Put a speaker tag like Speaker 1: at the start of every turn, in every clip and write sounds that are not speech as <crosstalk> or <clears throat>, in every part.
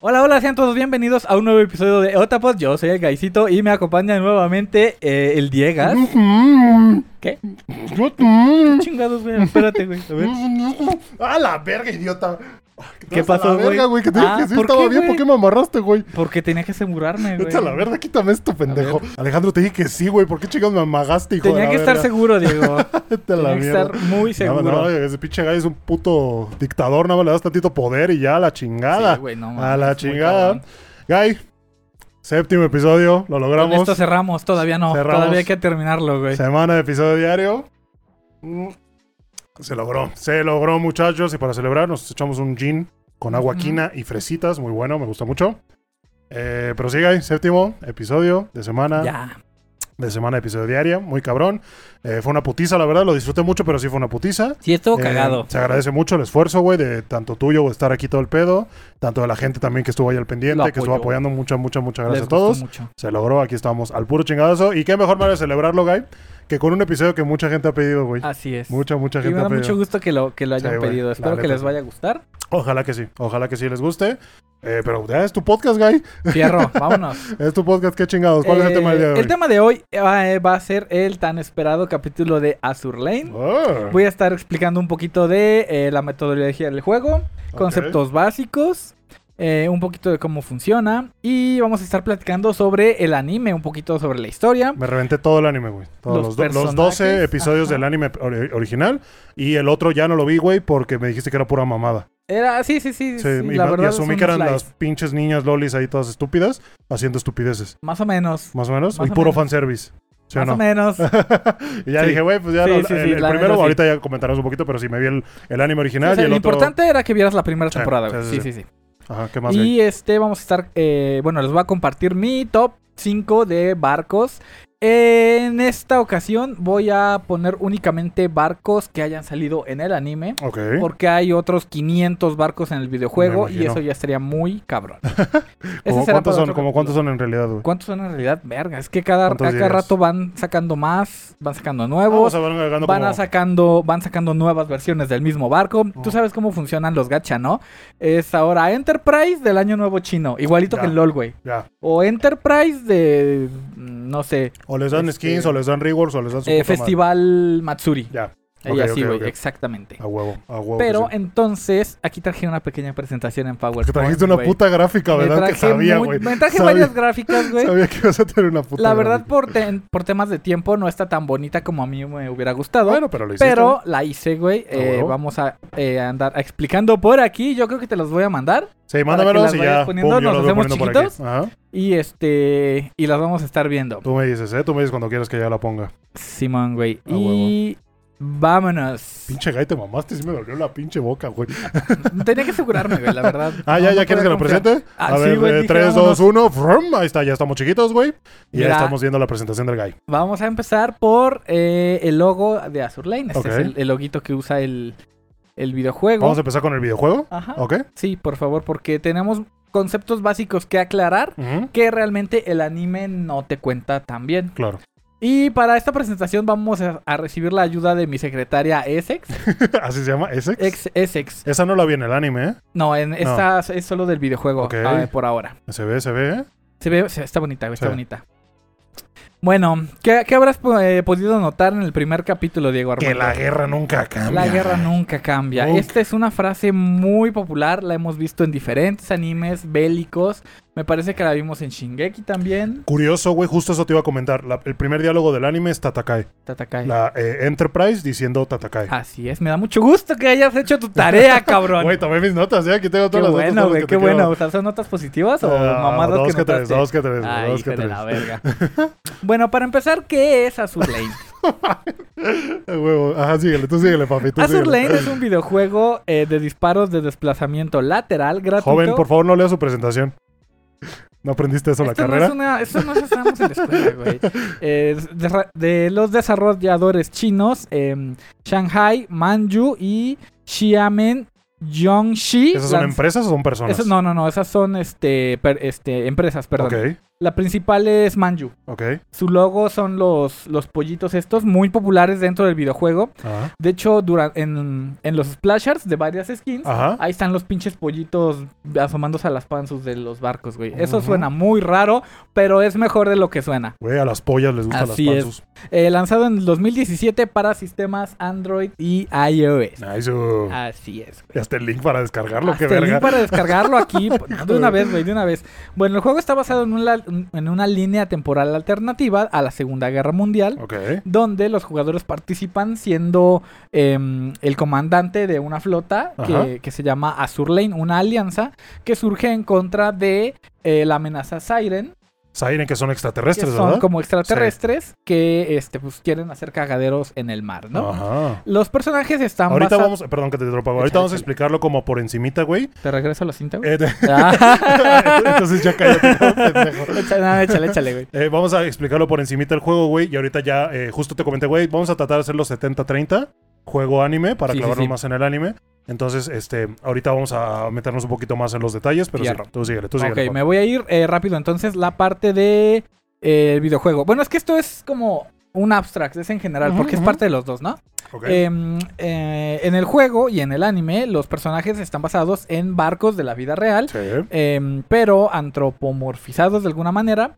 Speaker 1: Hola, hola, sean todos bienvenidos a un nuevo episodio de Otapod. Yo soy el Gaisito y me acompaña nuevamente eh, el Diegas.
Speaker 2: <laughs>
Speaker 1: ¿Qué? Chingados, güey. Espérate, güey. A ver.
Speaker 2: A la verga, idiota. Ay, que te
Speaker 1: ¿Qué
Speaker 2: vas a
Speaker 1: pasó,
Speaker 2: la verga,
Speaker 1: güey?
Speaker 2: güey? Que te dije
Speaker 1: Ah,
Speaker 2: que sí
Speaker 1: ¿por
Speaker 2: estaba
Speaker 1: qué,
Speaker 2: bien,
Speaker 1: güey?
Speaker 2: ¿por qué me amarraste, güey?
Speaker 1: Porque tenía que asegurarme, güey.
Speaker 2: Vete a la verga, quítame esto, pendejo. Alejandro, te dije que sí, güey. ¿Por qué chingados me amagaste, hijo de
Speaker 1: Tenía
Speaker 2: la
Speaker 1: que estar
Speaker 2: verga?
Speaker 1: seguro, Diego.
Speaker 2: Vete a la
Speaker 1: Tenía que
Speaker 2: mierda.
Speaker 1: estar muy seguro.
Speaker 2: No, no, ese pinche gallo es un puto dictador. Nada más le das tantito poder y ya, a la chingada.
Speaker 1: Sí, güey, no,
Speaker 2: a
Speaker 1: mames,
Speaker 2: la
Speaker 1: es muy
Speaker 2: chingada.
Speaker 1: cabrón.
Speaker 2: Guy, séptimo episodio. Lo
Speaker 1: Con
Speaker 2: logramos.
Speaker 1: esto cerramos. Todavía no.
Speaker 2: Cerramos.
Speaker 1: Todavía hay que terminarlo, güey.
Speaker 2: Semana de episodio diario. Mm. Se logró, se logró, muchachos. Y para celebrar, nos echamos un gin con agua
Speaker 1: Ujú.
Speaker 2: quina y fresitas. Muy bueno, me gusta mucho. Eh, pero sigue ahí, séptimo episodio de semana,
Speaker 1: Ya.
Speaker 2: de semana de episodio diaria. Muy cabrón. Eh, fue una putiza, la verdad, lo disfruté mucho, pero sí fue una putiza.
Speaker 1: Sí, estuvo
Speaker 2: Eh,
Speaker 1: cagado.
Speaker 2: se agradece mucho el esfuerzo, güey, de tanto tuyo o estar aquí todo el pedo, tanto de la gente también que estuvo ahí al pendiente,
Speaker 1: Lo
Speaker 2: que estuvo
Speaker 1: apoyó.
Speaker 2: apoyando. Muchas, muchas, muchas
Speaker 1: Les
Speaker 2: gracias a
Speaker 1: gustó
Speaker 2: todos.
Speaker 1: mucho.
Speaker 2: Se logró, aquí estamos al puro chingadazo. Y qué mejor manera de celebrarlo, Guy, que con un episodio que mucha gente ha pedido, güey.
Speaker 1: Así es.
Speaker 2: Mucha, mucha
Speaker 1: Ah, y
Speaker 2: gente
Speaker 1: me
Speaker 2: ha
Speaker 1: da
Speaker 2: pedido.
Speaker 1: mucho gusto que lo, que lo hayan
Speaker 2: Sí, güey,
Speaker 1: pedido.
Speaker 2: la
Speaker 1: Espero que
Speaker 2: neta,
Speaker 1: les
Speaker 2: sí.
Speaker 1: vaya a <laughs> gustar.
Speaker 2: Ojalá que sí, ojalá que sí les guste. Eh, pero ya es tu podcast, Guy.
Speaker 1: Fierro, vámonos.
Speaker 2: Es tu podcast, qué chingados. Pues, ¿Cuál es el
Speaker 1: Eh,
Speaker 2: tema del día de hoy?
Speaker 1: el tema de hoy, eh, va eh, va a ser el tan esperado capítulo de Azur Lane.
Speaker 2: Ah,
Speaker 1: Voy a estar explicando un poquito de eh, la metodología del juego,
Speaker 2: ok.
Speaker 1: conceptos básicos, eh, un poquito de cómo funciona y vamos a estar platicando sobre el anime, un poquito sobre la historia.
Speaker 2: Me reventé todo el anime, güey. Todos
Speaker 1: Los
Speaker 2: los, do- los
Speaker 1: personajes,
Speaker 2: 12 episodios
Speaker 1: ajá.
Speaker 2: del anime ori- original. Y el otro ya no lo vi, güey, porque me dijiste que era pura mamada.
Speaker 1: Era, sí, sí, sí,
Speaker 2: Sí,
Speaker 1: sí,
Speaker 2: y,
Speaker 1: la
Speaker 2: y
Speaker 1: verdad.
Speaker 2: asumí
Speaker 1: son
Speaker 2: que eran
Speaker 1: slides.
Speaker 2: las pinches niñas lolis ahí todas estúpidas haciendo estupideces.
Speaker 1: Más o menos.
Speaker 2: Más o menos.
Speaker 1: Más
Speaker 2: y
Speaker 1: o
Speaker 2: puro
Speaker 1: menos.
Speaker 2: fanservice. ¿Sí
Speaker 1: más
Speaker 2: o no?
Speaker 1: o
Speaker 2: <laughs>
Speaker 1: menos.
Speaker 2: y ya
Speaker 1: Sí.
Speaker 2: dije, güey, pues ya
Speaker 1: Sí,
Speaker 2: lo-
Speaker 1: sí, sí,
Speaker 2: el, el
Speaker 1: la neta
Speaker 2: primero,
Speaker 1: sí.
Speaker 2: ahorita ya comentarás un poquito, pero sí, me vi el, el anime original
Speaker 1: O sea,
Speaker 2: y el
Speaker 1: lo
Speaker 2: otro.
Speaker 1: importante era que vieras la primera
Speaker 2: Sí,
Speaker 1: temporada.
Speaker 2: sí,
Speaker 1: güey. Sí,
Speaker 2: sí, sí.
Speaker 1: sí, sí.
Speaker 2: Ajá, ¿qué más? güey?
Speaker 1: Y este, vamos a estar, eh, bueno, les voy a compartir mi top 5 de barcos. En esta ocasión voy a poner únicamente barcos que hayan salido en el anime.
Speaker 2: Ok.
Speaker 1: Porque hay otros 500 barcos en el videojuego
Speaker 2: Me
Speaker 1: y
Speaker 2: imagino.
Speaker 1: eso ya estaría muy
Speaker 2: <laughs>
Speaker 1: cabrón. Ese
Speaker 2: ¿Cómo
Speaker 1: será
Speaker 2: cuántos
Speaker 1: para
Speaker 2: son,
Speaker 1: otro
Speaker 2: como cuántos
Speaker 1: capítulo.
Speaker 2: son en realidad, güey?
Speaker 1: ¿Cuántos son en realidad? Verga, es que cada, a
Speaker 2: ¿Cuántos
Speaker 1: cada
Speaker 2: llegas? Ah,
Speaker 1: rato van sacando más, van sacando
Speaker 2: Vamos
Speaker 1: nuevos,
Speaker 2: a ver, agregando
Speaker 1: van
Speaker 2: como-
Speaker 1: a sacando, van sacando nuevas versiones del mismo barco. Tú
Speaker 2: Ujú.
Speaker 1: sabes cómo funcionan los gacha, ¿no? Es ahora Enterprise del año nuevo chino, igualito
Speaker 2: Ya.
Speaker 1: que el LOL, güey.
Speaker 2: Ya.
Speaker 1: O Enterprise de, mm, no sé,
Speaker 2: O les dan
Speaker 1: Este-
Speaker 2: skins, o les dan rewards, o les dan su
Speaker 1: eh,
Speaker 2: puta madre.
Speaker 1: Festival Matsuri.
Speaker 2: Ya.
Speaker 1: Y
Speaker 2: Ok,
Speaker 1: así,
Speaker 2: ok,
Speaker 1: güey,
Speaker 2: ok.
Speaker 1: exactamente.
Speaker 2: A huevo, a huevo. que
Speaker 1: Pero
Speaker 2: sí.
Speaker 1: entonces, aquí traje una pequeña presentación en PowerPoint.
Speaker 2: Que trajiste una
Speaker 1: güey.
Speaker 2: puta gráfica,
Speaker 1: Me
Speaker 2: ¿verdad? Que
Speaker 1: traje
Speaker 2: sabía,
Speaker 1: muy-
Speaker 2: güey.
Speaker 1: Me traje
Speaker 2: Sabía-
Speaker 1: varias gráficas, güey.
Speaker 2: Sabía que ibas a tener una puta
Speaker 1: La verdad,
Speaker 2: gráfica.
Speaker 1: por, te- por temas de tiempo, no está tan bonita como a mí me hubiera gustado.
Speaker 2: Bueno, pero lo hiciste.
Speaker 1: pero la hice, güey.
Speaker 2: A
Speaker 1: Eh,
Speaker 2: huevo.
Speaker 1: vamos a eh, andar explicando por aquí. Yo creo que te los voy a mandar.
Speaker 2: Sí,
Speaker 1: las
Speaker 2: mándamelos y
Speaker 1: vayas
Speaker 2: ya.
Speaker 1: poniendo,
Speaker 2: pum, yo
Speaker 1: nos
Speaker 2: los voy
Speaker 1: hacemos
Speaker 2: poniendo por aquí.
Speaker 1: chiquitos.
Speaker 2: Ajá.
Speaker 1: Y este. Y las vamos a estar viendo.
Speaker 2: Tú me dices, ¿eh? Tú me dices cuando quieras que ya la ponga.
Speaker 1: Simón, güey.
Speaker 2: A
Speaker 1: Y. Vámonos.
Speaker 2: <laughs> Pinche gay, te mamaste, sí me dolió la pinche boca, güey.
Speaker 1: Tenía que asegurarme, güey, la verdad.
Speaker 2: <laughs> Ah,
Speaker 1: No,
Speaker 2: ya,
Speaker 1: no
Speaker 2: ya quieres
Speaker 1: podía
Speaker 2: que lo
Speaker 1: confiar.
Speaker 2: presente.
Speaker 1: Ah,
Speaker 2: a
Speaker 1: sí,
Speaker 2: ver,
Speaker 1: güey,
Speaker 2: eh,
Speaker 1: dije,
Speaker 2: 3,
Speaker 1: vámonos.
Speaker 2: 2, 1. frum, ahí está, ya estamos chiquitos, güey. Y ya
Speaker 1: Mira.
Speaker 2: estamos viendo la presentación del guy.
Speaker 1: Vamos a empezar por eh, el logo de Azur Lane. Este
Speaker 2: Ok.
Speaker 1: es el, el loguito que usa el, el videojuego.
Speaker 2: Vamos a empezar con el videojuego.
Speaker 1: Ajá.
Speaker 2: ¿Ok?
Speaker 1: Sí, por favor, porque tenemos conceptos básicos que aclarar
Speaker 2: Ujú,
Speaker 1: que realmente el anime no te cuenta tan bien.
Speaker 2: Claro. <laughs>
Speaker 1: Y para esta presentación vamos a, a recibir la ayuda de mi secretaria Essex.
Speaker 2: <laughs> Así se llama, Essex.
Speaker 1: Ex Essex.
Speaker 2: Esa no la vi en el anime, ¿eh?
Speaker 1: No, en esta es solo del videojuego
Speaker 2: Ok.
Speaker 1: ah, por ahora.
Speaker 2: Se ve, se ve, ¿eh?
Speaker 1: Se ve, se- está bonita, güey, está
Speaker 2: Sí.
Speaker 1: bonita. Bueno, ¿qué, qué habrás eh, podido notar en el primer capítulo, Diego Armando?
Speaker 2: Que la guerra nunca cambia.
Speaker 1: La guerra nunca cambia.
Speaker 2: Nunca.
Speaker 1: Esta es una frase muy popular, la hemos visto en diferentes animes bélicos. Me parece que la vimos en Shingeki también.
Speaker 2: Curioso, güey, justo eso te iba a comentar. La- el primer diálogo del anime es Tatakai.
Speaker 1: Tatakai.
Speaker 2: La eh, Enterprise diciendo Tatakai.
Speaker 1: Así es, me da mucho gusto que hayas hecho tu
Speaker 2: <laughs>
Speaker 1: tarea, Ah, cabrón.
Speaker 2: Güey, tomé mis notas, ¿eh? Aquí tengo
Speaker 1: qué
Speaker 2: todas las notas.
Speaker 1: bueno,
Speaker 2: todas
Speaker 1: güey, qué
Speaker 2: las que te quiero.
Speaker 1: bueno. O sea, ¿Son notas positivas o
Speaker 2: Ah,
Speaker 1: mamadas
Speaker 2: dos
Speaker 1: que
Speaker 2: que, tres,
Speaker 1: notaste?
Speaker 2: dos que tres,
Speaker 1: Ay,
Speaker 2: dos
Speaker 1: hijo
Speaker 2: que
Speaker 1: de
Speaker 2: tres.
Speaker 1: la verga. bueno, para empezar, ¿qué es Azur Lane?
Speaker 2: Ah, <laughs> huevo. Ajá, síguele, tú síguele, papi. <laughs> Tú
Speaker 1: Azur
Speaker 2: síguele.
Speaker 1: Lane es un videojuego eh, de disparos de desplazamiento lateral gratuito.
Speaker 2: Joven, por favor, no lea su presentación. ¿No aprendiste eso en la
Speaker 1: Esto no
Speaker 2: carrera?
Speaker 1: es una- eso no lo enseñamos en la escuela,
Speaker 2: <laughs>
Speaker 1: güey. Eh, de, de los desarrolladores chinos, em, Shanghai, Manju y Xiamen Yongxi.
Speaker 2: ¿Esas son
Speaker 1: lanz-
Speaker 2: empresas o son personas?
Speaker 1: Esas- no, no, no, esas son este, per- este, empresas, perdón.
Speaker 2: Ok.
Speaker 1: La principal es Manju.
Speaker 2: Ok.
Speaker 1: Su logo son los, los pollitos estos, muy populares dentro del videojuego.
Speaker 2: Ajá.
Speaker 1: De hecho, dura- en, en los splashers de varias skins,
Speaker 2: Ajá.
Speaker 1: ahí están los pinches pollitos asomándose a las panzas de los barcos, güey. Eso
Speaker 2: Ujú.
Speaker 1: suena muy raro, pero es mejor de lo que suena.
Speaker 2: Güey, a las pollas les gustan
Speaker 1: Así
Speaker 2: las
Speaker 1: es.
Speaker 2: panzas.
Speaker 1: Eh, lanzado en 2017 para sistemas Android y iOS.
Speaker 2: Nice. uh.
Speaker 1: Así es,
Speaker 2: Y
Speaker 1: güey.
Speaker 2: hasta el link para descargarlo,
Speaker 1: Ah. Hasta
Speaker 2: qué
Speaker 1: el
Speaker 2: verga.
Speaker 1: link para descargarlo
Speaker 2: <laughs>
Speaker 1: aquí de una vez, güey, de una vez. Bueno, el juego está basado en una, en una línea temporal alternativa a la Segunda Guerra Mundial.
Speaker 2: Ok.
Speaker 1: donde los jugadores participan siendo eh, el comandante de una flota
Speaker 2: Ajá.
Speaker 1: que, que se llama Azur Lane, una alianza que surge en contra de eh, la amenaza Siren,
Speaker 2: Siren que son
Speaker 1: que
Speaker 2: extraterrestres,
Speaker 1: son
Speaker 2: ¿verdad?
Speaker 1: como extraterrestres que este, pues, quieren hacer cagaderos en el mar, ¿no?
Speaker 2: Ajá.
Speaker 1: Los personajes están
Speaker 2: Ah. Ahorita
Speaker 1: basa-
Speaker 2: vamos, perdón que te interrumpa, güey. ahorita
Speaker 1: Échale,
Speaker 2: vamos a
Speaker 1: échale.
Speaker 2: explicarlo como por encimita, güey.
Speaker 1: ¿Te regreso la cinta, güey?
Speaker 2: Eh, <laughs> de-
Speaker 1: Ah.
Speaker 2: Entonces
Speaker 1: <laughs>
Speaker 2: ya cállate, no, pendejo.
Speaker 1: Échale, no, échale, échale, güey.
Speaker 2: Eh, vamos a explicarlo por encimita el juego, güey. Y ahorita ya, eh, justo te comenté, güey, vamos a tratar de hacer los 70-30, juego anime, para
Speaker 1: Sí, sí,
Speaker 2: clavarnos
Speaker 1: sí.
Speaker 2: más en el anime. Entonces, este, ahorita vamos a meternos un poquito más en los detalles, pero sí,
Speaker 1: Claro.
Speaker 2: tú síguele, tú síguele.
Speaker 1: Ok,
Speaker 2: Juan.
Speaker 1: me voy a ir eh, rápido entonces la parte de eh, el videojuego. Bueno, es que esto es como un abstract, es en general,
Speaker 2: Ujú,
Speaker 1: porque
Speaker 2: ujú.
Speaker 1: es parte de los dos, ¿no?
Speaker 2: Ok.
Speaker 1: Em, eh, en el juego y en el anime, los personajes están basados en barcos de la vida real,
Speaker 2: Sí.
Speaker 1: em, pero antropomorfizados de alguna manera.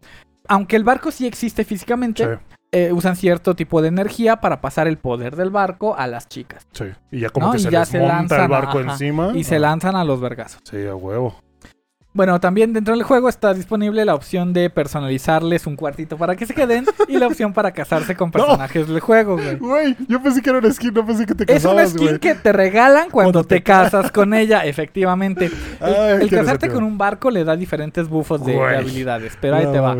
Speaker 1: Aunque el barco sí existe físicamente,
Speaker 2: Sí,
Speaker 1: eh, usan cierto tipo de energía para pasar el poder del barco a las chicas.
Speaker 2: sí. Y ya como
Speaker 1: No,
Speaker 2: que
Speaker 1: y
Speaker 2: se
Speaker 1: ya
Speaker 2: les
Speaker 1: se
Speaker 2: monta el
Speaker 1: lanzan,
Speaker 2: barco
Speaker 1: ajá,
Speaker 2: encima.
Speaker 1: Y se
Speaker 2: Ah,
Speaker 1: lanzan a los vergazos.
Speaker 2: Sí, a huevo.
Speaker 1: Bueno, también dentro del juego está disponible la opción de personalizarles un cuartito para que se queden y la opción para casarse <laughs> con personajes del juego, güey.
Speaker 2: Güey, yo pensé que era una skin, no pensé que te
Speaker 1: Es una skin que te regalan cuando te casas con ella, efectivamente. El, el casarte con un barco le da diferentes buffos de, de
Speaker 2: Güey.
Speaker 1: habilidades, pero ahí te va.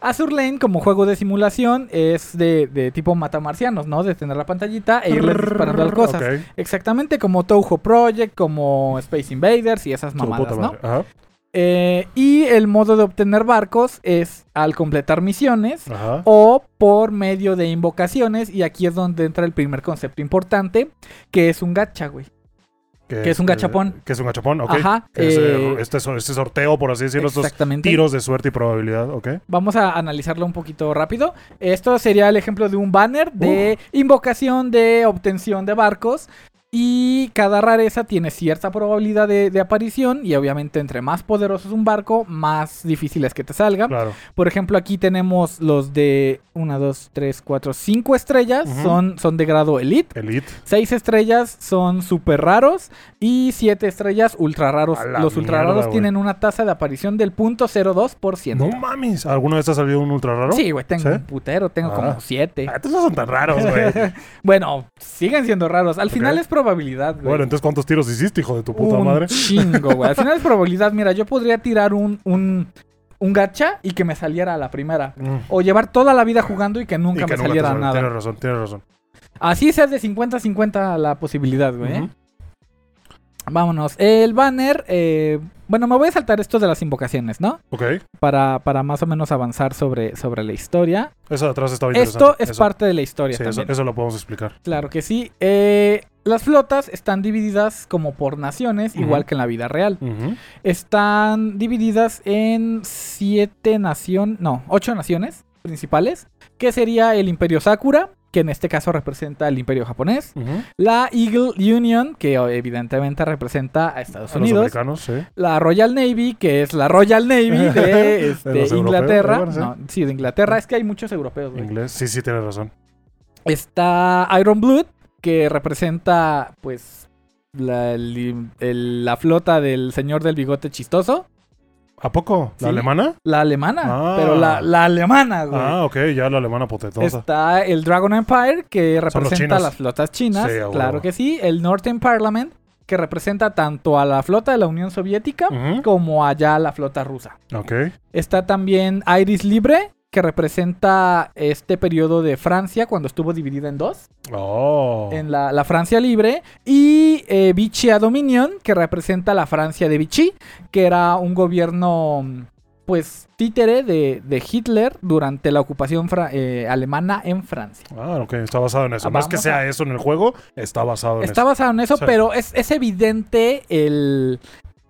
Speaker 1: Azur Lane, como juego de simulación, es de, de tipo matamarcianos, ¿no? De tener la pantallita e irles disparando al cosas. Exactamente como Touhou Project, como Space Invaders y esas mamadas, ¿no?
Speaker 2: Ajá,
Speaker 1: Eh, y el modo de obtener barcos es al completar misiones
Speaker 2: ajá.
Speaker 1: o por medio de invocaciones. Y aquí es donde entra el primer concepto importante, que es un gacha, güey. que es un gachapón.
Speaker 2: Este, Que es un gachapón, ok.
Speaker 1: Ajá.
Speaker 2: Que es, eh,
Speaker 1: eh,
Speaker 2: este, so- este sorteo, por así decirlo, estos
Speaker 1: exactamente.
Speaker 2: tiros de suerte y probabilidad, ok.
Speaker 1: Vamos a analizarlo un poquito rápido. Esto sería el ejemplo de un banner de
Speaker 2: Uh.
Speaker 1: invocación de obtención de barcos. Y cada rareza tiene cierta probabilidad de, de aparición. Y obviamente, entre más poderoso es un barco, más difícil es que te salga.
Speaker 2: Claro.
Speaker 1: Por ejemplo, aquí tenemos los de 1, 2, 3, 4, 5 estrellas.
Speaker 2: Ujú.
Speaker 1: son, son de grado elite.
Speaker 2: Elite.
Speaker 1: 6 estrellas son super raros. Y 7 estrellas ultra raros.
Speaker 2: A la
Speaker 1: Los ultra
Speaker 2: mierda,
Speaker 1: raros
Speaker 2: güey.
Speaker 1: tienen una tasa de aparición del 0.02%.
Speaker 2: No mames. ¿Alguna vez ha salido un ultra raro?
Speaker 1: Sí, güey, tengo
Speaker 2: ¿Sí?
Speaker 1: un putero, tengo
Speaker 2: Ah.
Speaker 1: como siete.
Speaker 2: Ah, estos no son tan raros, güey.
Speaker 1: <laughs> Bueno, siguen siendo raros. Al final
Speaker 2: Ok.
Speaker 1: es probabilidad, güey.
Speaker 2: bueno, entonces, ¿cuántos tiros hiciste, hijo de tu puta
Speaker 1: un
Speaker 2: madre?
Speaker 1: chingo, güey. Al final
Speaker 2: <laughs>
Speaker 1: es probabilidad. Mira, yo podría tirar un, un, un gacha y que me saliera a la primera.
Speaker 2: Mm.
Speaker 1: O llevar toda la vida jugando y que
Speaker 2: Y
Speaker 1: nunca
Speaker 2: que
Speaker 1: me saliera
Speaker 2: te sal-
Speaker 1: nada.
Speaker 2: Tienes razón, tienes razón.
Speaker 1: Así sea de 50-50 la posibilidad, güey. ¿eh?
Speaker 2: Ujú.
Speaker 1: Vámonos. El banner. eh, bueno, me voy a saltar esto de las invocaciones, ¿no?
Speaker 2: Ok.
Speaker 1: Para, para más o menos avanzar sobre, sobre la historia.
Speaker 2: Eso de atrás estaba interesante.
Speaker 1: Esto es
Speaker 2: Eso-
Speaker 1: parte de la historia.
Speaker 2: Sí, eso,
Speaker 1: también.
Speaker 2: eso lo podemos explicar.
Speaker 1: Claro que sí. Eh, las flotas están divididas como por naciones,
Speaker 2: Ujú.
Speaker 1: igual que en la vida real.
Speaker 2: Ujú.
Speaker 1: Están divididas en siete naciones, no, ocho naciones principales, que sería el Imperio Sakura, que en este caso representa el Imperio japonés,
Speaker 2: Ujú.
Speaker 1: la Eagle Union, que o- evidentemente representa a Estados
Speaker 2: A los
Speaker 1: Unidos,
Speaker 2: americanos, sí.
Speaker 1: la Royal Navy, que es la Royal Navy
Speaker 2: <laughs>
Speaker 1: de, este,
Speaker 2: De los europeos,
Speaker 1: Inglaterra,
Speaker 2: bueno, sí.
Speaker 1: No, sí, de Inglaterra, es que hay muchos europeos, güey.
Speaker 2: Inglés. Sí, sí, tienes razón.
Speaker 1: Está Iron Blood, que representa, pues, la, el- el- la flota del señor del bigote chistoso.
Speaker 2: ¿A poco? ¿La
Speaker 1: Sí.
Speaker 2: alemana?
Speaker 1: La alemana,
Speaker 2: Ah.
Speaker 1: pero la, la alemana, güey.
Speaker 2: Ah, ok, ya la alemana potetosa.
Speaker 1: Está el Dragon Empire, que
Speaker 2: los
Speaker 1: representa
Speaker 2: chinos.
Speaker 1: las flotas chinas,
Speaker 2: Sí, a huevo.
Speaker 1: claro que sí. El Northern Parliament, que representa tanto a la flota de la Unión Soviética
Speaker 2: Ujú.
Speaker 1: como allá a la flota rusa.
Speaker 2: Ok.
Speaker 1: Está también Iris Libre, que representa este periodo de Francia cuando estuvo dividida en dos.
Speaker 2: Oh.
Speaker 1: en la, la Francia libre y eh, Vichy a Dominion, que representa la Francia de Vichy, que era un gobierno mm, pues títere de, de Hitler durante la ocupación fra- eh, alemana en Francia.
Speaker 2: Ah, ok, está basado en eso.
Speaker 1: Ah,
Speaker 2: no es que
Speaker 1: vamos
Speaker 2: sea eso en el juego, está basado en
Speaker 1: Está basado en eso,
Speaker 2: Sí.
Speaker 1: pero es, es evidente el,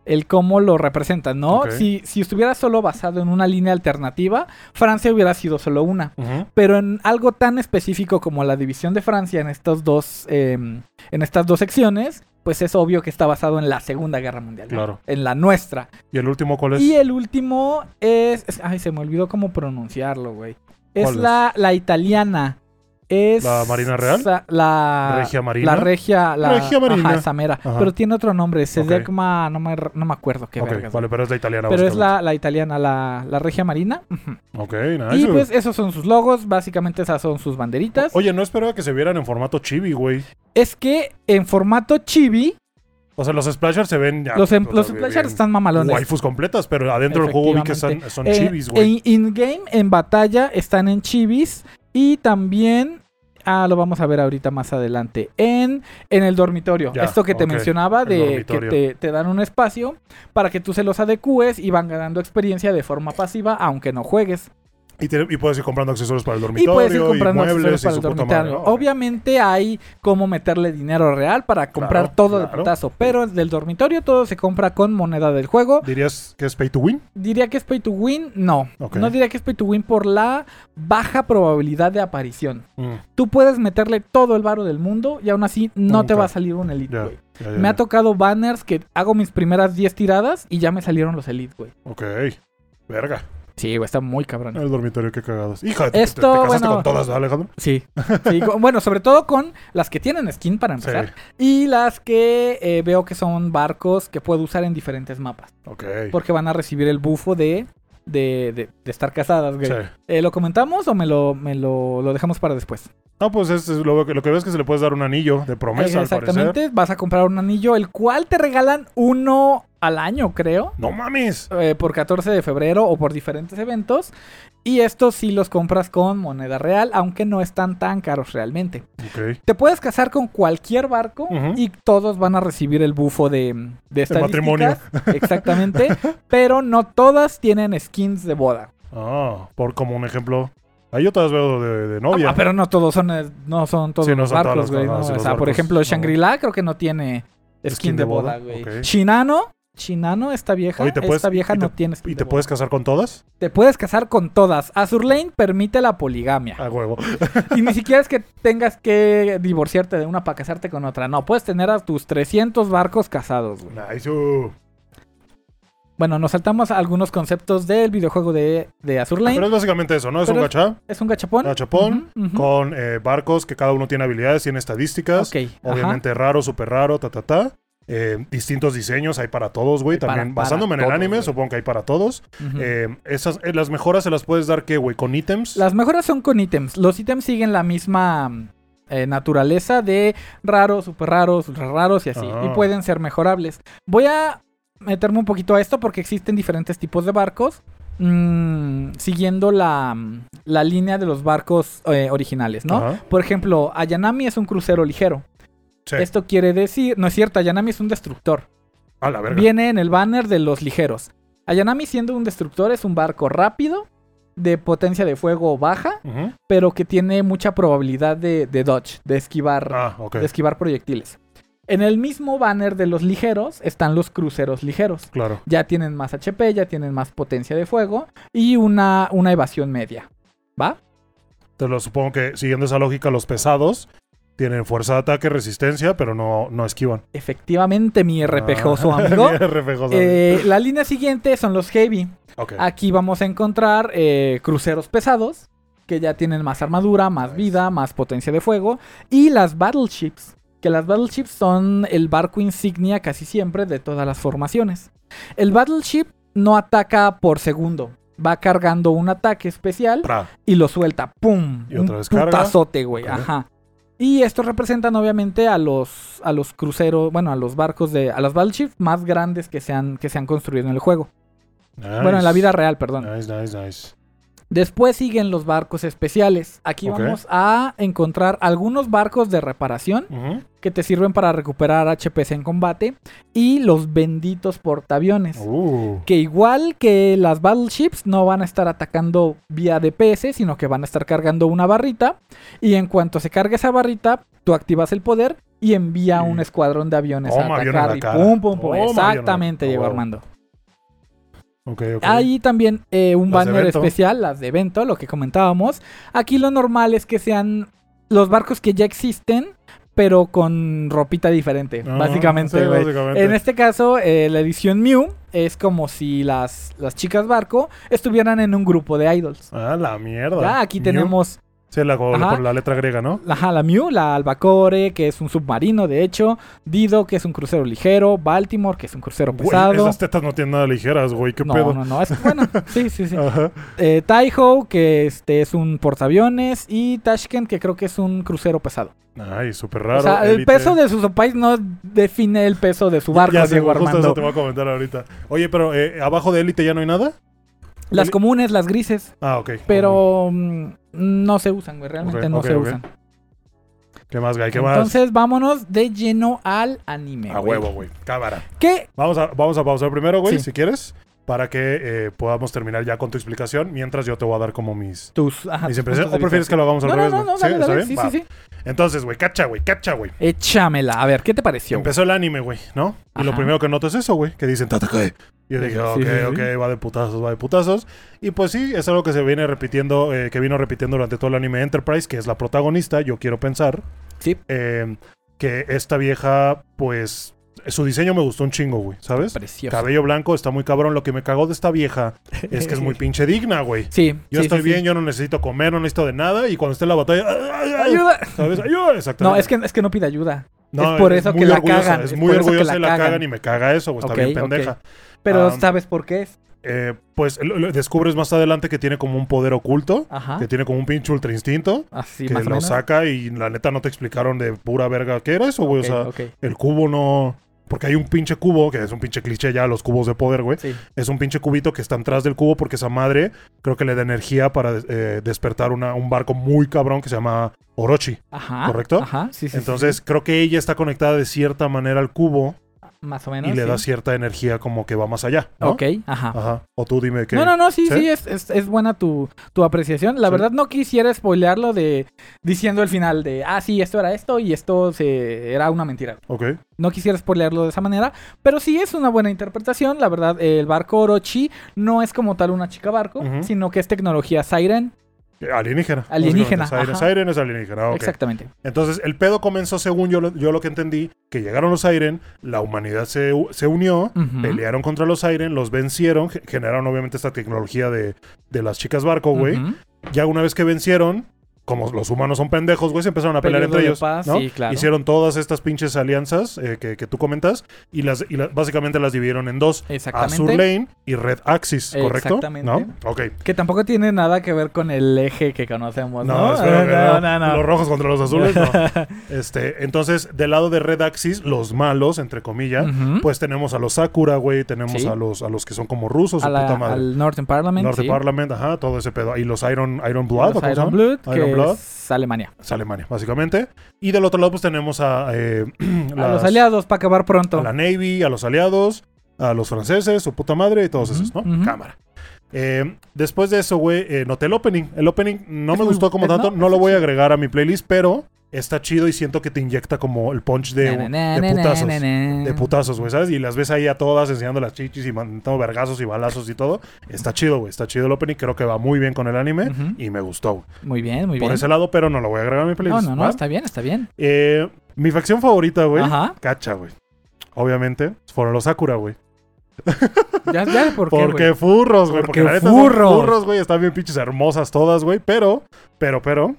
Speaker 1: el cómo lo representan, ¿no?
Speaker 2: Ok.
Speaker 1: Si, si estuviera solo basado en una línea alternativa, Francia hubiera sido solo una.
Speaker 2: Ujú.
Speaker 1: Pero en algo tan específico como la división de Francia en, estos dos, eh, en estas dos secciones, pues es obvio que está basado en la Segunda Guerra Mundial. ¿no?
Speaker 2: Claro. Pues
Speaker 1: En la nuestra.
Speaker 2: ¿Y el último cuál es?
Speaker 1: Y el último es, es- Ay, se me olvidó cómo pronunciarlo, güey. Es
Speaker 2: ¿Cuál es?
Speaker 1: la, la italiana. Es.
Speaker 2: ¿La Marina Real?
Speaker 1: sa- La.
Speaker 2: ¿Regia Marina?
Speaker 1: La regia. La
Speaker 2: Regia Marina.
Speaker 1: Ajá, esa mera.
Speaker 2: Ajá.
Speaker 1: Pero tiene otro nombre. Sedecma. No, me, no me acuerdo qué
Speaker 2: ok,
Speaker 1: vergas,
Speaker 2: vale,
Speaker 1: güey.
Speaker 2: pero es la italiana.
Speaker 1: Pero es la, la italiana, la, la regia marina. Ujú.
Speaker 2: básicamente. Ok,
Speaker 1: Y
Speaker 2: nice.
Speaker 1: pues esos son sus logos. Básicamente esas son sus banderitas.
Speaker 2: Oye, no esperaba que se vieran en formato chibi, güey.
Speaker 1: Es que en formato chibi,
Speaker 2: O sea, los splashers se ven ya.
Speaker 1: los, em-
Speaker 2: o
Speaker 1: los
Speaker 2: sea,
Speaker 1: splashers
Speaker 2: bien
Speaker 1: están mamalones.
Speaker 2: Waifus completas, pero adentro del juego vi que son, son
Speaker 1: Eh,
Speaker 2: chibis, güey.
Speaker 1: En in-game, en batalla, están en chivis. Y también. Ah, lo vamos a ver ahorita más adelante. En, en el dormitorio.
Speaker 2: Ya,
Speaker 1: Esto que te
Speaker 2: ok,
Speaker 1: mencionaba
Speaker 2: el
Speaker 1: de que
Speaker 2: dormitorio.
Speaker 1: te, te dan un espacio para que tú se los adecúes y van ganando experiencia de forma pasiva, aunque no juegues.
Speaker 2: Y, te- y puedes ir comprando accesorios para el
Speaker 1: Y
Speaker 2: dormitorio, y,
Speaker 1: puedes ir comprando accesorios
Speaker 2: muebles,
Speaker 1: para
Speaker 2: y
Speaker 1: el
Speaker 2: su puta madre.
Speaker 1: dormitorio.
Speaker 2: Oh,
Speaker 1: Obviamente hay cómo meterle dinero real para comprar
Speaker 2: Claro,
Speaker 1: todo de
Speaker 2: claro.
Speaker 1: putazo. Pero del dormitorio todo se compra con moneda del juego.
Speaker 2: Oh, ¿Dirías que es pay to win?
Speaker 1: Diría que es pay to win, no.
Speaker 2: Ok.
Speaker 1: No diría que es pay to win por la baja probabilidad de aparición.
Speaker 2: Mm,
Speaker 1: Tú puedes meterle todo el varo del mundo y aún así no te
Speaker 2: Nunca.
Speaker 1: va a salir un elite,
Speaker 2: ya,
Speaker 1: güey.
Speaker 2: ya, ya,
Speaker 1: Me ha
Speaker 2: ya.
Speaker 1: tocado banners que hago mis primeras 10 tiradas y ya me salieron los elite, güey.
Speaker 2: Ok. Verga.
Speaker 1: Sí, güey, está muy cabrón.
Speaker 2: El dormitorio, qué cagados. Hija, de- te-
Speaker 1: Esto,
Speaker 2: te, te casaste
Speaker 1: bueno-
Speaker 2: con todas, ¿verdad, Alejandro? <laughs>
Speaker 1: Sí. Sí, con- bueno, sobre todo con las que tienen skin para
Speaker 2: Sí.
Speaker 1: empezar y las que eh, veo que son barcos que puedo usar en diferentes mapas
Speaker 2: Ok.
Speaker 1: porque van a recibir el bufo de, de, de- de estar casadas, güey.
Speaker 2: Sí.
Speaker 1: Eh, ¿Lo comentamos o me lo, me lo, lo dejamos para después?
Speaker 2: No, pues es, es lo, que- lo que ves que se le puedes dar un anillo de promesa, al parecer.
Speaker 1: Exactamente, vas a comprar un anillo, el cual te regalan uno al año, creo,
Speaker 2: ¡No mames!
Speaker 1: eh, por 14 de febrero o por diferentes eventos. Y estos sí los compras con moneda real, aunque no están tan caros realmente.
Speaker 2: Ok.
Speaker 1: Te puedes casar con cualquier barco
Speaker 2: Ujú.
Speaker 1: y todos van a recibir el bufo de, de
Speaker 2: El matrimonio. <laughs>
Speaker 1: estadísticas, Exactamente, pero no todas tienen skins de boda.
Speaker 2: Ah, por como un ejemplo. Ahí yo todas veo de, de novia.
Speaker 1: Ah, pero no todos son, eh, no son todos
Speaker 2: Sí, no
Speaker 1: los
Speaker 2: son todas
Speaker 1: barcos,
Speaker 2: las-
Speaker 1: güey.
Speaker 2: ajá,
Speaker 1: ¿no?
Speaker 2: sí,
Speaker 1: o
Speaker 2: los
Speaker 1: sea, por
Speaker 2: barcos,
Speaker 1: ejemplo,
Speaker 2: no.
Speaker 1: Shangri-La creo que no tiene skin, de boda, güey.
Speaker 2: ok.
Speaker 1: Chinano, Chinano, esta vieja,
Speaker 2: Oye, te puedes-
Speaker 1: esta vieja
Speaker 2: y te-
Speaker 1: no tiene skin
Speaker 2: ¿Y
Speaker 1: de
Speaker 2: te
Speaker 1: boda.
Speaker 2: puedes casar con todas?
Speaker 1: Te puedes casar con todas. Azur Lane permite la poligamia.
Speaker 2: A huevo.
Speaker 1: y ni siquiera es que tengas que divorciarte de una para casarte con otra. No, puedes tener a tus 300 barcos casados, güey.
Speaker 2: Nice. uh.
Speaker 1: Bueno, nos saltamos a algunos conceptos del videojuego de, de Azur Lane.
Speaker 2: Pero es básicamente eso, ¿no? Es
Speaker 1: Pero
Speaker 2: un
Speaker 1: es-
Speaker 2: gachá
Speaker 1: es un gachapón.
Speaker 2: Gachapón
Speaker 1: Ujú, ujú.
Speaker 2: con eh, barcos que cada uno tiene habilidades, tiene estadísticas.
Speaker 1: Ok, ajá.
Speaker 2: Obviamente raro, súper raro, ta, ta, ta. Eh, distintos diseños hay para todos, güey.
Speaker 1: Hay para-
Speaker 2: También
Speaker 1: para
Speaker 2: basándome en el
Speaker 1: todos,
Speaker 2: anime,
Speaker 1: güey.
Speaker 2: supongo que hay para todos.
Speaker 1: Ujú.
Speaker 2: Eh, esas, eh, las mejoras se las puedes dar, ¿qué, güey? ¿Con ítems?
Speaker 1: Las mejoras son con ítems. Los ítems siguen la misma mm, eh, naturaleza de raros, super raros, ultra raros y así.
Speaker 2: Ah.
Speaker 1: Y pueden ser mejorables. Voy a meterme un poquito a esto porque existen diferentes tipos de barcos. mm, siguiendo la, mm, la línea de los barcos eh, originales, ¿no?
Speaker 2: Ajá.
Speaker 1: Por ejemplo, Ayanami es un crucero ligero.
Speaker 2: Sí.
Speaker 1: Esto quiere decir, no es cierto, Ayanami es un destructor.
Speaker 2: A la verga.
Speaker 1: Viene en el banner de los ligeros. Ayanami siendo un destructor es un barco rápido, de potencia de fuego baja,
Speaker 2: Ujú.
Speaker 1: pero que tiene mucha probabilidad de, de dodge, de esquivar,
Speaker 2: Ah, ok.
Speaker 1: de esquivar proyectiles. En el mismo banner de los ligeros están los cruceros ligeros.
Speaker 2: Claro.
Speaker 1: Ya tienen más HP, ya tienen más potencia de fuego y una, una evasión media. ¿Va?
Speaker 2: Te lo supongo que siguiendo esa lógica, los pesados tienen fuerza de ataque, resistencia, pero no, no esquivan.
Speaker 1: Efectivamente, mi RPGoso
Speaker 2: Ah. <laughs>
Speaker 1: amigo.
Speaker 2: Bien, repejoso.
Speaker 1: Eh, ah, la línea siguiente son los heavy.
Speaker 2: Ok.
Speaker 1: Aquí vamos a encontrar eh, cruceros pesados que ya tienen más armadura, más
Speaker 2: Nice.
Speaker 1: vida, más potencia de fuego. Y las battleships, que las battleships son el barco insignia casi siempre de todas las formaciones. El battleship no ataca por segundo. Va cargando un ataque especial
Speaker 2: Tra.
Speaker 1: y lo suelta. ¡Pum!
Speaker 2: Y otra
Speaker 1: un
Speaker 2: vez carga.
Speaker 1: putazote, güey.
Speaker 2: Ok.
Speaker 1: Ajá. Y estos representan obviamente a los, a los cruceros, bueno, a los barcos de, a las battleships más grandes que se han, que se han construido en el juego. Bueno, en la vida real, perdón.
Speaker 2: Nice, nice, nice.
Speaker 1: Después siguen los barcos especiales. Aquí
Speaker 2: Ok.
Speaker 1: vamos a encontrar algunos barcos de reparación
Speaker 2: Ujú.
Speaker 1: que te sirven para recuperar HPs en combate y los benditos portaaviones.
Speaker 2: Uh,
Speaker 1: Que igual que las battleships no van a estar atacando vía DPS, sino que van a estar cargando una barrita. Y en cuanto se cargue esa barrita, tú activas el poder y envía
Speaker 2: Sí.
Speaker 1: un escuadrón de aviones
Speaker 2: Toma,
Speaker 1: a
Speaker 2: avión a
Speaker 1: atacar
Speaker 2: la
Speaker 1: y
Speaker 2: cara.
Speaker 1: pum pum pum.
Speaker 2: Toma, avión a la-
Speaker 1: Exactamente,
Speaker 2: a
Speaker 1: llegó
Speaker 2: huevo.
Speaker 1: Armando.
Speaker 2: Ok, ok.
Speaker 1: Hay también eh, un
Speaker 2: Las de
Speaker 1: banner
Speaker 2: evento.
Speaker 1: especial, las de evento, lo que comentábamos. Aquí lo normal es que sean los barcos que ya existen, pero con ropita diferente,
Speaker 2: Ah,
Speaker 1: básicamente,
Speaker 2: sí,
Speaker 1: güey.
Speaker 2: básicamente.
Speaker 1: En este caso, eh, la edición Mew es como si las, las chicas barco estuvieran en un grupo de idols.
Speaker 2: Ah, la mierda.
Speaker 1: Ya, aquí
Speaker 2: Mew.
Speaker 1: tenemos
Speaker 2: Sí, la, con-
Speaker 1: Ajá.
Speaker 2: con la letra griega, ¿no?
Speaker 1: Ajá, la Mew, la Albacore, que es un submarino, de hecho. Dido, que es un crucero ligero. Baltimore, que es un crucero
Speaker 2: Güey,
Speaker 1: pesado.
Speaker 2: esas tetas no tienen nada ligeras, güey. ¿Qué
Speaker 1: no,
Speaker 2: pedo? Ah.
Speaker 1: no, no, es
Speaker 2: <laughs>
Speaker 1: bueno. Sí, sí, sí.
Speaker 2: Ajá.
Speaker 1: Eh, Taiho, que este es un portaaviones. Y Tashkent, que creo que es un crucero pesado.
Speaker 2: Ay, súper raro.
Speaker 1: o sea, el
Speaker 2: élite.
Speaker 1: peso de su país no define el peso de su barco,
Speaker 2: Ya sé,
Speaker 1: Diego
Speaker 2: güey, justo eso te
Speaker 1: Armando.
Speaker 2: voy a comentar ahorita. Oye, pero eh, abajo de élite ya no hay nada.
Speaker 1: Las comunes, las grises,
Speaker 2: Ah, ok.
Speaker 1: pero mm, no se usan, güey. Realmente
Speaker 2: Ok,
Speaker 1: no
Speaker 2: ok,
Speaker 1: se
Speaker 2: ok.
Speaker 1: usan.
Speaker 2: ¿Qué más, güey? ¿Qué
Speaker 1: Entonces, vámonos de lleno al anime.
Speaker 2: más? A
Speaker 1: güey.
Speaker 2: huevo, güey. Cámara.
Speaker 1: ¿Qué?
Speaker 2: Vamos a, vamos a pausar primero, güey,
Speaker 1: Sí.
Speaker 2: si quieres, para que eh, podamos terminar ya con tu explicación, mientras yo te voy a dar como mis,
Speaker 1: Tus. ajá,
Speaker 2: mis
Speaker 1: tus
Speaker 2: impresiones.
Speaker 1: puntos
Speaker 2: ¿O
Speaker 1: de
Speaker 2: prefieres
Speaker 1: vista.
Speaker 2: que lo hagamos al
Speaker 1: No, no,
Speaker 2: revés,
Speaker 1: no,
Speaker 2: güey?
Speaker 1: no, dale,
Speaker 2: ¿Sí? ¿Está
Speaker 1: dale.
Speaker 2: bien?
Speaker 1: Sí,
Speaker 2: Va.
Speaker 1: sí, sí.
Speaker 2: Entonces, güey, cacha, güey, cacha, güey.
Speaker 1: Échamela. A ver, ¿qué te pareció?
Speaker 2: Empezó el anime, güey, ¿no? Y lo
Speaker 1: Ajá.
Speaker 2: primero que noto es eso, güey, que dicen Tatakae. Y yo
Speaker 1: Sí,
Speaker 2: dije,
Speaker 1: sí,
Speaker 2: ok,
Speaker 1: sí, sí.
Speaker 2: ok, va de putazos, va de putazos. Y pues sí, es algo que se viene repitiendo, eh, que vino repitiendo durante todo el anime Enterprise, que es la protagonista, yo quiero pensar.
Speaker 1: Sí.
Speaker 2: eh, que esta vieja, pues, su diseño me gustó un chingo, güey, ¿sabes?
Speaker 1: Precioso.
Speaker 2: Cabello blanco, está muy cabrón. Lo que me cagó de esta vieja es que
Speaker 1: <laughs>
Speaker 2: es muy pinche digna, güey.
Speaker 1: Sí.
Speaker 2: Yo
Speaker 1: sí,
Speaker 2: estoy
Speaker 1: sí, sí.
Speaker 2: bien, yo no necesito comer, no necesito de nada. Y cuando esté en la batalla, ¡ay, ay, ay!
Speaker 1: Ayuda.
Speaker 2: ¿sabes? Ayuda,
Speaker 1: No,
Speaker 2: exactamente.
Speaker 1: es que, es que no pide ayuda.
Speaker 2: No,
Speaker 1: es por eso
Speaker 2: muy
Speaker 1: que la
Speaker 2: orgullosa,
Speaker 1: cagan,
Speaker 2: Es
Speaker 1: es
Speaker 2: muy
Speaker 1: por eso que
Speaker 2: orgullosa y
Speaker 1: la
Speaker 2: la cagan
Speaker 1: cagan.
Speaker 2: y me caga eso, güey. Está
Speaker 1: Ok,
Speaker 2: bien
Speaker 1: ok.
Speaker 2: pendeja.
Speaker 1: Pero
Speaker 2: Ah,
Speaker 1: sabes por qué es.
Speaker 2: Eh, pues lo- lo descubres más adelante que tiene como un poder oculto,
Speaker 1: Ajá.
Speaker 2: que tiene como un pinche ultra instinto,
Speaker 1: Así, Ah.
Speaker 2: que
Speaker 1: más o
Speaker 2: lo
Speaker 1: menos.
Speaker 2: saca y la neta no te explicaron de pura verga qué era eso, güey.
Speaker 1: Ok,
Speaker 2: o sea,
Speaker 1: ok,
Speaker 2: el cubo no. Porque hay un pinche cubo, que es un pinche cliché ya, los cubos de poder, güey.
Speaker 1: sí.
Speaker 2: Es un pinche cubito que está atrás del cubo porque esa madre creo que le da energía para eh, despertar una, un barco muy cabrón que se llama Orochi.
Speaker 1: Ajá.
Speaker 2: ¿Correcto?
Speaker 1: Ajá. Sí, sí, sí.
Speaker 2: Entonces creo que ella está conectada de cierta manera al cubo
Speaker 1: Más o
Speaker 2: y
Speaker 1: menos.
Speaker 2: le
Speaker 1: sí.
Speaker 2: da cierta energía como que va más allá. ¿no?
Speaker 1: Ok, ajá.
Speaker 2: Ajá. O tú dime qué.
Speaker 1: No, no, no, sí,
Speaker 2: ¿Sí?
Speaker 1: sí, es, es, es buena tu, tu apreciación. La
Speaker 2: Sí.
Speaker 1: verdad no quisiera spoilearlo de diciendo el final de, ah, sí, esto era esto y esto se, era una mentira.
Speaker 2: Ok.
Speaker 1: No quisiera spoilearlo de esa manera, pero sí es una buena interpretación. La verdad, el barco Orochi no es como tal una chica barco,
Speaker 2: Ujú.
Speaker 1: sino que es tecnología Siren.
Speaker 2: Alienígena.
Speaker 1: Alienígena,
Speaker 2: básicamente.
Speaker 1: ajá.
Speaker 2: Siren, Siren es alienígena. ok.
Speaker 1: Exactamente.
Speaker 2: Entonces, el pedo comenzó, según yo, lo- yo lo que entendí, que llegaron los Siren, la humanidad se, u- se unió,
Speaker 1: Ujú.
Speaker 2: pelearon contra los Siren, los vencieron, ge- generaron obviamente esta tecnología de, de las chicas barco, güey.
Speaker 1: Ujú.
Speaker 2: Ya una vez que vencieron, como los humanos son pendejos, güey, se empezaron a pelear
Speaker 1: Periodo
Speaker 2: entre
Speaker 1: de
Speaker 2: ellos.
Speaker 1: paz,
Speaker 2: ¿no?
Speaker 1: sí, claro.
Speaker 2: Hicieron todas estas pinches alianzas eh, que, que tú comentas y las y la- básicamente las dividieron en dos.
Speaker 1: Exactamente.
Speaker 2: Azur Lane y Red Axis, ¿correcto?
Speaker 1: Exactamente. Pues
Speaker 2: ¿No? Ok.
Speaker 1: Que tampoco tiene nada que ver con el eje que conocemos, ¿no?
Speaker 2: No, espero que
Speaker 1: Ah,
Speaker 2: no. Los rojos contra los azules,
Speaker 1: <laughs>
Speaker 2: no. Este, entonces, del lado de Red Axis, los malos, entre comillas,
Speaker 1: Ujú.
Speaker 2: pues tenemos a los Sakura, güey, tenemos
Speaker 1: Sí.
Speaker 2: a los a los que son como rusos,
Speaker 1: A
Speaker 2: su
Speaker 1: la-
Speaker 2: puta madre.
Speaker 1: al Northern Parliament.
Speaker 2: Norte
Speaker 1: sí.
Speaker 2: Parliament, ajá, todo ese pedo. Y los Iron, Iron Blood, ¿o
Speaker 1: Los
Speaker 2: cómo se
Speaker 1: Iron
Speaker 2: llaman?
Speaker 1: Blood, que
Speaker 2: Iron Blood.
Speaker 1: es Alemania.
Speaker 2: Es Alemania, básicamente. Y del otro lado, pues tenemos a, eh, <clears throat>
Speaker 1: A
Speaker 2: las-
Speaker 1: los aliados para acabar pronto.
Speaker 2: a la Navy, a los aliados, a los franceses, su puta madre y todos
Speaker 1: Ujú,
Speaker 2: esos, ¿no?
Speaker 1: ujú.
Speaker 2: Cámara. Eh, después de eso, güey, eh, noté el opening. El opening no
Speaker 1: Es
Speaker 2: me
Speaker 1: muy
Speaker 2: gustó
Speaker 1: bu-
Speaker 2: como
Speaker 1: eh,
Speaker 2: tanto, no,
Speaker 1: no, está
Speaker 2: lo voy a
Speaker 1: chido.
Speaker 2: agregar a mi playlist, pero está chido y siento que te inyecta como el punch de,
Speaker 1: Na, na,
Speaker 2: de
Speaker 1: na, na,
Speaker 2: putazos.
Speaker 1: na, na.
Speaker 2: De putazos, güey, ¿sabes? Y las ves ahí a todas enseñando las chichis y mandando vergazos y balazos y todo. Está chido, güey. Está chido el opening. Creo que va muy bien con el anime
Speaker 1: Ujú.
Speaker 2: y me gustó. güey.
Speaker 1: Muy bien, muy
Speaker 2: Por
Speaker 1: bien.
Speaker 2: ese lado, pero no lo voy a agregar a mi
Speaker 1: No,
Speaker 2: playlist.
Speaker 1: no, no,
Speaker 2: ¿va?
Speaker 1: está bien, está bien.
Speaker 2: Eh, mi facción favorita, güey.
Speaker 1: Ajá.
Speaker 2: Cacha, güey. Obviamente, fueron los Sakura, güey.
Speaker 1: Ya, ya, ¿por qué,
Speaker 2: Porque
Speaker 1: güey?
Speaker 2: furros, güey.
Speaker 1: Porque
Speaker 2: Porque, la neta son
Speaker 1: furros.
Speaker 2: furros, güey. Están bien pinches hermosas todas, güey. Pero, pero, pero,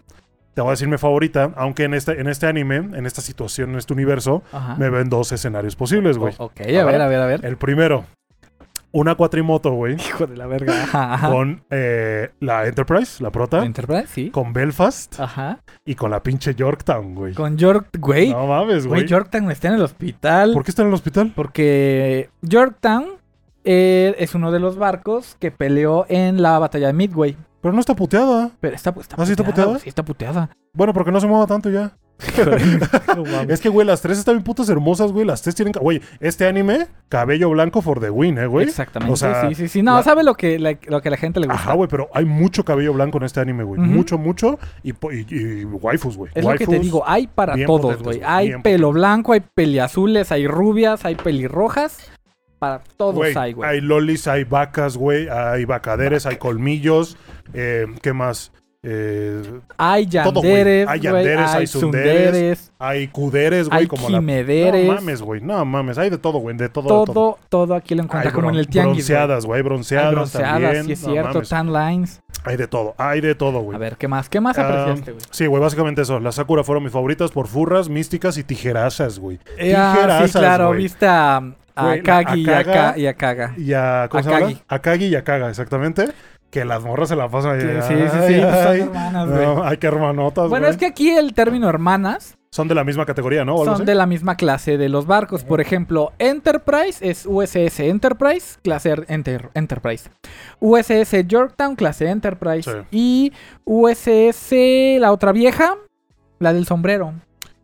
Speaker 2: te voy a decir mi favorita. Aunque en este, en este anime, en esta situación, en este universo,
Speaker 1: Ajá.
Speaker 2: me ven dos escenarios posibles, güey.
Speaker 1: O- ok, a ver, a ver, a
Speaker 2: <laughs>
Speaker 1: ver.
Speaker 2: El primero, una cuatrimoto, güey.
Speaker 1: Hijo de la verga. Ajá, ajá.
Speaker 2: Con eh, la Enterprise, la prota.
Speaker 1: Enterprise, sí.
Speaker 2: Con Belfast
Speaker 1: Ajá.
Speaker 2: y con la pinche Yorktown, güey.
Speaker 1: Con York, güey.
Speaker 2: No mames,
Speaker 1: Güey,
Speaker 2: güey.
Speaker 1: Yorktown está en el hospital.
Speaker 2: ¿Por qué está en el hospital?
Speaker 1: Porque Yorktown eh, es uno de los barcos que peleó en la batalla de Midway.
Speaker 2: Pero no está puteada.
Speaker 1: Pero está, está
Speaker 2: ¿Ah, sí está puteada? <laughs>
Speaker 1: Sí, está puteada.
Speaker 2: Bueno, porque no se mueva tanto ya.
Speaker 1: No mames.
Speaker 2: Es que, güey, las tres están bien putas hermosas, güey. Las tres tienen. ca- Güey, este anime, cabello blanco for the win, ¿eh, güey?
Speaker 1: Exactamente.
Speaker 2: o sea,
Speaker 1: sí, sí, sí. No,
Speaker 2: la-
Speaker 1: sabe lo que, la, lo que a la gente le gusta.
Speaker 2: Ajá, güey, pero hay mucho cabello blanco en este anime, güey.
Speaker 1: Ujú.
Speaker 2: Mucho, mucho. Y, po- y, y waifus, güey.
Speaker 1: Es lo que te
Speaker 2: Waifus.
Speaker 1: digo, hay para
Speaker 2: bien
Speaker 1: todos,
Speaker 2: potentes,
Speaker 1: güey.
Speaker 2: güey,
Speaker 1: Hay
Speaker 2: bien
Speaker 1: pelo blanco, hay peliazules, hay rubias, hay pelirrojas. Para todos
Speaker 2: Güey,
Speaker 1: hay, güey.
Speaker 2: Hay lolis, hay vacas, güey. Hay vacaderes, hay colmillos. Eh, ¿Qué más? Eh,
Speaker 1: Hay
Speaker 2: todo, güey.
Speaker 1: yanderes,
Speaker 2: Hay
Speaker 1: güey.
Speaker 2: yanderes, hay sunderes,
Speaker 1: sunderes,
Speaker 2: hay cuderes, güey.
Speaker 1: hay
Speaker 2: Como la.
Speaker 1: quimederes.
Speaker 2: No mames, güey. No mames. Hay de todo, güey. De todo, de todo.
Speaker 1: todo, todo aquí lo
Speaker 2: Hay
Speaker 1: encuentras como en
Speaker 2: bron-
Speaker 1: el tianguis. güey.
Speaker 2: Bronceadas, güey. Bronceadas,
Speaker 1: Hay bronceadas,
Speaker 2: también.
Speaker 1: sí es
Speaker 2: No
Speaker 1: cierto.
Speaker 2: mames.
Speaker 1: tan lines.
Speaker 2: Hay de todo. Hay de todo, güey.
Speaker 1: A ver, ¿qué más? ¿Qué más
Speaker 2: Ah,
Speaker 1: apreciaste, este, güey?
Speaker 2: Sí, güey, básicamente eso. Las Sakura fueron mis favoritas por furras, místicas y tijerazas, güey.
Speaker 1: Eh, ah, sí,
Speaker 2: tijerazas,
Speaker 1: claro,
Speaker 2: güey.
Speaker 1: viste a, a
Speaker 2: Güey, la
Speaker 1: Kagi y a,
Speaker 2: Akaga.
Speaker 1: Ka- y a Kaga.
Speaker 2: Y a. ¿Cómo se llama?
Speaker 1: Akagi.
Speaker 2: Akagi y Akaga, exactamente. Que las morras se la pasan ahí.
Speaker 1: Sí, sí, sí,
Speaker 2: ay,
Speaker 1: sí, pues son
Speaker 2: ay.
Speaker 1: hermanas, güey.
Speaker 2: No, ay, qué
Speaker 1: Bueno,
Speaker 2: hermanotas, güey. Ah,
Speaker 1: es que aquí el término hermanas
Speaker 2: Son de la misma categoría, ¿no? O algo
Speaker 1: son
Speaker 2: así.
Speaker 1: de la misma clase de los barcos. Por ejemplo, Enterprise es USS Enterprise, clase er- Enter- Enterprise. USS Yorktown, clase Enterprise.
Speaker 2: Sí.
Speaker 1: Y USS, la otra vieja, la del sombrero.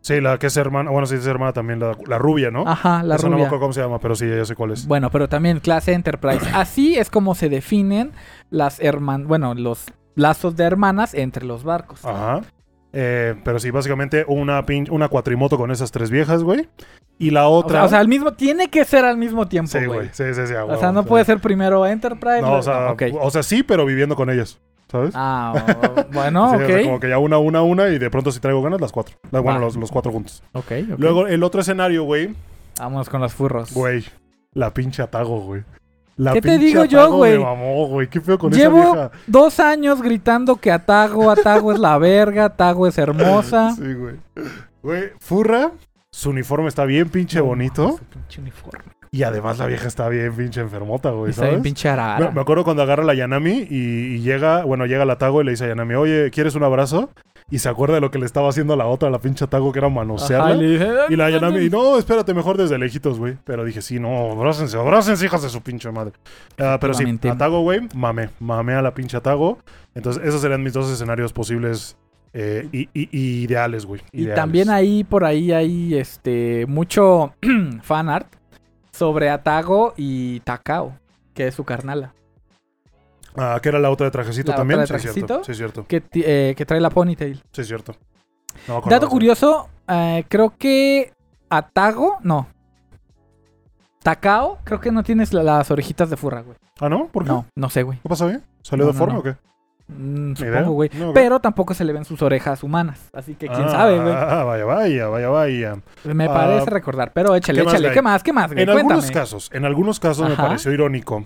Speaker 2: Sí, la que es hermana. Bueno, sí, es hermana también, la, la rubia, ¿no?
Speaker 1: Ajá, Ah, la
Speaker 2: Esa no me
Speaker 1: rubia.
Speaker 2: acuerdo cómo se llama, pero sí, ya sé cuál es.
Speaker 1: Bueno, pero también clase Enterprise. Así es como se definen las herman bueno, los lazos de hermanas entre los barcos.
Speaker 2: Ajá. Eh, pero sí, básicamente una, pin- una cuatrimoto con esas tres viejas, güey. Y la
Speaker 1: O sea,
Speaker 2: otra.
Speaker 1: o sea, al mismo, tiene que ser al mismo tiempo,
Speaker 2: sí,
Speaker 1: güey.
Speaker 2: güey. Sí, Ah, sí, sí.
Speaker 1: O sea, no puede ser primero Enterprise.
Speaker 2: No, o sea,
Speaker 1: ok.
Speaker 2: o sea, sí, pero viviendo con ellas, ¿sabes?
Speaker 1: Ah, o- bueno,
Speaker 2: <laughs> Sí, o sea,
Speaker 1: ok.
Speaker 2: como que ya una, una, una y de pronto si traigo ganas las cuatro. La- bueno,
Speaker 1: Va.
Speaker 2: los, los cuatro juntos.
Speaker 1: Ok, ok.
Speaker 2: Luego el otro escenario, güey.
Speaker 1: Vámonos con los furros.
Speaker 2: Güey, la pinche atago, güey. La
Speaker 1: ¿Qué te
Speaker 2: pinche
Speaker 1: digo yo,
Speaker 2: Atago me
Speaker 1: güey?
Speaker 2: mamó, güey. Qué feo con
Speaker 1: Llevo-
Speaker 2: esa vieja.
Speaker 1: Dos años gritando que Atago, Atago es la verga, Atago es
Speaker 2: <laughs>
Speaker 1: hermosa.
Speaker 2: Sí, güey. Güey, Furra, su uniforme está bien pinche bonito.
Speaker 1: Su pinche uniforme.
Speaker 2: Y además la vieja está bien pinche enfermota, güey,
Speaker 1: Está bien
Speaker 2: Pues, ¿sabes?
Speaker 1: pinche
Speaker 2: Me,
Speaker 1: arara.
Speaker 2: me acuerdo cuando agarra la Yanami y, y llega, bueno, llega la Tago y le dice a Yanami, oye, ¿quieres un abrazo? Y se acuerda de lo que le estaba haciendo a la otra, a la pinche Tago, que era
Speaker 1: Ajá,
Speaker 2: manosearla.
Speaker 1: le dije,
Speaker 2: Y la Yanami, no, espérate, mejor desde lejitos, güey. Pero dije, sí, no, abrácense, abrácense, hijas de su pinche madre. Ah, pero sí,
Speaker 1: Efectivamente.
Speaker 2: Atago, güey, mame, mame a la pinche Atago. Entonces, esos serían mis dos escenarios posibles eh, y, y- y ideales, güey.
Speaker 1: Y también
Speaker 2: hay...
Speaker 1: ahí, por ahí, hay este, mucho <clears throat> fanart sobre Atago y Takao, que es su carnala.
Speaker 2: Ah, que era la otra de trajecito
Speaker 1: La
Speaker 2: también.
Speaker 1: otra de
Speaker 2: sí, es cierto.
Speaker 1: trajecito.
Speaker 2: Sí, es cierto.
Speaker 1: Que, ti- eh, que trae la ponytail.
Speaker 2: Sí, es cierto. No me acordaba,
Speaker 1: Dato
Speaker 2: güey.
Speaker 1: curioso, eh, creo que Atago, no. Takao, creo que no tienes la- las orejitas de furra, güey.
Speaker 2: Ah, ¿no? ¿Por qué?
Speaker 1: No, no sé, güey.
Speaker 2: ¿Qué pasó, güey? ¿Salió
Speaker 1: No,
Speaker 2: de
Speaker 1: no,
Speaker 2: forma
Speaker 1: no.
Speaker 2: o qué?
Speaker 1: Mm,
Speaker 2: Ni idea.
Speaker 1: supongo, güey.
Speaker 2: No,
Speaker 1: Pero tampoco se le ven sus orejas humanas. Así que quién
Speaker 2: Ah,
Speaker 1: sabe, güey.
Speaker 2: Ah, vaya, vaya, vaya, vaya.
Speaker 1: Me
Speaker 2: ah,
Speaker 1: parece recordar. Pero échale,
Speaker 2: ¿qué más
Speaker 1: échale.
Speaker 2: hay?
Speaker 1: ¿Qué más? ¿Qué más, güey?
Speaker 2: En
Speaker 1: Cuéntame.
Speaker 2: algunos casos, en algunos casos me
Speaker 1: Ajá.
Speaker 2: pareció irónico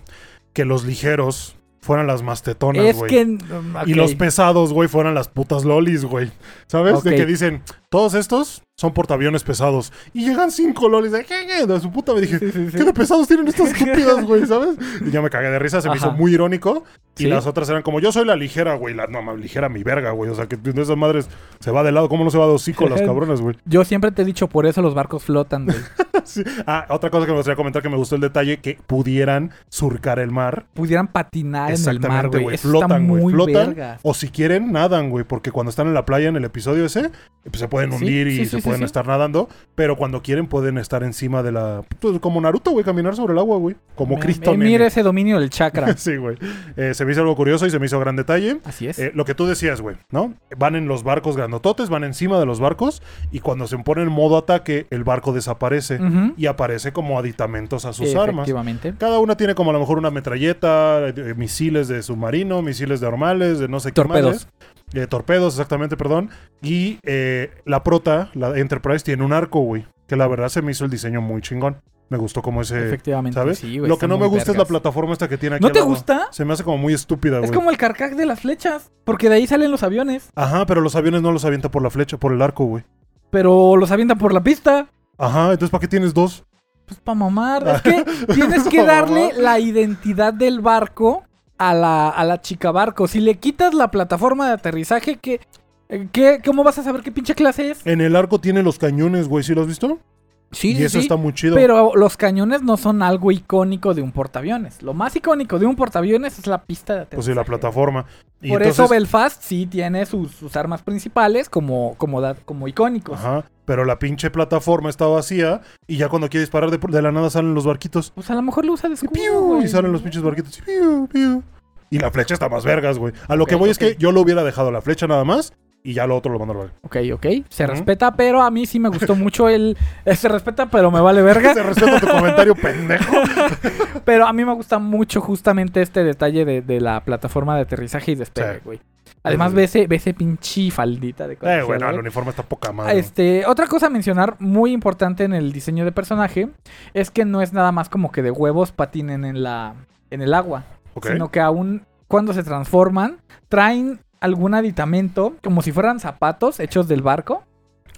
Speaker 2: que los ligeros fueran las más tetonas,
Speaker 1: es
Speaker 2: güey.
Speaker 1: que. mm,
Speaker 2: Y
Speaker 1: ok.
Speaker 2: los pesados, güey, fueran las putas lolis, güey. ¿Sabes?
Speaker 1: Ok.
Speaker 2: De que dicen, todos estos son portaaviones pesados. Y llegan cinco lolis de, "Je, je", de su puta. Me dije,
Speaker 1: Sí, sí, sí.
Speaker 2: ¿qué de pesados tienen estas
Speaker 1: <laughs>
Speaker 2: estúpidas, güey? ¿Sabes? Y ya me cagué de risa, se me
Speaker 1: Ajá.
Speaker 2: hizo muy irónico. Y
Speaker 1: Sí.
Speaker 2: las otras eran como, yo soy la ligera, güey. La, no, ma- ligera mi verga, güey. O sea, que de esas madres se va de lado. ¿Cómo no se va de hocico
Speaker 1: <laughs>
Speaker 2: las cabronas, güey?
Speaker 1: Yo siempre te he dicho, por eso los barcos flotan,
Speaker 2: <laughs>
Speaker 1: güey.
Speaker 2: Sí. Ah, otra cosa que me gustaría comentar que me gustó el detalle que pudieran surcar el mar.
Speaker 1: Pudieran patinar en el mar,
Speaker 2: Exactamente,
Speaker 1: güey.
Speaker 2: güey.
Speaker 1: Eso está
Speaker 2: Flotan, güey.
Speaker 1: muy
Speaker 2: Flotan.
Speaker 1: vergas.
Speaker 2: O si quieren, nadan, güey. Porque cuando están en la playa en el episodio ese, pues, se pueden
Speaker 1: Sí,
Speaker 2: hundir y
Speaker 1: sí, sí,
Speaker 2: se
Speaker 1: sí,
Speaker 2: pueden
Speaker 1: sí.
Speaker 2: estar nadando. Pero cuando quieren, pueden estar encima de la. pues, como Naruto, güey, caminar sobre el agua, güey. Como
Speaker 1: Me-
Speaker 2: Cristo.
Speaker 1: me-
Speaker 2: nene.
Speaker 1: Mira ese dominio del chakra.
Speaker 2: <laughs> Sí, güey. Eh, se me hizo algo curioso y se me hizo gran detalle.
Speaker 1: Así es.
Speaker 2: Eh, lo que tú decías, güey, ¿no? Van en los barcos grandototes, van encima de los barcos y cuando se pone en modo ataque, el barco desaparece
Speaker 1: Ujú.
Speaker 2: y aparece como aditamentos a eh, sus armas.
Speaker 1: Efectivamente.
Speaker 2: Cada una tiene como a lo mejor una metralleta, eh, misiles de submarino, misiles de normales, de no sé qué
Speaker 1: Torpedos.
Speaker 2: madres. Eh, torpedos, exactamente, perdón. Y eh, la prota, la Enterprise, tiene un arco, güey. Que la verdad se me hizo el diseño muy chingón. Me gustó como ese...
Speaker 1: Efectivamente.
Speaker 2: ¿Sabes?
Speaker 1: Sí, güey,
Speaker 2: Lo que
Speaker 1: están
Speaker 2: no me
Speaker 1: muy
Speaker 2: gusta es la
Speaker 1: vergas.
Speaker 2: plataforma esta que tiene aquí.
Speaker 1: ¿No
Speaker 2: al
Speaker 1: te
Speaker 2: lado.
Speaker 1: gusta?
Speaker 2: Se me hace como muy estúpida, güey.
Speaker 1: Es como el carcac de las flechas. Porque de ahí salen los aviones.
Speaker 2: Ajá, pero los aviones no los avienta por la flecha, por el arco, güey.
Speaker 1: Pero los avientan por la pista.
Speaker 2: Ajá, entonces ¿para qué tienes dos?
Speaker 1: Pues para mamar. Es
Speaker 2: <laughs>
Speaker 1: que tienes que
Speaker 2: Pa'
Speaker 1: darle
Speaker 2: mamar.
Speaker 1: la identidad del barco a la, a la chica barco. Si le quitas la plataforma de aterrizaje, ¿qué, eh, qué, ¿cómo vas a saber qué pinche clase es?
Speaker 2: En el arco tiene los cañones, güey, ¿sí los has visto?
Speaker 1: Sí,
Speaker 2: y eso está muy chido.
Speaker 1: Pero los cañones no son algo icónico de un portaaviones. Lo más icónico de un portaaviones es la pista de aterrizaje.
Speaker 2: Pues sí, la plataforma. Y
Speaker 1: Por
Speaker 2: entonces-
Speaker 1: eso Belfast sí tiene sus, sus armas principales como, como, da- como icónicos.
Speaker 2: Ajá, pero la pinche plataforma está vacía y ya cuando quiere disparar de, de la nada salen los barquitos.
Speaker 1: Pues a lo mejor lo usa de
Speaker 2: Y,
Speaker 1: escudo,
Speaker 2: piu,
Speaker 1: güey.
Speaker 2: y salen los pinches barquitos. Y, piu, piu. Y la flecha está más vergas, güey. A lo que
Speaker 1: Ok, ok.
Speaker 2: voy es que yo lo hubiera dejado la flecha nada más y ya lo otro lo mando al barco.
Speaker 1: Ok, ok. Se
Speaker 2: Ujú.
Speaker 1: respeta, pero a mí sí me gustó mucho el... eh, se respeta, pero me vale verga.
Speaker 2: <laughs> Se respeta tu
Speaker 1: <laughs>
Speaker 2: comentario, pendejo.
Speaker 1: Pero a mí me gusta mucho justamente este detalle de, de la plataforma de aterrizaje y despegue,
Speaker 2: Sí.
Speaker 1: güey. Además,
Speaker 2: Sí, sí,
Speaker 1: ve ese, ve ese pinche faldita de
Speaker 2: Eh,
Speaker 1: colegiala,
Speaker 2: bueno, el
Speaker 1: güey.
Speaker 2: uniforme está poca
Speaker 1: Ah,
Speaker 2: madre.
Speaker 1: Este, otra cosa a mencionar muy importante en el diseño de personaje es que no es nada más como que de huevos patinen en la en el agua,
Speaker 2: Ok.
Speaker 1: sino que aún cuando se transforman traen algún aditamento como si fueran zapatos hechos del barco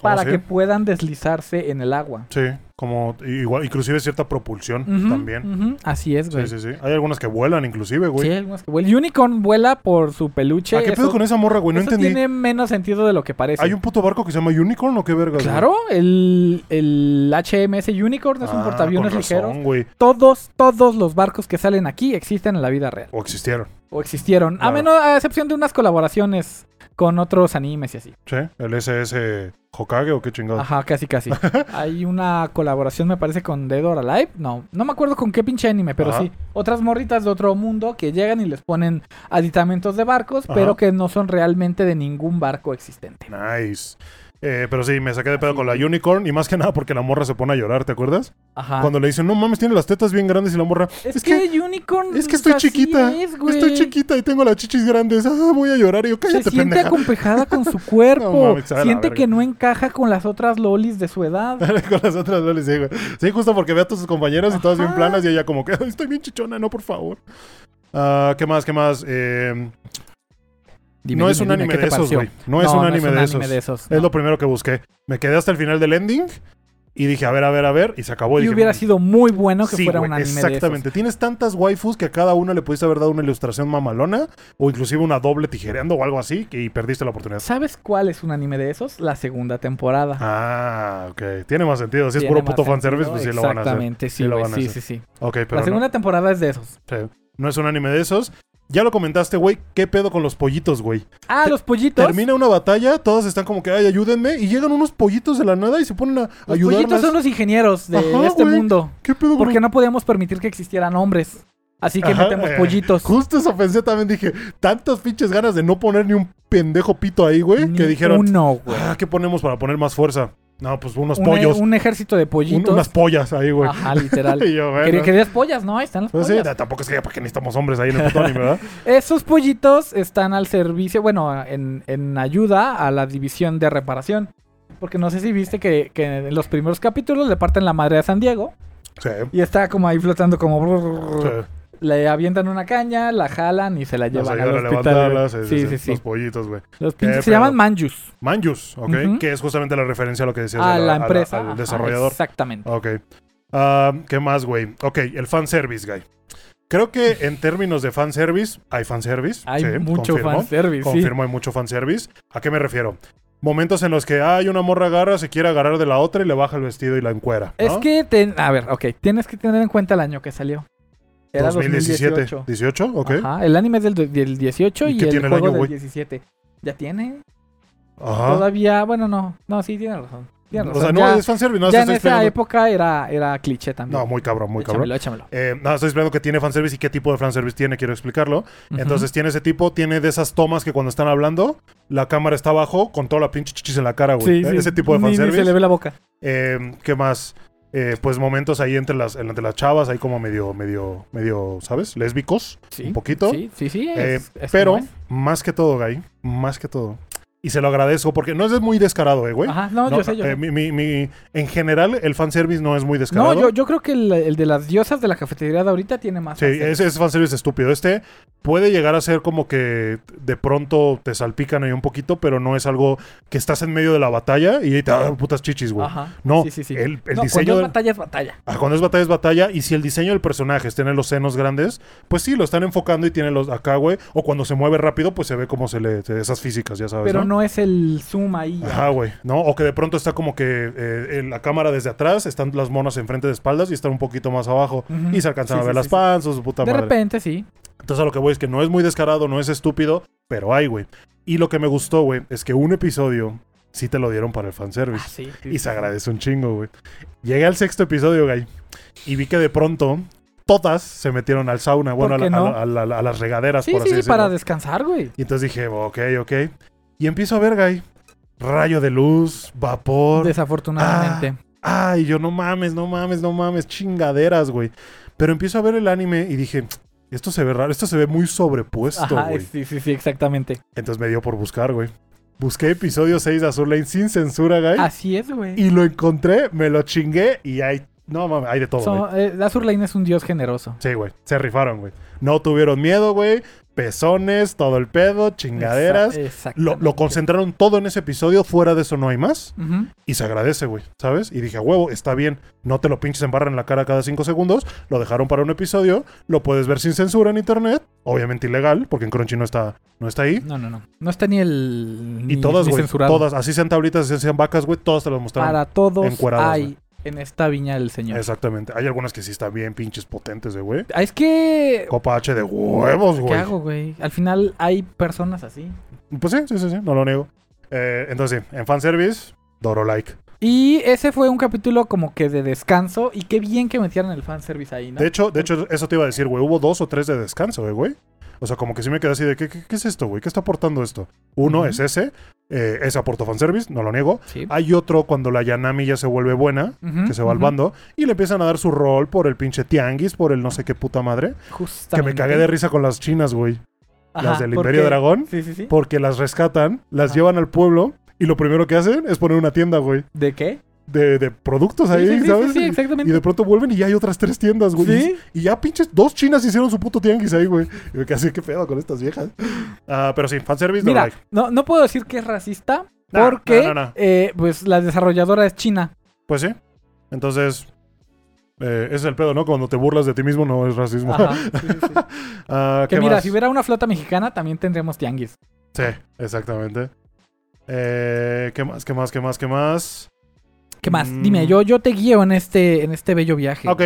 Speaker 1: para
Speaker 2: Oh, sí?
Speaker 1: que puedan deslizarse en el agua.
Speaker 2: Sí, como igual, inclusive cierta propulsión
Speaker 1: Ujú,
Speaker 2: también.
Speaker 1: ujú, así es, güey.
Speaker 2: Sí, sí, sí. Hay algunas que vuelan inclusive, güey.
Speaker 1: Sí, algunos que vuelan. Unicorn vuela por su peluche.
Speaker 2: ¿A qué pedo
Speaker 1: eso-
Speaker 2: con esa morra, güey? No
Speaker 1: eso
Speaker 2: entendí.
Speaker 1: tiene menos sentido de lo que parece.
Speaker 2: ¿Hay un puto barco que se llama Unicorn o qué verga?
Speaker 1: Claro, el, el HMS Unicorn es un
Speaker 2: Ah,
Speaker 1: portaaviones ligero.
Speaker 2: güey.
Speaker 1: todos, todos los barcos que salen aquí existen en la vida real.
Speaker 2: O existieron.
Speaker 1: O existieron. A
Speaker 2: Claro.
Speaker 1: menos, a excepción de unas colaboraciones con otros animes y así.
Speaker 2: Sí, el SS Hokage o qué chingado.
Speaker 1: Ajá, casi,
Speaker 2: <laughs>
Speaker 1: casi. Hay una colaboración, me parece, con Dead or Alive. No, no me acuerdo con qué pinche anime, pero
Speaker 2: Ajá.
Speaker 1: sí. Otras morritas de otro mundo que llegan y les ponen aditamentos de barcos,
Speaker 2: Ajá.
Speaker 1: pero que no son realmente de ningún barco existente.
Speaker 2: Nice. Eh, pero sí, me saqué de pedo con la Unicorn y más que nada porque la morra se pone a llorar, ¿te acuerdas?
Speaker 1: Ajá.
Speaker 2: Cuando le dicen, no mames, tiene las tetas bien grandes y la morra,
Speaker 1: Es,
Speaker 2: es
Speaker 1: que, Unicorn.
Speaker 2: es que estoy
Speaker 1: Mm, así
Speaker 2: chiquita,
Speaker 1: es, güey.
Speaker 2: estoy chiquita y tengo las chichis grandes, ah, voy a llorar y yo,
Speaker 1: Se
Speaker 2: cállate,
Speaker 1: siente
Speaker 2: pendeja.
Speaker 1: acompejada con
Speaker 2: <laughs>
Speaker 1: su cuerpo.
Speaker 2: No mames, sabe la
Speaker 1: siente
Speaker 2: verga.
Speaker 1: que no encaja con las otras lolis de su edad.
Speaker 2: con las otras <laughs> no les digo. Sí, justo porque ve a todos sus compañeros y todas bien
Speaker 1: Ajá.
Speaker 2: planas y ella como que "Ay, estoy bien chichona, no, por favor. Ah, ¿Qué más? ¿Qué más? Eh,
Speaker 1: Dime,
Speaker 2: no
Speaker 1: dime,
Speaker 2: es un
Speaker 1: dime,
Speaker 2: anime
Speaker 1: ¿qué
Speaker 2: de
Speaker 1: te
Speaker 2: esos,
Speaker 1: pareció?
Speaker 2: güey. No, es un anime, de, esos.
Speaker 1: no.
Speaker 2: Es lo primero que busqué. Me quedé hasta el final del ending y dije, a ver, a ver, a ver, y se acabó.
Speaker 1: y
Speaker 2: dije,
Speaker 1: hubiera
Speaker 2: "Mm,
Speaker 1: sido muy bueno que
Speaker 2: sí,
Speaker 1: fuera
Speaker 2: güey,
Speaker 1: un anime
Speaker 2: Exactamente. Tienes tantas waifus que a cada una le pudiste haber dado una ilustración mamalona o inclusive una doble tijereando o algo así que- y perdiste
Speaker 1: de
Speaker 2: la oportunidad.
Speaker 1: esos. ¿Sabes cuál es un anime de esos? La segunda temporada.
Speaker 2: Ah, ok. Tiene más sentido. Si es
Speaker 1: Tiene
Speaker 2: puro
Speaker 1: más
Speaker 2: puto fanservice,
Speaker 1: sentido,
Speaker 2: pues sí lo van a hacer.
Speaker 1: Exactamente, sí,
Speaker 2: Sí lo
Speaker 1: güey,
Speaker 2: van a
Speaker 1: sí, sí,
Speaker 2: hacer.
Speaker 1: sí.
Speaker 2: Ok, pero
Speaker 1: La
Speaker 2: no.
Speaker 1: segunda temporada es de esos.
Speaker 2: No es un anime de esos. Ya lo comentaste, güey. ¿Qué pedo con los pollitos, güey?
Speaker 1: Ah,
Speaker 2: Te-
Speaker 1: los pollitos.
Speaker 2: Termina una batalla, todas están como que, ay, ayúdenme. Y llegan unos pollitos de la nada y se ponen a
Speaker 1: los
Speaker 2: ayudarlas.
Speaker 1: pollitos son los ingenieros de
Speaker 2: Ajá,
Speaker 1: este
Speaker 2: güey.
Speaker 1: mundo.
Speaker 2: ¿Qué pedo con
Speaker 1: Porque no podíamos permitir que existieran hombres. Así que
Speaker 2: Ajá,
Speaker 1: metemos
Speaker 2: eh,
Speaker 1: pollitos.
Speaker 2: Justo eso pensé también, dije, tantas pinches ganas de no poner ni un pendejo pito ahí, güey,
Speaker 1: Ni
Speaker 2: ¿eh? que dijeron,
Speaker 1: Uno, güey.
Speaker 2: ah, ¿qué ponemos para poner más fuerza? No, pues unos
Speaker 1: Un- e-
Speaker 2: pollos,
Speaker 1: Un ejército de
Speaker 2: un-
Speaker 1: pollitos.
Speaker 2: unas pollas ahí, güey.
Speaker 1: Ajá, literal.
Speaker 2: <laughs> Y yo, bueno,
Speaker 1: Quería- Querías pollas, ¿no? Ahí están las
Speaker 2: pues sí,
Speaker 1: pollas.
Speaker 2: da- tampoco es que ya para que necesitamos hombres ahí en el puto
Speaker 1: <laughs>
Speaker 2: anime, ¿verdad?
Speaker 1: Esos pollitos están al servicio, bueno, en, en ayuda a la división de reparación. Porque no sé si viste que, que en los primeros capítulos le parten la madre a San Diego
Speaker 2: Sí.
Speaker 1: y está como ahí flotando como...
Speaker 2: sí.
Speaker 1: Le avientan una caña, la jalan y se la
Speaker 2: Nos
Speaker 1: llevan al
Speaker 2: ayudan a
Speaker 1: hospital. güey.
Speaker 2: levantarlas, sí, sí, sí,
Speaker 1: sí.
Speaker 2: los pollitos, güey.
Speaker 1: Los pinches
Speaker 2: Qué
Speaker 1: se llaman
Speaker 2: pedo.
Speaker 1: manjus.
Speaker 2: Manjus, ¿ok?
Speaker 1: Ujú.
Speaker 2: Que es justamente la referencia a lo que decías
Speaker 1: A
Speaker 2: de
Speaker 1: la empresa.
Speaker 2: al
Speaker 1: Ajá,
Speaker 2: desarrollador.
Speaker 1: exactamente.
Speaker 2: Ok. Ah, ¿Qué más, güey? Ok, el fanservice, guy. Creo que en términos de fanservice, hay fanservice.
Speaker 1: Hay
Speaker 2: Ah, sí,
Speaker 1: mucho
Speaker 2: confirmo.
Speaker 1: fanservice, sí.
Speaker 2: Confirmo, hay mucho fanservice. ¿A qué me refiero? Momentos en los que hay una morra agarra, se quiere agarrar de la otra y le baja el vestido y la encuera. ¿no?
Speaker 1: Es que, ten- a ver, ok, tienes que tener en cuenta el año que salió. Era
Speaker 2: 2017.
Speaker 1: 2018.
Speaker 2: 18, ok. Ajá.
Speaker 1: Ajá, el anime es del, del 18
Speaker 2: ¿Y
Speaker 1: y,
Speaker 2: qué
Speaker 1: el
Speaker 2: tiene el
Speaker 1: juego
Speaker 2: año,
Speaker 1: del
Speaker 2: güey? Ah.
Speaker 1: 17. Ya tiene. Todavía, bueno, no. No, sí, tiene razón. Tiene
Speaker 2: O
Speaker 1: razón.
Speaker 2: sea, no
Speaker 1: ya
Speaker 2: es fanservice, no
Speaker 1: ya en esa
Speaker 2: estoy esperando-
Speaker 1: época era, era cliché también.
Speaker 2: No, muy cabrón, muy cabrón.
Speaker 1: échamelo, échamelo.
Speaker 2: Eh, no, estoy esperando que tiene fanservice y qué tipo de fanservice tiene, quiero explicarlo. Entonces tiene ese tipo, tiene de esas tomas que cuando están hablando, la cámara está abajo con toda la pinche chichis en la cara,
Speaker 1: Ujú.
Speaker 2: güey. Eh, Ese tipo de
Speaker 1: Ni- Ni, se le
Speaker 2: fanservice.
Speaker 1: ve la boca.
Speaker 2: Eh, ¿Qué más? Eh, pues momentos ahí entre las, entre las chavas, ahí como medio, medio, medio, ¿sabes? Lésbicos,
Speaker 1: Sí,
Speaker 2: un poquito.
Speaker 1: Sí, sí, sí.
Speaker 2: Eh,
Speaker 1: es- es
Speaker 2: Pero,
Speaker 1: como es.
Speaker 2: más que todo, Guy, más que todo. Y se lo agradezco porque no es muy descarado, eh, güey.
Speaker 1: Ajá, no,
Speaker 2: No,
Speaker 1: yo sé, yo.
Speaker 2: eh,
Speaker 1: sé.
Speaker 2: mi- mi- mi- en general, el fanservice no es muy descarado.
Speaker 1: no, yo, yo creo que el, el de las diosas de la cafetería de ahorita tiene más.
Speaker 2: Sí,
Speaker 1: fanservice.
Speaker 2: ese es fanservice estúpido. Este puede llegar a ser como que de pronto te salpican ahí un poquito, pero no es algo que estás en medio de la batalla y ahí te dan putas chichis, güey.
Speaker 1: Ajá.
Speaker 2: No,
Speaker 1: sí, sí, sí.
Speaker 2: el, el
Speaker 1: No,
Speaker 2: diseño...
Speaker 1: Cuando es
Speaker 2: del-
Speaker 1: batalla, es batalla.
Speaker 2: Ah, Cuando es batalla es batalla y si el diseño del personaje tiene los senos grandes, pues sí, lo están enfocando y tiene los acá, güey. O cuando se mueve rápido, pues se ve como se le... se- esas físicas, ya sabes,
Speaker 1: Pero ¿no? no es el zoom ahí.
Speaker 2: Ajá, güey. ¿No? O que de pronto está como que eh, en la cámara desde atrás, están las monas enfrente de espaldas y están un poquito más abajo.
Speaker 1: Ujú.
Speaker 2: Y se alcanzan
Speaker 1: Sí,
Speaker 2: a
Speaker 1: sí,
Speaker 2: ver
Speaker 1: sí,
Speaker 2: las
Speaker 1: sí.
Speaker 2: panzas, su puta
Speaker 1: De
Speaker 2: madre.
Speaker 1: repente, sí.
Speaker 2: Entonces a lo que voy es que no es muy descarado, no es estúpido, pero hay, güey. Y lo que me gustó, güey, es que un episodio sí te lo dieron para el
Speaker 1: Ah,
Speaker 2: fanservice.
Speaker 1: sí.
Speaker 2: Y se agradece un chingo, güey. Llegué al sexto episodio, güey. Y vi que de pronto todas se metieron al sauna, bueno, a,
Speaker 1: qué
Speaker 2: la- a
Speaker 1: no?
Speaker 2: la- a la- a las regaderas,
Speaker 1: Sí,
Speaker 2: por
Speaker 1: sí,
Speaker 2: así
Speaker 1: sí,
Speaker 2: decirlo.
Speaker 1: para descansar, güey.
Speaker 2: Y entonces dije, ok, ok. Y empiezo a ver, güey. Rayo de luz, vapor.
Speaker 1: Desafortunadamente.
Speaker 2: Ay, yo no mames, no mames, no mames. Chingaderas, güey. Pero empiezo a ver el anime y dije, esto se ve raro, esto se ve muy sobrepuesto,
Speaker 1: Ajá,
Speaker 2: ah, güey.
Speaker 1: sí, sí, sí, exactamente.
Speaker 2: Entonces me dio por buscar, güey. Busqué episodio 6 de Azul Lane sin censura, güey.
Speaker 1: Así es, güey.
Speaker 2: Y lo encontré, me lo chingué y hay. No mames, hay de todo, güey.
Speaker 1: Son- eh, Azur Lane es un dios generoso.
Speaker 2: Sí, güey. Se rifaron, güey. No tuvieron miedo, güey. Pezones, todo el pedo, chingaderas.
Speaker 1: Exacto.
Speaker 2: Lo, lo concentraron todo en ese episodio. Fuera de eso no hay más.
Speaker 1: Ujú.
Speaker 2: Y se agradece, güey. ¿Sabes? Y dije, a huevo, está bien. No te lo pinches en barra en la cara cada cinco segundos. Lo dejaron para un episodio. Lo puedes ver sin censura en internet. Obviamente ilegal, porque en Crunchy no está, no está ahí.
Speaker 1: No, no, no. No está ni el.
Speaker 2: Y
Speaker 1: ni-
Speaker 2: todas,
Speaker 1: ni
Speaker 2: güey.
Speaker 1: censurado.
Speaker 2: Todas. Así sean tablitas, así sean vacas, güey. Todas te las mostraron.
Speaker 1: Para todos
Speaker 2: encueradas,
Speaker 1: hay
Speaker 2: güey.
Speaker 1: en esta viña del Señor. Es,
Speaker 2: Exactamente. Hay algunas que sí están bien pinches potentes, de güey.
Speaker 1: es que.
Speaker 2: Copa H de huevos,
Speaker 1: ¿Qué
Speaker 2: güey.
Speaker 1: hago, güey? Al final hay personas así.
Speaker 2: Pues sí, sí, sí, sí, no lo niego. Eh, entonces, sí, en fanservice, Doro like.
Speaker 1: Y ese fue un capítulo como que de descanso. Y qué bien que metieran el fanservice ahí, ¿no?
Speaker 2: De hecho, de hecho, eso te iba a decir, güey. Hubo dos o tres de descanso, eh, güey. O sea, como que sí me quedé así de, ¿qué, qué, qué es esto, güey? ¿Qué está aportando esto? Uno
Speaker 1: Ujú.
Speaker 2: es ese, eh, ese aportó fanservice, no lo niego.
Speaker 1: Sí.
Speaker 2: Hay otro cuando la Yanami ya se vuelve buena,
Speaker 1: Ujú,
Speaker 2: que se va al
Speaker 1: ujú.
Speaker 2: bando, y le empiezan a dar su rol por el pinche tianguis, por el no sé qué puta madre. Que me
Speaker 1: Justamente.
Speaker 2: cagué de risa con las chinas, güey. las
Speaker 1: Ajá,
Speaker 2: del
Speaker 1: porque-
Speaker 2: Imperio Dragón.
Speaker 1: Sí, sí, sí.
Speaker 2: Porque las rescatan, las
Speaker 1: Ajá.
Speaker 2: llevan al pueblo, y lo primero que hacen es poner una tienda, güey.
Speaker 1: ¿De qué?
Speaker 2: de, de productos ahí,
Speaker 1: sí, sí, sí,
Speaker 2: ¿sabes?
Speaker 1: sí,
Speaker 2: y
Speaker 1: exactamente.
Speaker 2: de pronto vuelven y ya hay otras tres tiendas, güey.
Speaker 1: Sí.
Speaker 2: Y ya pinches dos chinas hicieron su puto tianguis ahí, güey. Y me quedé así, qué pedo con estas viejas. Ah, pero sí, fanservice,
Speaker 1: Mira,
Speaker 2: no like.
Speaker 1: no, no puedo decir que es racista.
Speaker 2: Nah,
Speaker 1: porque
Speaker 2: no, no, no.
Speaker 1: eh, pues la desarrolladora es china.
Speaker 2: Pues sí. Entonces, eh, ese es el pedo, ¿no? Cuando te burlas de ti mismo no es racismo.
Speaker 1: Ajá, sí, sí, sí.
Speaker 2: <laughs> Ah, ¿qué
Speaker 1: Que mira,
Speaker 2: más?
Speaker 1: si hubiera una flota mexicana también tendríamos tianguis.
Speaker 2: Sí, exactamente. Eh, ¿Qué más, qué más, qué más, qué más?
Speaker 1: ¿Qué más?
Speaker 2: Mm.
Speaker 1: Dime, yo, yo te guío en este, en este bello viaje.
Speaker 2: Ok,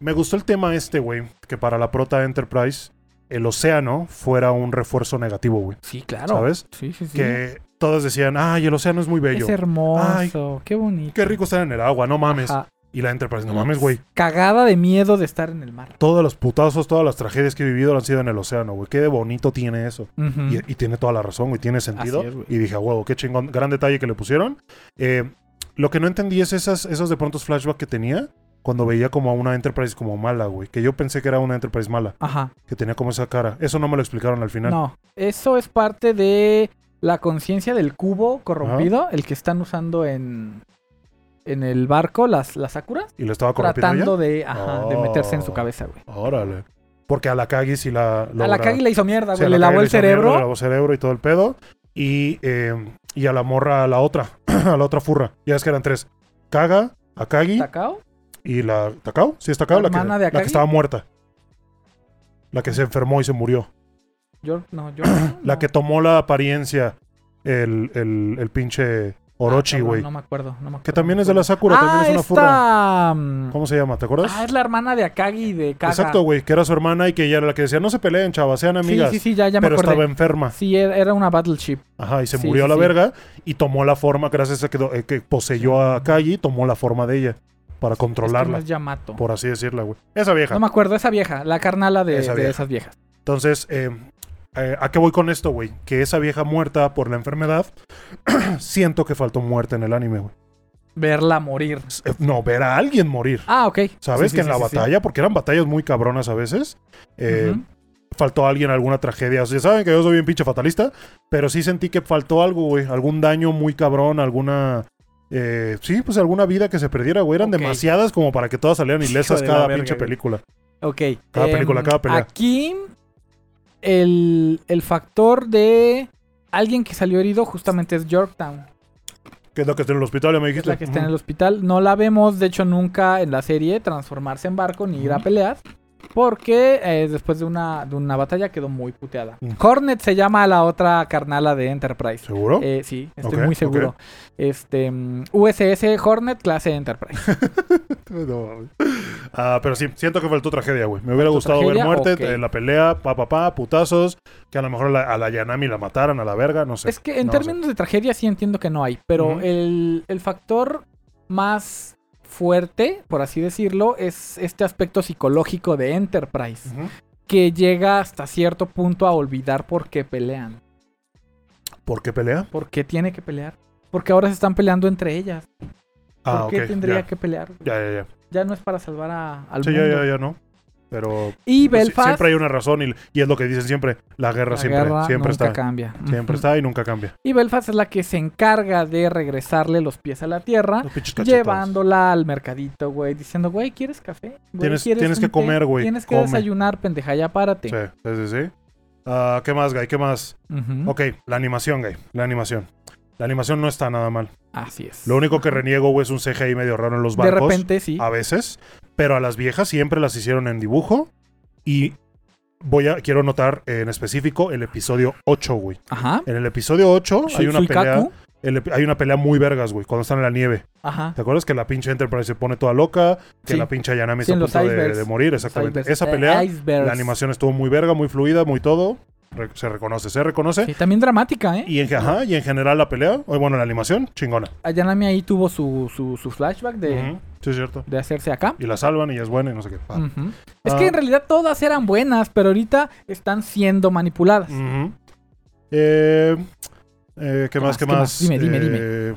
Speaker 2: me gustó el tema este, güey. Que para la prota Enterprise, el océano fuera un refuerzo negativo, güey.
Speaker 1: Sí, claro.
Speaker 2: ¿Sabes?
Speaker 1: Sí, sí, sí.
Speaker 2: que todos decían, ay, el océano es muy bello.
Speaker 1: es hermoso, qué bonito.
Speaker 2: Qué rico estar en el agua, no mames.
Speaker 1: Ajá.
Speaker 2: Y la Enterprise, no mames, güey.
Speaker 1: Cagada de miedo de estar en el mar.
Speaker 2: Todos los putazos, todas las tragedias que he vivido han sido en el océano, güey. Qué de bonito tiene eso.
Speaker 1: Ujú.
Speaker 2: y, y tiene toda la razón, güey. Tiene sentido.
Speaker 1: Así es, güey.
Speaker 2: y dije, "A huevo, qué chingón. Gran detalle que le pusieron. Eh, lo que no entendí es esas, esos de prontos flashbacks que tenía cuando veía como a una Enterprise como mala, güey. Que yo pensé que era una Enterprise mala,
Speaker 1: Ajá.
Speaker 2: que tenía como esa cara. Eso no me lo explicaron al final.
Speaker 1: No, eso es parte de la conciencia del cubo corrompido, el que están usando en, en el barco, las, las Sakuras,
Speaker 2: Y lo estaba corrompiendo ya.
Speaker 1: tratando de, ajá, de meterse en su
Speaker 2: Oh.
Speaker 1: cabeza, güey.
Speaker 2: Órale. Porque a la Kagi sí la.
Speaker 1: A la
Speaker 2: logra-
Speaker 1: Kagi le hizo mierda,
Speaker 2: Sí, a
Speaker 1: güey. le
Speaker 2: la
Speaker 1: lavó
Speaker 2: Kylie
Speaker 1: el
Speaker 2: hizo mierda,
Speaker 1: cerebro.
Speaker 2: Le lavó el cerebro y todo el pedo. Y, eh, y a la morra, a la otra, <clears throat> a la otra furra. Ya es que eran tres. Kaga, Akagi
Speaker 1: Takao.
Speaker 2: y la... ¿Takao? Sí, es Takao.
Speaker 1: ¿La
Speaker 2: La, que,
Speaker 1: hermana de
Speaker 2: la que
Speaker 1: Akagi?
Speaker 2: estaba muerta. La que se enfermó y se murió.
Speaker 1: Yo, no, yo.
Speaker 2: <clears throat> La
Speaker 1: no.
Speaker 2: que tomó la apariencia el, el, el pinche Orochi,
Speaker 1: Ah, cabrón,
Speaker 2: güey.
Speaker 1: No, me acuerdo, no me acuerdo.
Speaker 2: Que también es de la Sakura,
Speaker 1: Ah,
Speaker 2: también es una furra.
Speaker 1: esta... mm,
Speaker 2: ¿Cómo se llama? ¿Te acuerdas?
Speaker 1: Ah, es la hermana de Akagi de Kaga.
Speaker 2: Exacto, güey. Que era su hermana y que ella era la que decía, no se peleen, chavas, sean amigas.
Speaker 1: Sí, sí, sí, ya, ya me
Speaker 2: pero
Speaker 1: acordé.
Speaker 2: estaba enferma.
Speaker 1: Sí, era era una battleship.
Speaker 2: Ajá, y se
Speaker 1: Sí,
Speaker 2: murió
Speaker 1: sí,
Speaker 2: a la
Speaker 1: sí.
Speaker 2: verga y tomó la forma, gracias a que, do- eh, que poseyó a Kaji, tomó la forma de ella para
Speaker 1: Es que no
Speaker 2: controlarla,
Speaker 1: es Yamato.
Speaker 2: por así decirla, güey. Esa vieja.
Speaker 1: No me acuerdo, esa vieja, la carnala de,
Speaker 2: Esa
Speaker 1: de
Speaker 2: vieja.
Speaker 1: esas viejas.
Speaker 2: Entonces, eh, eh, ¿a qué voy con esto, güey? Que esa vieja muerta por la enfermedad, <clears throat> siento que faltó muerte en el anime, güey.
Speaker 1: Verla morir.
Speaker 2: S- eh, No, ver a alguien morir.
Speaker 1: Ah, ok.
Speaker 2: ¿Sabes?
Speaker 1: Sí, sí,
Speaker 2: que en
Speaker 1: sí,
Speaker 2: la
Speaker 1: sí, sí.
Speaker 2: batalla, porque eran batallas muy cabronas a veces, eh,
Speaker 1: Ujú.
Speaker 2: faltó alguien, alguna tragedia. O sea, saben que yo soy bien pinche fatalista, pero sí sentí que faltó algo, güey. Algún daño muy cabrón, alguna. eh, sí, pues alguna vida que se perdiera, güey. Eran
Speaker 1: Ok.
Speaker 2: demasiadas como para que
Speaker 1: <laughs>
Speaker 2: todas salieran ilesas
Speaker 1: de la
Speaker 2: cada
Speaker 1: verga,
Speaker 2: pinche
Speaker 1: güey.
Speaker 2: película.
Speaker 1: Ok.
Speaker 2: Cada
Speaker 1: em,
Speaker 2: película, cada pelea.
Speaker 1: Aquí el, el factor de alguien que salió herido justamente es Yorktown.
Speaker 2: Que es la que está en el hospital, ya me
Speaker 1: que es
Speaker 2: dijiste.
Speaker 1: la que está en el hospital. No la vemos, de hecho, nunca en la serie transformarse en barco ni ir a peleas. Porque eh, después de una, de una batalla quedó muy puteada.
Speaker 2: Mm.
Speaker 1: Hornet se llama a la otra carnala de Enterprise.
Speaker 2: ¿Seguro?
Speaker 1: Eh, sí, estoy
Speaker 2: Ok,
Speaker 1: muy seguro. Este mm, USS Hornet clase Enterprise.
Speaker 2: No, mames. Ah, pero sí, siento que faltó tragedia, güey. Me hubiera gustado
Speaker 1: tragedia?
Speaker 2: ver muerte,
Speaker 1: Ok.
Speaker 2: eh, la pelea, pa, pa, pa, putazos. Que a lo mejor la- a la Yanami la mataran a la verga, no sé.
Speaker 1: es que en
Speaker 2: no,
Speaker 1: términos de tragedia sí entiendo que no hay, pero
Speaker 2: Ujú.
Speaker 1: el, el factor más fuerte, por así decirlo, es este aspecto psicológico de Enterprise,
Speaker 2: Ujú.
Speaker 1: que llega hasta cierto punto a olvidar por qué pelean,
Speaker 2: ¿Por qué pelea?
Speaker 1: por qué tiene que pelear, porque ahora se están peleando entre ellas, por
Speaker 2: Ah,
Speaker 1: qué
Speaker 2: ok,
Speaker 1: tendría
Speaker 2: ya.
Speaker 1: que pelear.
Speaker 2: Ya, ya, ya.
Speaker 1: Ya no es para salvar a, al
Speaker 2: Sí, ya,
Speaker 1: mundo.
Speaker 2: ya, ya, no. Pero
Speaker 1: Y
Speaker 2: pues, sí,
Speaker 1: Belfast,
Speaker 2: siempre hay una razón y, y es lo que dicen siempre. La
Speaker 1: la
Speaker 2: guerra siempre,
Speaker 1: guerra
Speaker 2: siempre
Speaker 1: nunca
Speaker 2: está.
Speaker 1: cambia.
Speaker 2: Siempre
Speaker 1: Ujú.
Speaker 2: está y nunca cambia.
Speaker 1: Y Belfast es la que se encarga de regresarle los pies a la tierra,
Speaker 2: Los pinches cachetados.
Speaker 1: llevándola al mercadito, güey, diciendo, güey, ¿quieres café? Güey,
Speaker 2: Tienes-
Speaker 1: ¿quieres
Speaker 2: tienes
Speaker 1: un
Speaker 2: que
Speaker 1: té?
Speaker 2: comer, güey,
Speaker 1: Tienes que
Speaker 2: come".
Speaker 1: desayunar, pendeja, ya párate.
Speaker 2: Sí, sí, sí. sí. Ah, ¿Qué más, Guy? ¿Qué más?
Speaker 1: Ujú.
Speaker 2: Ok, la animación, Guy. La animación. La animación no está nada mal.
Speaker 1: Así es.
Speaker 2: Lo único que reniego, güey, es un CGI medio raro en los
Speaker 1: de
Speaker 2: barcos. ah,
Speaker 1: repente sí.
Speaker 2: a veces, pero a las viejas siempre las hicieron en dibujo y voy a quiero notar en específico el episodio 8, güey.
Speaker 1: Ajá.
Speaker 2: En el episodio 8 hay una
Speaker 1: Suikaku.
Speaker 2: pelea, el epi- hay una pelea muy vergas, güey, cuando están en la nieve.
Speaker 1: Ajá.
Speaker 2: ¿Te acuerdas que la pinche Enterprise se pone toda loca, que
Speaker 1: Sí.
Speaker 2: la pinche Yanami
Speaker 1: Sí,
Speaker 2: está
Speaker 1: en
Speaker 2: a
Speaker 1: los
Speaker 2: punto de,
Speaker 1: icebergs.
Speaker 2: de morir, exactamente.
Speaker 1: Icebergs.
Speaker 2: Esa
Speaker 1: Eh,
Speaker 2: pelea,
Speaker 1: Icebergs.
Speaker 2: la animación estuvo muy verga, muy fluida, muy todo. Re- se reconoce, se reconoce.
Speaker 1: Sí, también dramática, ¿eh?
Speaker 2: Y en, ajá, y en general la pelea, o bueno, la animación, chingona.
Speaker 1: Ayanami ahí tuvo su, su, su flashback de,
Speaker 2: Ujú, Sí, es cierto.
Speaker 1: de hacerse acá.
Speaker 2: Y la salvan y es buena y no sé qué. Ah.
Speaker 1: Ujú. Es
Speaker 2: Ah.
Speaker 1: que en realidad todas eran buenas, pero ahorita están siendo manipuladas.
Speaker 2: Ujú. Eh, eh, ¿Qué más? ¿Qué más?
Speaker 1: Dime, dime,
Speaker 2: Eh,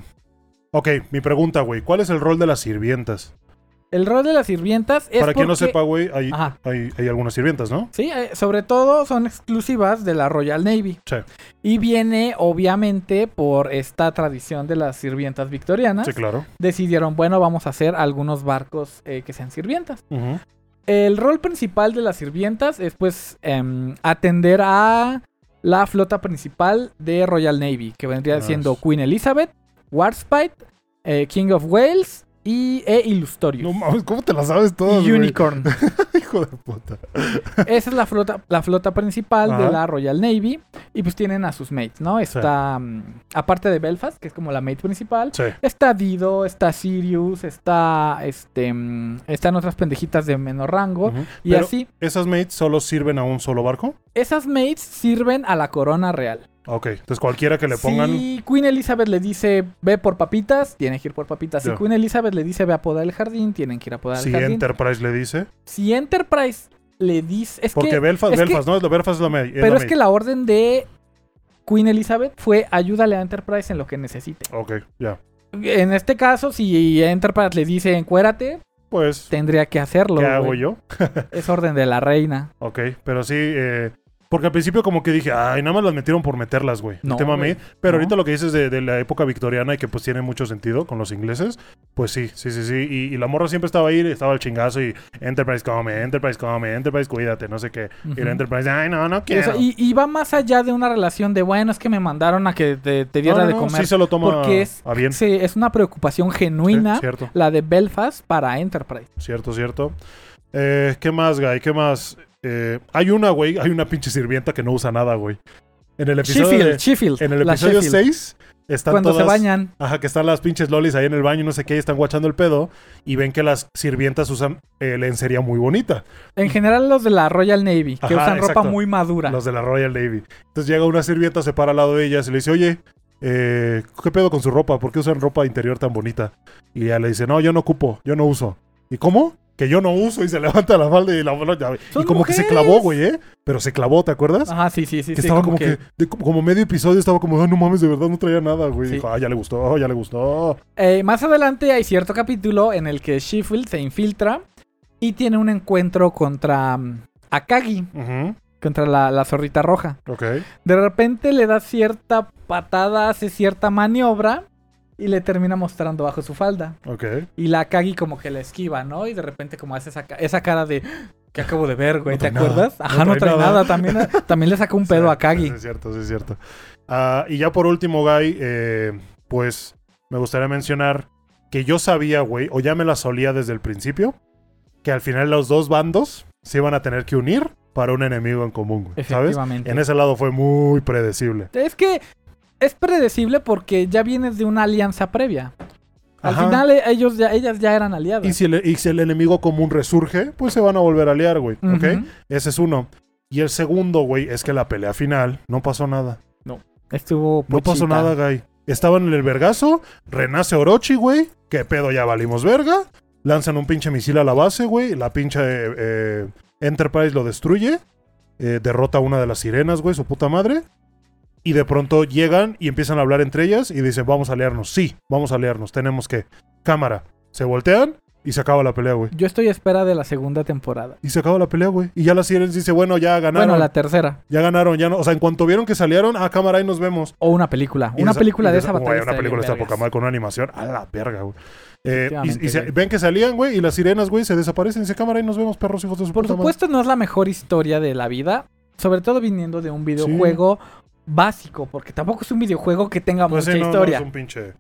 Speaker 2: Ok, mi pregunta, güey. ¿Cuál es el rol de las sirvientas?
Speaker 1: El rol de las sirvientas es
Speaker 2: Para quien no
Speaker 1: porque- Ah.
Speaker 2: sepa, güey, hay,
Speaker 1: Ajá.
Speaker 2: hay, hay algunas sirvientas, ¿no?
Speaker 1: Sí, eh, sobre todo son exclusivas de la Royal Navy.
Speaker 2: Sí.
Speaker 1: Y viene obviamente por esta tradición de las sirvientas victorianas.
Speaker 2: Sí, claro.
Speaker 1: Decidieron, bueno, vamos a hacer algunos barcos eh, que sean sirvientas.
Speaker 2: Ujú.
Speaker 1: El rol principal de las sirvientas es pues em, atender a la flota principal de Royal Navy, que vendría
Speaker 2: Ah,
Speaker 1: siendo
Speaker 2: es-
Speaker 1: Queen Elizabeth, Warspite, eh, King of Wales y e Illustorious.
Speaker 2: No mames, ¿cómo te la sabes todas,
Speaker 1: y
Speaker 2: güey?
Speaker 1: Unicorn.
Speaker 2: Hijo de puta.
Speaker 1: Esa es la flota, la flota principal de
Speaker 2: Ajá.
Speaker 1: la Royal Navy. Y pues tienen a sus mates, ¿no? Está. mm, Aparte de Belfast, que es como la mate principal.
Speaker 2: Sí.
Speaker 1: Está Dido, está Sirius, está. Este. mm, Están otras pendejitas de menor rango.
Speaker 2: Ujú.
Speaker 1: Y
Speaker 2: Pero,
Speaker 1: así,
Speaker 2: ¿Esas mates solo sirven a un solo barco? Ah,
Speaker 1: esas mates sirven a la corona real.
Speaker 2: Ok, entonces cualquiera que le pongan...
Speaker 1: Si Queen Elizabeth le dice ve por papitas, tiene que ir por papitas.
Speaker 2: Ya.
Speaker 1: Si Queen Elizabeth le dice ve a podar el jardín, tienen que ir a podar
Speaker 2: Si
Speaker 1: el jardín.
Speaker 2: Enterprise le dice.
Speaker 1: Si Enterprise le dice. Es
Speaker 2: Porque
Speaker 1: que,
Speaker 2: Belfast,
Speaker 1: es que-
Speaker 2: Belfast, ¿no? Es la- Belfast es la mate.
Speaker 1: Pero es que la orden de Queen Elizabeth fue ayúdale a Enterprise en lo que necesite.
Speaker 2: Ok, ya.
Speaker 1: En este caso, si Enterprise le dice encuérate,
Speaker 2: Pues,
Speaker 1: tendría que hacerlo.
Speaker 2: ¿qué hago
Speaker 1: güey.
Speaker 2: yo?
Speaker 1: Es orden de la reina.
Speaker 2: Ok, pero sí, eh, porque al principio como que dije, ay, nada más las metieron por meterlas, güey.
Speaker 1: No,
Speaker 2: el tema
Speaker 1: güey,
Speaker 2: mate. Pero
Speaker 1: no.
Speaker 2: ahorita lo que dices de, de la época victoriana y que pues tiene mucho sentido con los ingleses, pues sí, sí, sí, sí. Y, y la morra siempre estaba ahí, estaba el chingazo y Enterprise come, Enterprise come, Enterprise cuídate, no sé qué. Y
Speaker 1: Ujú.
Speaker 2: la Enterprise, ay, no, no
Speaker 1: O
Speaker 2: quiero.
Speaker 1: sea, y, y va más allá de una relación de, bueno, es que me mandaron a que te, te
Speaker 2: No,
Speaker 1: diera
Speaker 2: no,
Speaker 1: de
Speaker 2: no,
Speaker 1: comer.
Speaker 2: Sí se lo toma
Speaker 1: porque es-
Speaker 2: a bien.
Speaker 1: Sí, es una preocupación
Speaker 2: Sí,
Speaker 1: genuina
Speaker 2: cierto,
Speaker 1: la de Belfast para Enterprise.
Speaker 2: cierto, cierto. Eh, ¿Qué más, güey? ¿Qué más? Eh, hay una, güey, hay una pinche sirvienta que no usa nada, güey. En el episodio,
Speaker 1: Sheffield,
Speaker 2: de-
Speaker 1: Sheffield.
Speaker 2: Pues, en el
Speaker 1: la
Speaker 2: episodio
Speaker 1: Sheffield.
Speaker 2: 6 están
Speaker 1: Cuando se
Speaker 2: todas-
Speaker 1: bañan.
Speaker 2: Ajá, que están las pinches lolis ahí en el baño y no sé qué, y están guachando el pedo y ven que las sirvientas usan eh, lencería muy bonita,
Speaker 1: En general, los de la Royal Navy, que
Speaker 2: Ajá,
Speaker 1: usan ropa
Speaker 2: exacto.
Speaker 1: muy madura.
Speaker 2: los de la Royal Navy. Entonces llega una sirvienta, se para al lado de ellas y le dice, oye, eh, ¿qué pedo con su ropa? ¿Por qué usan ropa interior tan bonita? Y ella le dice, no, yo no ocupo, yo no uso. ¿Y cómo? Que yo no uso y se <laughs> levanta la falda y la bueno, ya- Y
Speaker 1: Son
Speaker 2: como que se
Speaker 1: mujeres.
Speaker 2: clavó, güey, ¿eh? Pero se clavó, ¿te acuerdas?
Speaker 1: Ajá, sí, sí, sí.
Speaker 2: que
Speaker 1: sí,
Speaker 2: estaba como, que, de- como medio episodio, estaba como, "Ah, no mames, de verdad no traía nada, güey.
Speaker 1: Sí.
Speaker 2: Dijo, ah, ya le gustó, ya le gustó.
Speaker 1: Eh, más adelante hay cierto capítulo en el que Sheffield se infiltra y tiene un encuentro contra mm, Akagi,
Speaker 2: Ujú,
Speaker 1: contra la, la zorrita roja.
Speaker 2: Ok.
Speaker 1: De repente le da cierta patada, hace cierta maniobra y le termina mostrando bajo su falda.
Speaker 2: Ok.
Speaker 1: Y la Akagi como que la esquiva, ¿no? Y de repente como hace esa, ca- esa cara de... Que acabo de ver, güey,
Speaker 2: No
Speaker 1: ¿te
Speaker 2: trae nada,
Speaker 1: acuerdas?
Speaker 2: no
Speaker 1: Ajá, no
Speaker 2: trae
Speaker 1: trae
Speaker 2: nada.
Speaker 1: nada. También, también le
Speaker 2: <laughs>
Speaker 1: sacó un pedo a
Speaker 2: Cierto,
Speaker 1: Akagi.
Speaker 2: Sí, es cierto, sí, es cierto. Ah, y ya por último, Guy, eh, pues me gustaría mencionar que yo sabía, güey, o ya me la solía desde el principio, que al final los dos bandos se iban a tener que unir para un enemigo en común, güey, ¿sabes?
Speaker 1: Efectivamente.
Speaker 2: En ese lado fue muy predecible.
Speaker 1: Es que es predecible porque ya vienes de una alianza previa. Al
Speaker 2: Ajá.
Speaker 1: final eh, ellos ya, ellas ya eran aliadas.
Speaker 2: Y si, el, y si el enemigo común resurge, pues se van a volver a aliar, güey.
Speaker 1: Ujú.
Speaker 2: ¿Ok? Ese es uno. Y el segundo, güey, es que la pelea final no pasó nada.
Speaker 1: Estuvo
Speaker 2: No pasó
Speaker 1: pochita.
Speaker 2: nada, güey. Estaban en el vergazo, renace Orochi, güey. ¿Qué pedo? Ya valimos verga. Lanzan un pinche misil a la base, güey. La pinche eh, eh, Enterprise lo destruye. Eh, derrota a una de las sirenas, güey, su puta madre. Y de pronto llegan y empiezan a hablar entre ellas y dicen, vamos a aliarnos. Sí, vamos a aliarnos. Tenemos que. Cámara. Se voltean y se acaba la pelea, güey.
Speaker 1: Yo estoy a espera de la segunda temporada.
Speaker 2: Y se acaba la pelea, güey. Y ya las sirenas dice, bueno, ya ganaron.
Speaker 1: Bueno, la tercera.
Speaker 2: Ya ganaron, ya no. O sea, en cuanto vieron que salieron, a cámara y nos vemos.
Speaker 1: O una película.
Speaker 2: Y
Speaker 1: Una
Speaker 2: esa-
Speaker 1: película
Speaker 2: y
Speaker 1: de esa
Speaker 2: güey,
Speaker 1: batalla.
Speaker 2: Una
Speaker 1: estaría
Speaker 2: película
Speaker 1: bien
Speaker 2: está poca
Speaker 1: vergas.
Speaker 2: mal con una animación. A la verga, güey. Eh, y- y
Speaker 1: Efectivamente,
Speaker 2: se-
Speaker 1: güey.
Speaker 2: ven que salían, güey, y las sirenas, güey, se desaparecen. Se cámara y nos vemos, perros hijos de su
Speaker 1: Por
Speaker 2: puta madre".
Speaker 1: supuesto no es la mejor historia de la vida. Sobre todo viniendo de un videojuego básico. Porque tampoco es un videojuego que tenga
Speaker 2: Pues sí,
Speaker 1: mucha
Speaker 2: no, no,
Speaker 1: historia.
Speaker 2: es un pinche.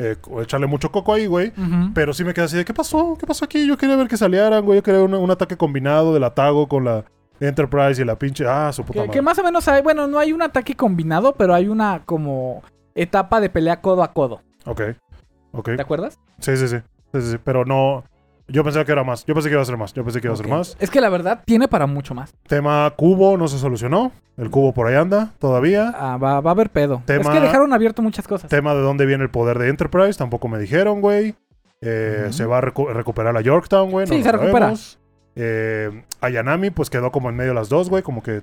Speaker 2: eh, co- echarle mucho coco ahí, güey.
Speaker 1: Ujú.
Speaker 2: Pero sí me quedé así de, ¿qué pasó? ¿Qué pasó aquí? Yo quería ver que salieran, güey. Yo quería un, un ataque combinado del Atago con la Enterprise y la pinche. Ah, su puta
Speaker 1: Que,
Speaker 2: madre.
Speaker 1: que más o menos hay, bueno, no hay un ataque combinado, pero hay una como etapa de pelea codo a codo.
Speaker 2: Ok. Ok.
Speaker 1: ¿Te acuerdas?
Speaker 2: Sí, sí, sí. Sí, sí, sí. Pero no. Yo pensaba que era más. Yo pensé que iba a ser más. Yo pensé que iba a ser
Speaker 1: Ok.
Speaker 2: más.
Speaker 1: Es que la verdad tiene para mucho más.
Speaker 2: Tema cubo no se solucionó. El cubo por ahí anda todavía.
Speaker 1: Ah, va, va a haber pedo. Es
Speaker 2: Tema-
Speaker 1: que dejaron abierto muchas cosas.
Speaker 2: Tema de dónde viene el poder de Enterprise, tampoco me dijeron, güey. Eh,
Speaker 1: Ujú.
Speaker 2: Se va a recu- recuperar la Yorktown, güey. no
Speaker 1: Sí,
Speaker 2: lo
Speaker 1: se recupera.
Speaker 2: sabemos. Eh, Ayanami, pues quedó como en medio de las dos, güey. Como que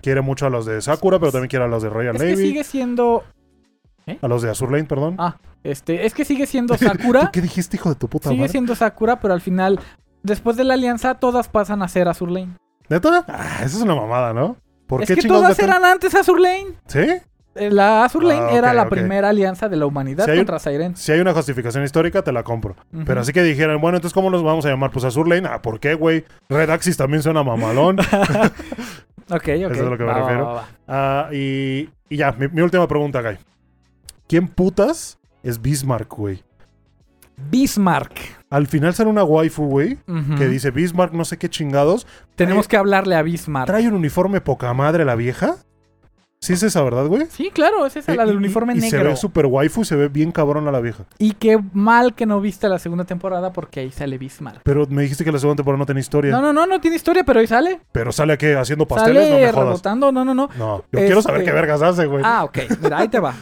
Speaker 2: quiere mucho a los de Sakura, pero también quiere a los de Royal
Speaker 1: Es
Speaker 2: Navy.
Speaker 1: que sigue siendo.
Speaker 2: A los de Azur Lane, perdón.
Speaker 1: Ah, Este, es que sigue siendo
Speaker 2: ¿Tú
Speaker 1: Sakura.
Speaker 2: <laughs> qué dijiste, hijo de tu puta
Speaker 1: sigue
Speaker 2: madre?
Speaker 1: siendo Sakura, pero al final, después de la alianza, todas pasan a ser Azur Lane.
Speaker 2: ¿Neta? Ah, esa es una mamada, ¿no? ¿Por
Speaker 1: Es
Speaker 2: qué
Speaker 1: que
Speaker 2: chingados
Speaker 1: todas
Speaker 2: meten-
Speaker 1: eran antes Azur Lane.
Speaker 2: ¿Sí?
Speaker 1: Eh, La Azur
Speaker 2: Ah,
Speaker 1: Lane era
Speaker 2: ok,
Speaker 1: la
Speaker 2: ok.
Speaker 1: primera alianza de la humanidad
Speaker 2: Sí, hay un-
Speaker 1: contra Siren.
Speaker 2: Si hay una justificación histórica, te la compro.
Speaker 1: Ujú.
Speaker 2: Pero así que dijeran, bueno, entonces, ¿cómo nos vamos a llamar? Pues Azur Lane. Ah, ¿por qué, güey? Red Axis también suena mamalón.
Speaker 1: Ok, ok.
Speaker 2: es a lo que me
Speaker 1: Va, va,
Speaker 2: refiero.
Speaker 1: va, va.
Speaker 2: Ah, y, y ya, mi, mi última pregunta, Guy. ¿Quién putas es Bismarck, güey?
Speaker 1: Bismarck.
Speaker 2: Al final sale una waifu, güey,
Speaker 1: Ujú.
Speaker 2: que dice Bismarck, no sé qué chingados.
Speaker 1: Tenemos que hablarle a Bismarck.
Speaker 2: ¿Trae un uniforme poca madre la vieja? ¿Sí es esa, verdad, güey?
Speaker 1: Sí, claro, es esa, la
Speaker 2: Eh,
Speaker 1: del
Speaker 2: y-
Speaker 1: uniforme
Speaker 2: y, y se
Speaker 1: negro.
Speaker 2: ve súper waifu y se ve bien cabrón a la vieja.
Speaker 1: Y qué mal que no viste la segunda temporada porque ahí sale Bismarck.
Speaker 2: Pero me dijiste que la segunda temporada no tenía historia.
Speaker 1: No, no, no, no tiene historia, pero ahí sale.
Speaker 2: Pero sale aquí haciendo pasteles, no
Speaker 1: sale
Speaker 2: me jodas.
Speaker 1: rebotando, no, no, no.
Speaker 2: No, yo quiero saber
Speaker 1: Este-
Speaker 2: qué vergas hace, güey.
Speaker 1: Ah, ok, mira, ahí te
Speaker 2: <laughs>
Speaker 1: va.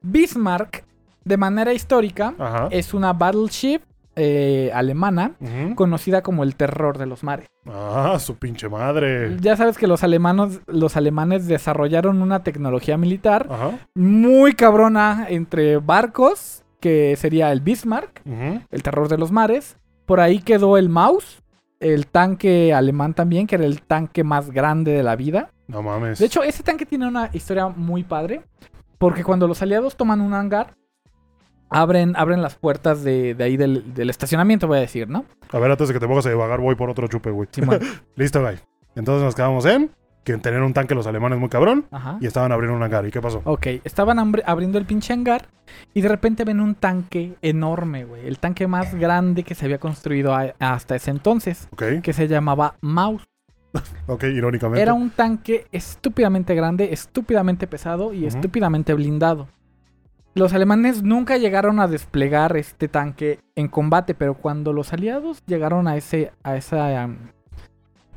Speaker 1: Bismarck, de manera histórica,
Speaker 2: Ajá.
Speaker 1: es una battleship eh, alemana
Speaker 2: Ujú.
Speaker 1: conocida como el terror de los mares.
Speaker 2: Ah, su pinche madre.
Speaker 1: Ya sabes que los alemanos, los alemanes desarrollaron una tecnología militar
Speaker 2: Ajá.
Speaker 1: muy cabrona entre barcos, que sería el Bismarck,
Speaker 2: Ujú.
Speaker 1: el terror de los mares. Por ahí quedó el Maus, el tanque alemán también, que era el tanque más grande de la vida.
Speaker 2: No mames.
Speaker 1: De hecho, ese tanque tiene una historia muy padre, porque cuando los aliados toman un hangar, abren, abren las puertas de, de ahí del, del estacionamiento, voy a decir, ¿no?
Speaker 2: A ver, antes de que te pongas a divagar, voy por otro chupe, güey.
Speaker 1: Simón.
Speaker 2: <laughs> Listo, güey. Entonces nos quedamos en que en tener un tanque los alemanes muy cabrón
Speaker 1: Ajá.
Speaker 2: y estaban abriendo un hangar. ¿Y qué pasó?
Speaker 1: Ok, estaban hambre- abriendo el pinche hangar y de repente ven un tanque enorme, güey. El tanque más grande que se había construido a- hasta ese entonces,
Speaker 2: Ok,
Speaker 1: que se llamaba Maus.
Speaker 2: ok, irónicamente.
Speaker 1: Era un tanque estúpidamente grande, estúpidamente pesado y
Speaker 2: Ujú.
Speaker 1: estúpidamente blindado. Los alemanes nunca llegaron a desplegar este tanque en combate, pero cuando los aliados llegaron a ese a esa um,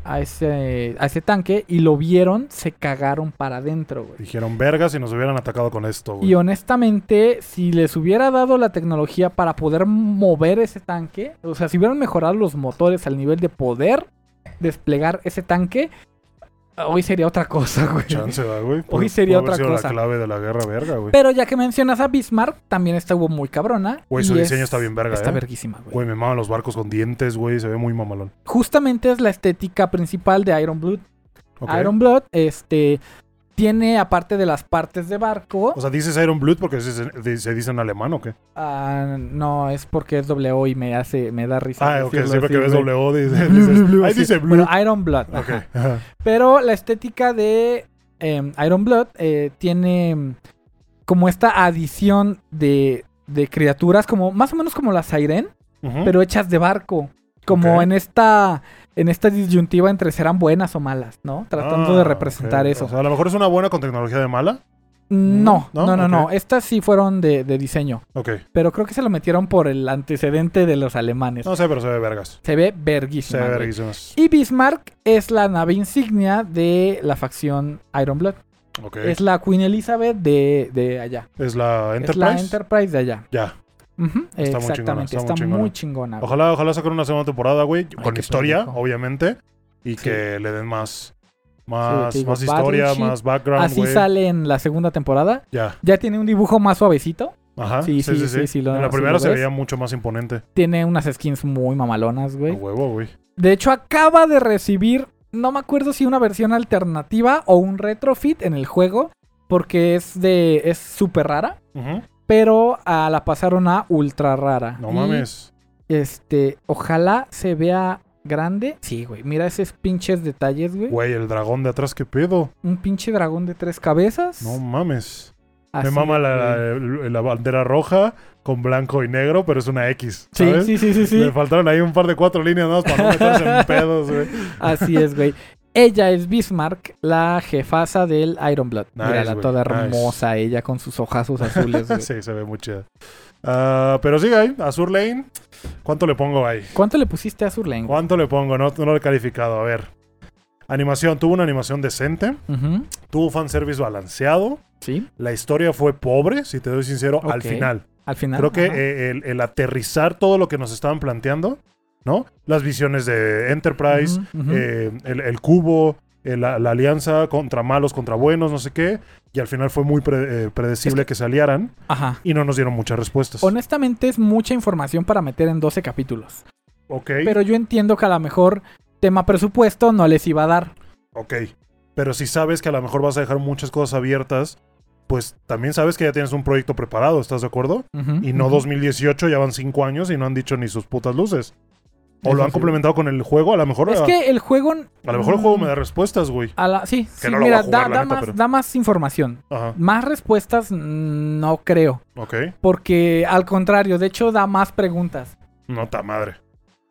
Speaker 1: a ese a ese tanque y lo vieron, se cagaron para adentro, güey.
Speaker 2: Dijeron vergas si nos hubieran atacado con esto, güey.
Speaker 1: Y honestamente, si les hubiera dado la tecnología para poder mover ese tanque, o sea, si hubieran mejorado los motores al nivel de poder desplegar ese tanque, hoy sería otra cosa, güey.
Speaker 2: Chance, va,
Speaker 1: <laughs>
Speaker 2: güey. Pudo-
Speaker 1: sería
Speaker 2: pudo haber
Speaker 1: otra
Speaker 2: sido
Speaker 1: cosa.
Speaker 2: la clave de la guerra, verga, güey.
Speaker 1: Pero ya que mencionas a Bismarck, también estuvo muy cabrona.
Speaker 2: Güey,
Speaker 1: y
Speaker 2: su
Speaker 1: es-
Speaker 2: diseño está bien verga,
Speaker 1: Está
Speaker 2: eh.
Speaker 1: verguísima, güey.
Speaker 2: Güey, me maman los barcos con dientes, güey. Se ve muy mamalón.
Speaker 1: Justamente es la estética principal de Iron Blood.
Speaker 2: Ok.
Speaker 1: Iron Blood, este, tiene aparte de las partes de barco,
Speaker 2: O sea, dices Iron Blood porque se, di- se dice en alemán o qué.
Speaker 1: ah, no es porque es W y me hace, me da risa.
Speaker 2: Ah, ok,
Speaker 1: decirlo
Speaker 2: siempre
Speaker 1: así,
Speaker 2: que ves
Speaker 1: güey.
Speaker 2: W dices.
Speaker 1: Blue, blue, blue,
Speaker 2: ahí
Speaker 1: así.
Speaker 2: dice Blue.
Speaker 1: Bueno, Iron Blood.
Speaker 2: ok.
Speaker 1: ajá. Pero la estética de eh, Iron Blood eh, tiene mm, como esta adición de, de criaturas, como más o menos como las Siren,
Speaker 2: Ujú.
Speaker 1: pero hechas de barco. Como
Speaker 2: Ok.
Speaker 1: en esta en esta disyuntiva entre serán buenas o malas, ¿no? Tratando
Speaker 2: Ah,
Speaker 1: de representar
Speaker 2: ok.
Speaker 1: eso. Mm,
Speaker 2: O sea, a lo mejor es una buena con tecnología de mala.
Speaker 1: no,
Speaker 2: ¿no?
Speaker 1: no, no, no,
Speaker 2: Ok.
Speaker 1: Estas sí fueron de, de diseño,
Speaker 2: Ok.
Speaker 1: pero creo que se lo metieron por el antecedente de los alemanes.
Speaker 2: No sé, pero se ve vergas.
Speaker 1: Se ve
Speaker 2: Se
Speaker 1: verguísima.
Speaker 2: ve
Speaker 1: güey.
Speaker 2: verguísimas.
Speaker 1: Y Bismarck es la nave insignia de la facción Ironblood.
Speaker 2: Ok.
Speaker 1: Es la Queen Elizabeth de, de allá.
Speaker 2: Es la
Speaker 1: Es la
Speaker 2: Enterprise.
Speaker 1: Enterprise de allá.
Speaker 2: Ya.
Speaker 1: Ujú,
Speaker 2: Está muy
Speaker 1: Exactamente,
Speaker 2: chingona, está muy
Speaker 1: está,
Speaker 2: chingona.
Speaker 1: muy chingona. güey.
Speaker 2: Ojalá, ojalá saquen una segunda temporada, güey.
Speaker 1: Ay,
Speaker 2: Con
Speaker 1: qué
Speaker 2: historia,
Speaker 1: pendejo.
Speaker 2: obviamente. Y
Speaker 1: Sí.
Speaker 2: que le den más. Más,
Speaker 1: Sí, te digo,
Speaker 2: más historia,
Speaker 1: Battleship,
Speaker 2: más background,
Speaker 1: Así
Speaker 2: güey.
Speaker 1: sale en la segunda temporada.
Speaker 2: Ya.
Speaker 1: Ya tiene un dibujo más suavecito.
Speaker 2: Ajá.
Speaker 1: Sí, sí, sí, sí, lo-
Speaker 2: en la
Speaker 1: sí
Speaker 2: primera
Speaker 1: lo
Speaker 2: se
Speaker 1: ves.
Speaker 2: veía mucho más imponente.
Speaker 1: Tiene unas skins muy mamalonas,
Speaker 2: A
Speaker 1: güey.
Speaker 2: huevo, güey.
Speaker 1: De hecho, acaba de recibir, no me acuerdo si una versión alternativa o un retrofit en el juego, porque es de es súper rara,
Speaker 2: Ujú.
Speaker 1: pero ah, la pasaron a ultra rara.
Speaker 2: No
Speaker 1: Y,
Speaker 2: mames.
Speaker 1: Este, ojalá se vea grande. Sí, güey, mira esos pinches detalles, güey.
Speaker 2: Güey, el dragón de atrás, qué pedo.
Speaker 1: Un pinche dragón de tres cabezas.
Speaker 2: No mames.
Speaker 1: Así,
Speaker 2: Me mama la,
Speaker 1: güey.
Speaker 2: la- la bandera roja con blanco y negro, pero es una X. ¿sabes?
Speaker 1: Sí, sí, sí, sí, sí.
Speaker 2: Le faltaron ahí un par de cuatro líneas más para no
Speaker 1: <laughs>
Speaker 2: meterse en pedos, güey.
Speaker 1: Así es, güey. Ella es Bismarck, la jefasa del Ironblood.
Speaker 2: Nice,
Speaker 1: Mírala,
Speaker 2: güey,
Speaker 1: toda
Speaker 2: nice.
Speaker 1: hermosa ella con sus ojazos azules, güey.
Speaker 2: <laughs> Sí, se ve muy chida. Ah, pero sigue ahí, Azur Lane. ¿Cuánto le pongo ahí?
Speaker 1: ¿Cuánto le pusiste a Surlane? güey?
Speaker 2: ¿Cuánto le pongo? No, no lo he calificado. A ver. Animación. Tuvo una animación decente.
Speaker 1: Ujú,
Speaker 2: Tuvo fanservice balanceado.
Speaker 1: Sí,
Speaker 2: La historia fue pobre, si te doy sincero, al
Speaker 1: Ok.
Speaker 2: final.
Speaker 1: al final.
Speaker 2: Creo que
Speaker 1: ajá.
Speaker 2: eh, el, el aterrizar todo lo que nos estaban planteando, ¿no? Las visiones de Enterprise,
Speaker 1: Ujú, ujú.
Speaker 2: eh, el, el cubo, eh, la, la alianza contra malos, contra buenos, no sé qué. Y al final fue muy pre- eh, predecible que se aliaran
Speaker 1: Ajá.
Speaker 2: y no nos dieron muchas respuestas.
Speaker 1: Honestamente es mucha información para meter en 12 capítulos.
Speaker 2: ok,
Speaker 1: Pero yo entiendo que a lo mejor tema presupuesto no les iba a dar.
Speaker 2: ok. Pero si sabes que a lo mejor vas a dejar muchas cosas abiertas, pues también sabes que ya tienes un proyecto preparado, ¿estás de acuerdo?
Speaker 1: Ujú,
Speaker 2: Y no
Speaker 1: ujú.
Speaker 2: 2018, ya van cinco años y no han dicho ni sus putas luces. O
Speaker 1: Eso
Speaker 2: lo han
Speaker 1: sí.
Speaker 2: complementado con el juego, a lo mejor...
Speaker 1: Es
Speaker 2: a-
Speaker 1: que mm. el juego...
Speaker 2: A lo mejor el juego me da respuestas, güey.
Speaker 1: a la- Sí, sí,
Speaker 2: no lo voy a
Speaker 1: mira,
Speaker 2: jugar,
Speaker 1: da,
Speaker 2: la
Speaker 1: da
Speaker 2: neta,
Speaker 1: más,
Speaker 2: pero-
Speaker 1: da más información.
Speaker 2: Ajá,
Speaker 1: Más respuestas mm, no creo.
Speaker 2: ok.
Speaker 1: Porque al contrario, de hecho da más preguntas.
Speaker 2: No ta madre.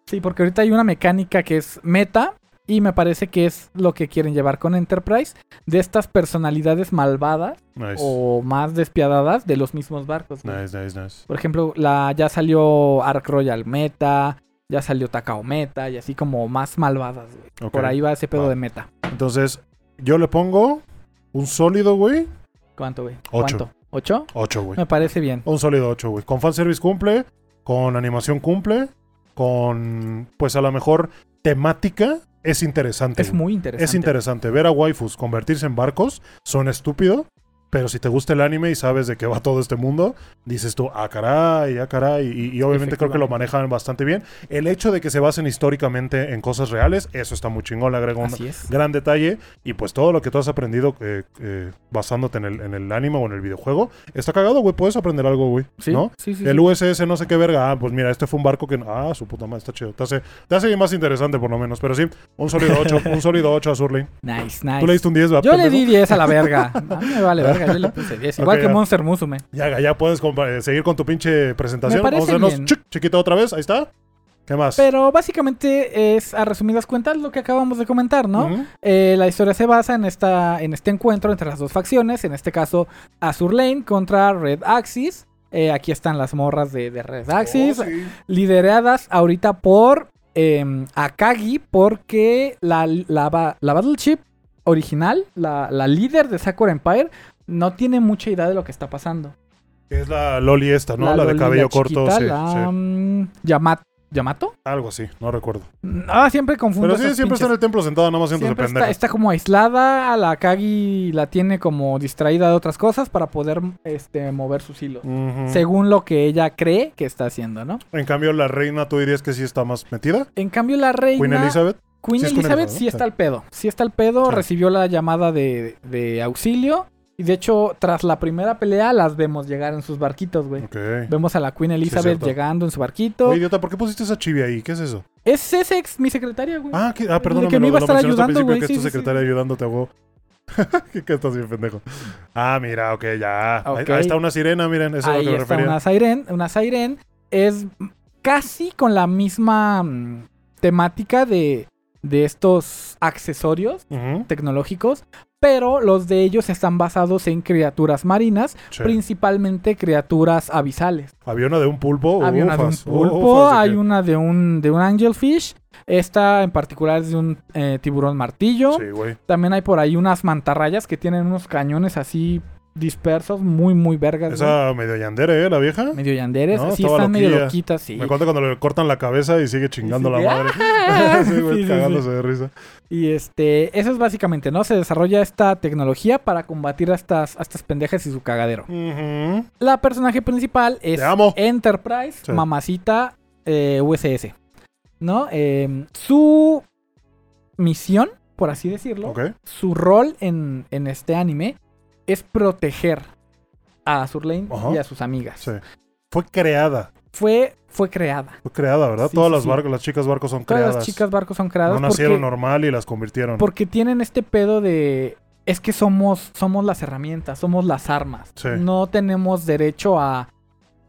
Speaker 1: Sí, porque ahorita hay una mecánica que es meta y me parece que es lo que quieren llevar con Enterprise de estas personalidades malvadas
Speaker 2: Nice.
Speaker 1: o más despiadadas de los mismos barcos. güey.
Speaker 2: Pues. Nice, nice, nice.
Speaker 1: Por ejemplo, la ya salió Ark Royal Meta, ya salió Takao Meta y así como más malvadas. güey.
Speaker 2: Ok.
Speaker 1: Por ahí va ese pedo
Speaker 2: va.
Speaker 1: de meta.
Speaker 2: Entonces, yo le pongo un sólido, güey.
Speaker 1: ¿Cuánto, güey?
Speaker 2: Ocho.
Speaker 1: ¿Cuánto? ¿Ocho?
Speaker 2: 8, güey.
Speaker 1: Me parece bien.
Speaker 2: Un sólido 8, güey. Con fanservice cumple, con animación cumple, con, pues a lo mejor, temática es interesante.
Speaker 1: Es
Speaker 2: güey.
Speaker 1: muy interesante.
Speaker 2: Es interesante. Ver a waifus convertirse en barcos son estúpido, pero si te gusta el anime y sabes de qué va todo este mundo, dices tú, ah, caray, ah, caray. Y, y obviamente creo que lo
Speaker 1: Efectivamente.
Speaker 2: manejan bastante bien. El hecho de que se basen históricamente en cosas reales, eso está muy chingón, le agrego un
Speaker 1: Así es.
Speaker 2: gran detalle. Y pues todo lo que tú has aprendido eh, eh, basándote en el, en el anime o en el videojuego, está cagado, güey. Puedes aprender algo, güey.
Speaker 1: ¿Sí?
Speaker 2: ¿No?
Speaker 1: Sí, sí,
Speaker 2: El
Speaker 1: sí.
Speaker 2: USS no sé qué verga. Ah, pues mira, este fue un barco que... Ah, su puta madre, está chido. Te hace, te hace más interesante por lo menos. Pero sí, un sólido
Speaker 1: <laughs>
Speaker 2: 8, un sólido 8 a Surly.
Speaker 1: Nice, nice.
Speaker 2: Tú le diste un 10, ¿verdad?
Speaker 1: Yo le
Speaker 2: pendejo?
Speaker 1: di 10 a la
Speaker 2: <laughs>
Speaker 1: verga. A mí me vale verga, yo le puse 10. Igual
Speaker 2: Ok,
Speaker 1: que
Speaker 2: ya.
Speaker 1: Monster Musume.
Speaker 2: Ya, ya puedes compa- eh, seguir con tu pinche presentación.
Speaker 1: Me parece
Speaker 2: Vamos a
Speaker 1: bien.
Speaker 2: vernos chic, chiquito otra vez. Ahí está. ¿Qué más?
Speaker 1: Pero básicamente es, a resumidas cuentas, lo que acabamos de comentar, ¿no?
Speaker 2: Ujú.
Speaker 1: Eh, la historia se basa en, esta, en este encuentro entre las dos facciones, en este caso Azur Lane contra Red Axis. Eh, aquí están las morras de, de Red Axis,
Speaker 2: Oh, sí.
Speaker 1: lideradas ahorita por eh, Akagi, porque la, la, ba- la Battleship original, la, la líder de Sakura Empire, no tiene mucha idea de lo que está pasando.
Speaker 2: Que es la Loli esta, ¿no? La, de
Speaker 1: Loli,
Speaker 2: cabello
Speaker 1: la
Speaker 2: corto.
Speaker 1: chiquita,
Speaker 2: sí,
Speaker 1: la,
Speaker 2: sí.
Speaker 1: mm, Yama- ¿Yamato?
Speaker 2: Algo así, no recuerdo.
Speaker 1: Ah, siempre confundo.
Speaker 2: Pero sí,
Speaker 1: esas
Speaker 2: siempre está en
Speaker 1: pinches.
Speaker 2: el templo sentada, nada más haciéndose
Speaker 1: Siempre
Speaker 2: pendeja.
Speaker 1: está, está como aislada. La Kagi la tiene como distraída de otras cosas para poder este, mover sus hilos.
Speaker 2: Ujú.
Speaker 1: Según lo que ella cree que está haciendo, ¿no?
Speaker 2: En cambio, la reina, ¿tú dirías que sí está más metida?
Speaker 1: En cambio, la reina.
Speaker 2: Queen Elizabeth.
Speaker 1: Queen
Speaker 2: Sí es Queen
Speaker 1: Elizabeth
Speaker 2: Elizabeth,
Speaker 1: sí
Speaker 2: ¿no?
Speaker 1: está al pedo. Sí está al pedo.
Speaker 2: Claro.
Speaker 1: Recibió la llamada de, de auxilio. Y de hecho, tras la primera pelea, las vemos llegar en sus barquitos, güey.
Speaker 2: Ok.
Speaker 1: Vemos a la Queen Elizabeth
Speaker 2: cierto.
Speaker 1: llegando en su barquito.
Speaker 2: Oye, idiota, ¿por qué pusiste esa chivia ahí? ¿Qué es eso?
Speaker 1: Es ese ex, mi secretaria, güey.
Speaker 2: Ah, que, ah perdóname,
Speaker 1: que me
Speaker 2: lo-
Speaker 1: iba a
Speaker 2: lo
Speaker 1: estar
Speaker 2: mencionaste al
Speaker 1: ayudando,
Speaker 2: principio,
Speaker 1: güey,
Speaker 2: que
Speaker 1: sí,
Speaker 2: es tu
Speaker 1: sí, sí.
Speaker 2: secretaria ayudándote, <laughs> güey. que estás bien pendejo. Ah, mira, ok, ya. Ahí-
Speaker 1: Ok.
Speaker 2: Ahí, está una sirena, miren, eso
Speaker 1: Ahí
Speaker 2: es a lo que me
Speaker 1: está
Speaker 2: refería.
Speaker 1: una Siren. Una Siren es casi con la misma mm, temática de, de estos accesorios
Speaker 2: Ujú,
Speaker 1: tecnológicos, pero los de ellos están basados en criaturas marinas,
Speaker 2: sí.
Speaker 1: principalmente criaturas abisales.
Speaker 2: Había una de un pulpo.
Speaker 1: Había una de un
Speaker 2: ufas,
Speaker 1: pulpo,
Speaker 2: ufas de
Speaker 1: hay
Speaker 2: que-
Speaker 1: una de un, de un angelfish, esta en particular es de un eh, tiburón martillo.
Speaker 2: Sí, güey.
Speaker 1: También hay por ahí unas mantarrayas que tienen unos cañones así dispersos, muy, muy vergas. güey.
Speaker 2: Esa medio yandere, ¿eh? La vieja.
Speaker 1: Medio yanderes,
Speaker 2: No,
Speaker 1: sí
Speaker 2: estaba
Speaker 1: están medio
Speaker 2: loquilla.
Speaker 1: loquitas, sí.
Speaker 2: Me cuenta cuando le cortan la cabeza y sigue chingando
Speaker 1: Sí,
Speaker 2: la
Speaker 1: sí.
Speaker 2: madre. <laughs> sí,
Speaker 1: <laughs>
Speaker 2: güey,
Speaker 1: Sí, sí, sí.
Speaker 2: cagándose de risa.
Speaker 1: Y este, eso es básicamente, ¿no? Se desarrolla esta tecnología para combatir a estas, a estas pendejas y su cagadero.
Speaker 2: Ujú.
Speaker 1: La personaje principal es
Speaker 2: Te amo.
Speaker 1: Enterprise,
Speaker 2: Sí.
Speaker 1: mamacita eh, USS, ¿no? Eh, su misión, por así decirlo,
Speaker 2: Ok.
Speaker 1: su rol en, en este anime es proteger a Surlane
Speaker 2: Ajá.
Speaker 1: y a sus amigas.
Speaker 2: Sí. Fue creada.
Speaker 1: Fue, fue creada.
Speaker 2: Fue creada, ¿verdad?
Speaker 1: Sí,
Speaker 2: Todas
Speaker 1: sí,
Speaker 2: las
Speaker 1: sí.
Speaker 2: barcos, las chicas barcos son
Speaker 1: Todas
Speaker 2: creadas.
Speaker 1: las chicas barcos son creadas
Speaker 2: no nacieron
Speaker 1: porque,
Speaker 2: normal y las convirtieron.
Speaker 1: porque tienen este pedo de... Es que somos, somos las herramientas, somos las armas.
Speaker 2: Sí.
Speaker 1: No tenemos derecho a,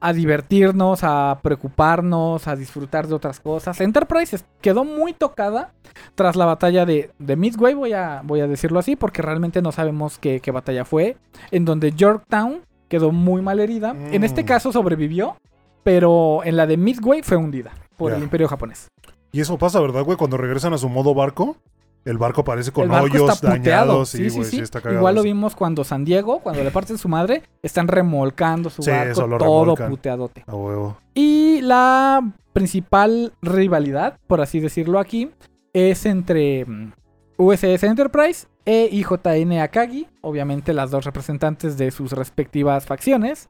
Speaker 1: a divertirnos, a preocuparnos, a disfrutar de otras cosas. Enterprise es- quedó muy tocada tras la batalla de, de Midway, voy a, voy a decirlo así, porque realmente no sabemos qué, qué batalla fue. En donde Yorktown quedó muy mal herida. En este
Speaker 2: Mm.
Speaker 1: caso sobrevivió, pero en la de Midway fue hundida por
Speaker 2: Ya.
Speaker 1: el Imperio japonés.
Speaker 2: Y eso pasa, ¿verdad, güey? Cuando regresan a su modo barco, el barco parece con
Speaker 1: el barco
Speaker 2: hoyos
Speaker 1: está puteado.
Speaker 2: dañados.
Speaker 1: Sí, sí,
Speaker 2: güey,
Speaker 1: sí.
Speaker 2: está cagado
Speaker 1: Igual lo
Speaker 2: eso.
Speaker 1: vimos cuando San Diego, cuando le parten su madre, están remolcando su
Speaker 2: Sí,
Speaker 1: barco
Speaker 2: eso lo
Speaker 1: todo
Speaker 2: remolcan.
Speaker 1: puteadote.
Speaker 2: A huevo.
Speaker 1: Y la principal rivalidad, por así decirlo aquí, es entre mm, USS Enterprise e IJN Akagi, obviamente las dos representantes de sus respectivas facciones.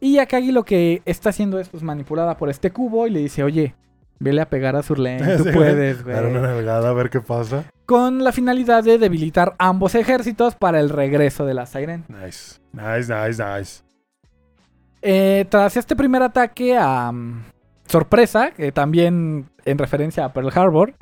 Speaker 1: Y Akagi lo que está haciendo es pues, manipulada por este cubo y le dice, oye, vele a pegar a
Speaker 2: <laughs>
Speaker 1: Surlane, tú
Speaker 2: Sí, güey.
Speaker 1: puedes,
Speaker 2: Dar una
Speaker 1: güey.
Speaker 2: nalgada a ver qué pasa.
Speaker 1: Con la finalidad de debilitar ambos ejércitos para el regreso de la Siren.
Speaker 2: Nice. Nice, nice, nice.
Speaker 1: Eh, tras este primer ataque a mm, sorpresa, que también en referencia a Pearl
Speaker 2: <laughs>
Speaker 1: Harbor,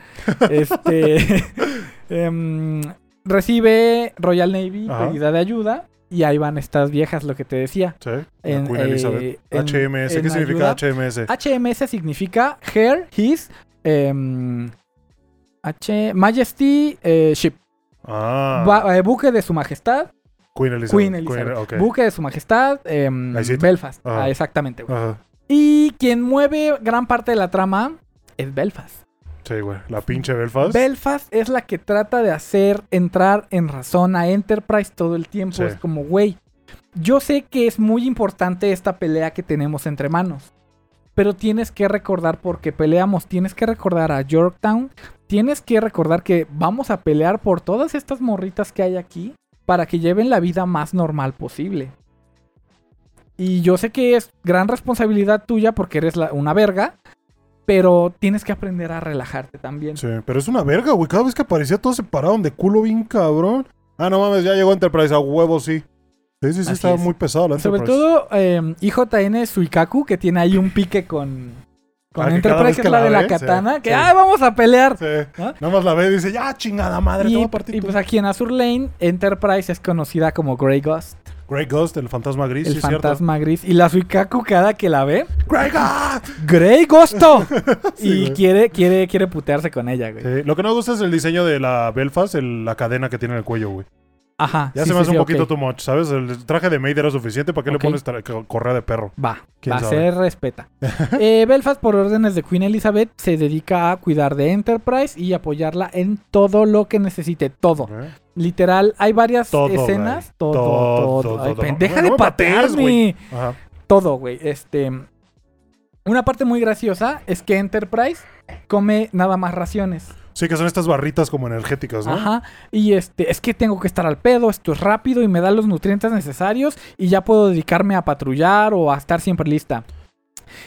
Speaker 1: este, <laughs> em, recibe Royal Navy
Speaker 2: Ajá.
Speaker 1: pedida de ayuda y ahí van estas viejas, lo que te decía.
Speaker 2: Sí.
Speaker 1: En,
Speaker 2: la Queen
Speaker 1: eh,
Speaker 2: Elizabeth.
Speaker 1: en-
Speaker 2: HMS.
Speaker 1: en
Speaker 2: ¿Qué significa
Speaker 1: ayuda.
Speaker 2: HMS?
Speaker 1: HMS significa Her, His, em, H, Majesty eh, Ship,
Speaker 2: Ah.
Speaker 1: Ba- eh, buque de su majestad,
Speaker 2: Queen Elizabeth.
Speaker 1: Queen Elizabeth,
Speaker 2: ok.
Speaker 1: buque de su majestad, em,
Speaker 2: Ahí sí.
Speaker 1: Belfast,
Speaker 2: Ajá.
Speaker 1: Ah, exactamente. güey.
Speaker 2: Ajá.
Speaker 1: Y quien mueve gran parte de la trama es Belfast.
Speaker 2: Sí, güey. La pinche Belfast.
Speaker 1: Belfast es la que trata de hacer entrar en razón a Enterprise todo el tiempo.
Speaker 2: Sí.
Speaker 1: Es como, güey, yo sé que es muy importante esta pelea que tenemos entre manos. Pero tienes que recordar por qué peleamos. Tienes que recordar a Yorktown. Tienes que recordar que vamos a pelear por todas estas morritas que hay aquí para que lleven la vida más normal posible. Y yo sé que es gran responsabilidad tuya porque eres la- una verga, pero tienes que aprender a relajarte también.
Speaker 2: Sí, pero es una verga, güey. Cada vez que aparecía todos se pararon de culo bien cabrón. Ah, no mames, ya llegó Enterprise a huevo, sí. Sí, sí, sí,
Speaker 1: Así
Speaker 2: estaba
Speaker 1: es.
Speaker 2: muy pesado la
Speaker 1: Sobre
Speaker 2: Enterprise.
Speaker 1: todo eh, IJN Suikaku, que tiene ahí un pique con, con
Speaker 2: Ah, que cada
Speaker 1: Enterprise,
Speaker 2: vez
Speaker 1: que
Speaker 2: que
Speaker 1: es la,
Speaker 2: la
Speaker 1: de la
Speaker 2: ve, sí,
Speaker 1: katana, que
Speaker 2: sí.
Speaker 1: ¡ay, vamos a pelear!
Speaker 2: Sí.
Speaker 1: ¿Ah?
Speaker 2: Nada más la ve y dice, ya chingada madre, te voy
Speaker 1: Y,
Speaker 2: a partir.
Speaker 1: y
Speaker 2: tu-
Speaker 1: pues aquí en Azur Lane, Enterprise es conocida como Grey Ghost,
Speaker 2: Grey Ghost, el fantasma gris,
Speaker 1: ah, el
Speaker 2: sí,
Speaker 1: fantasma gris. Y la Suikaku, cada que la ve,
Speaker 2: cierto. ¡Grey Ghost!
Speaker 1: ¡Grey Ghosto!
Speaker 2: <laughs> Sí,
Speaker 1: y
Speaker 2: güey.
Speaker 1: quiere, quiere, quiere putearse con ella, güey.
Speaker 2: Sí, Lo que no me gusta es el diseño de la Belfast, el- la cadena que tiene en el cuello, güey.
Speaker 1: Ajá.
Speaker 2: Ya
Speaker 1: sí,
Speaker 2: se me
Speaker 1: sí,
Speaker 2: hace
Speaker 1: sí,
Speaker 2: un poquito
Speaker 1: ok.
Speaker 2: too much, ¿sabes? El traje de Maid era suficiente. ¿Para qué
Speaker 1: Ok.
Speaker 2: le pones tra- co- correa de perro?
Speaker 1: Va,
Speaker 2: ¿Quién
Speaker 1: va a
Speaker 2: sabe?
Speaker 1: ser
Speaker 2: <laughs>
Speaker 1: respeta. Eh, Belfast, por órdenes de Queen Elizabeth, se dedica a cuidar de Enterprise y apoyarla en todo lo que necesite. Todo.
Speaker 2: ¿Eh?
Speaker 1: Literal, hay varias
Speaker 2: Todo,
Speaker 1: escenas. Todo,
Speaker 2: güey.
Speaker 1: todo,
Speaker 2: Todo,
Speaker 1: Ay,
Speaker 2: todo.
Speaker 1: pen- deja
Speaker 2: No
Speaker 1: de
Speaker 2: me patees,
Speaker 1: patearme.
Speaker 2: güey. Ajá.
Speaker 1: Todo, güey. Este. Una parte muy graciosa es que Enterprise come nada más raciones.
Speaker 2: Sí, que son estas barritas como energéticas, Pues ¿no?
Speaker 1: Ajá. Y este, es que tengo que estar al pedo, esto es rápido y me da los nutrientes necesarios y ya puedo dedicarme a patrullar o a estar siempre lista.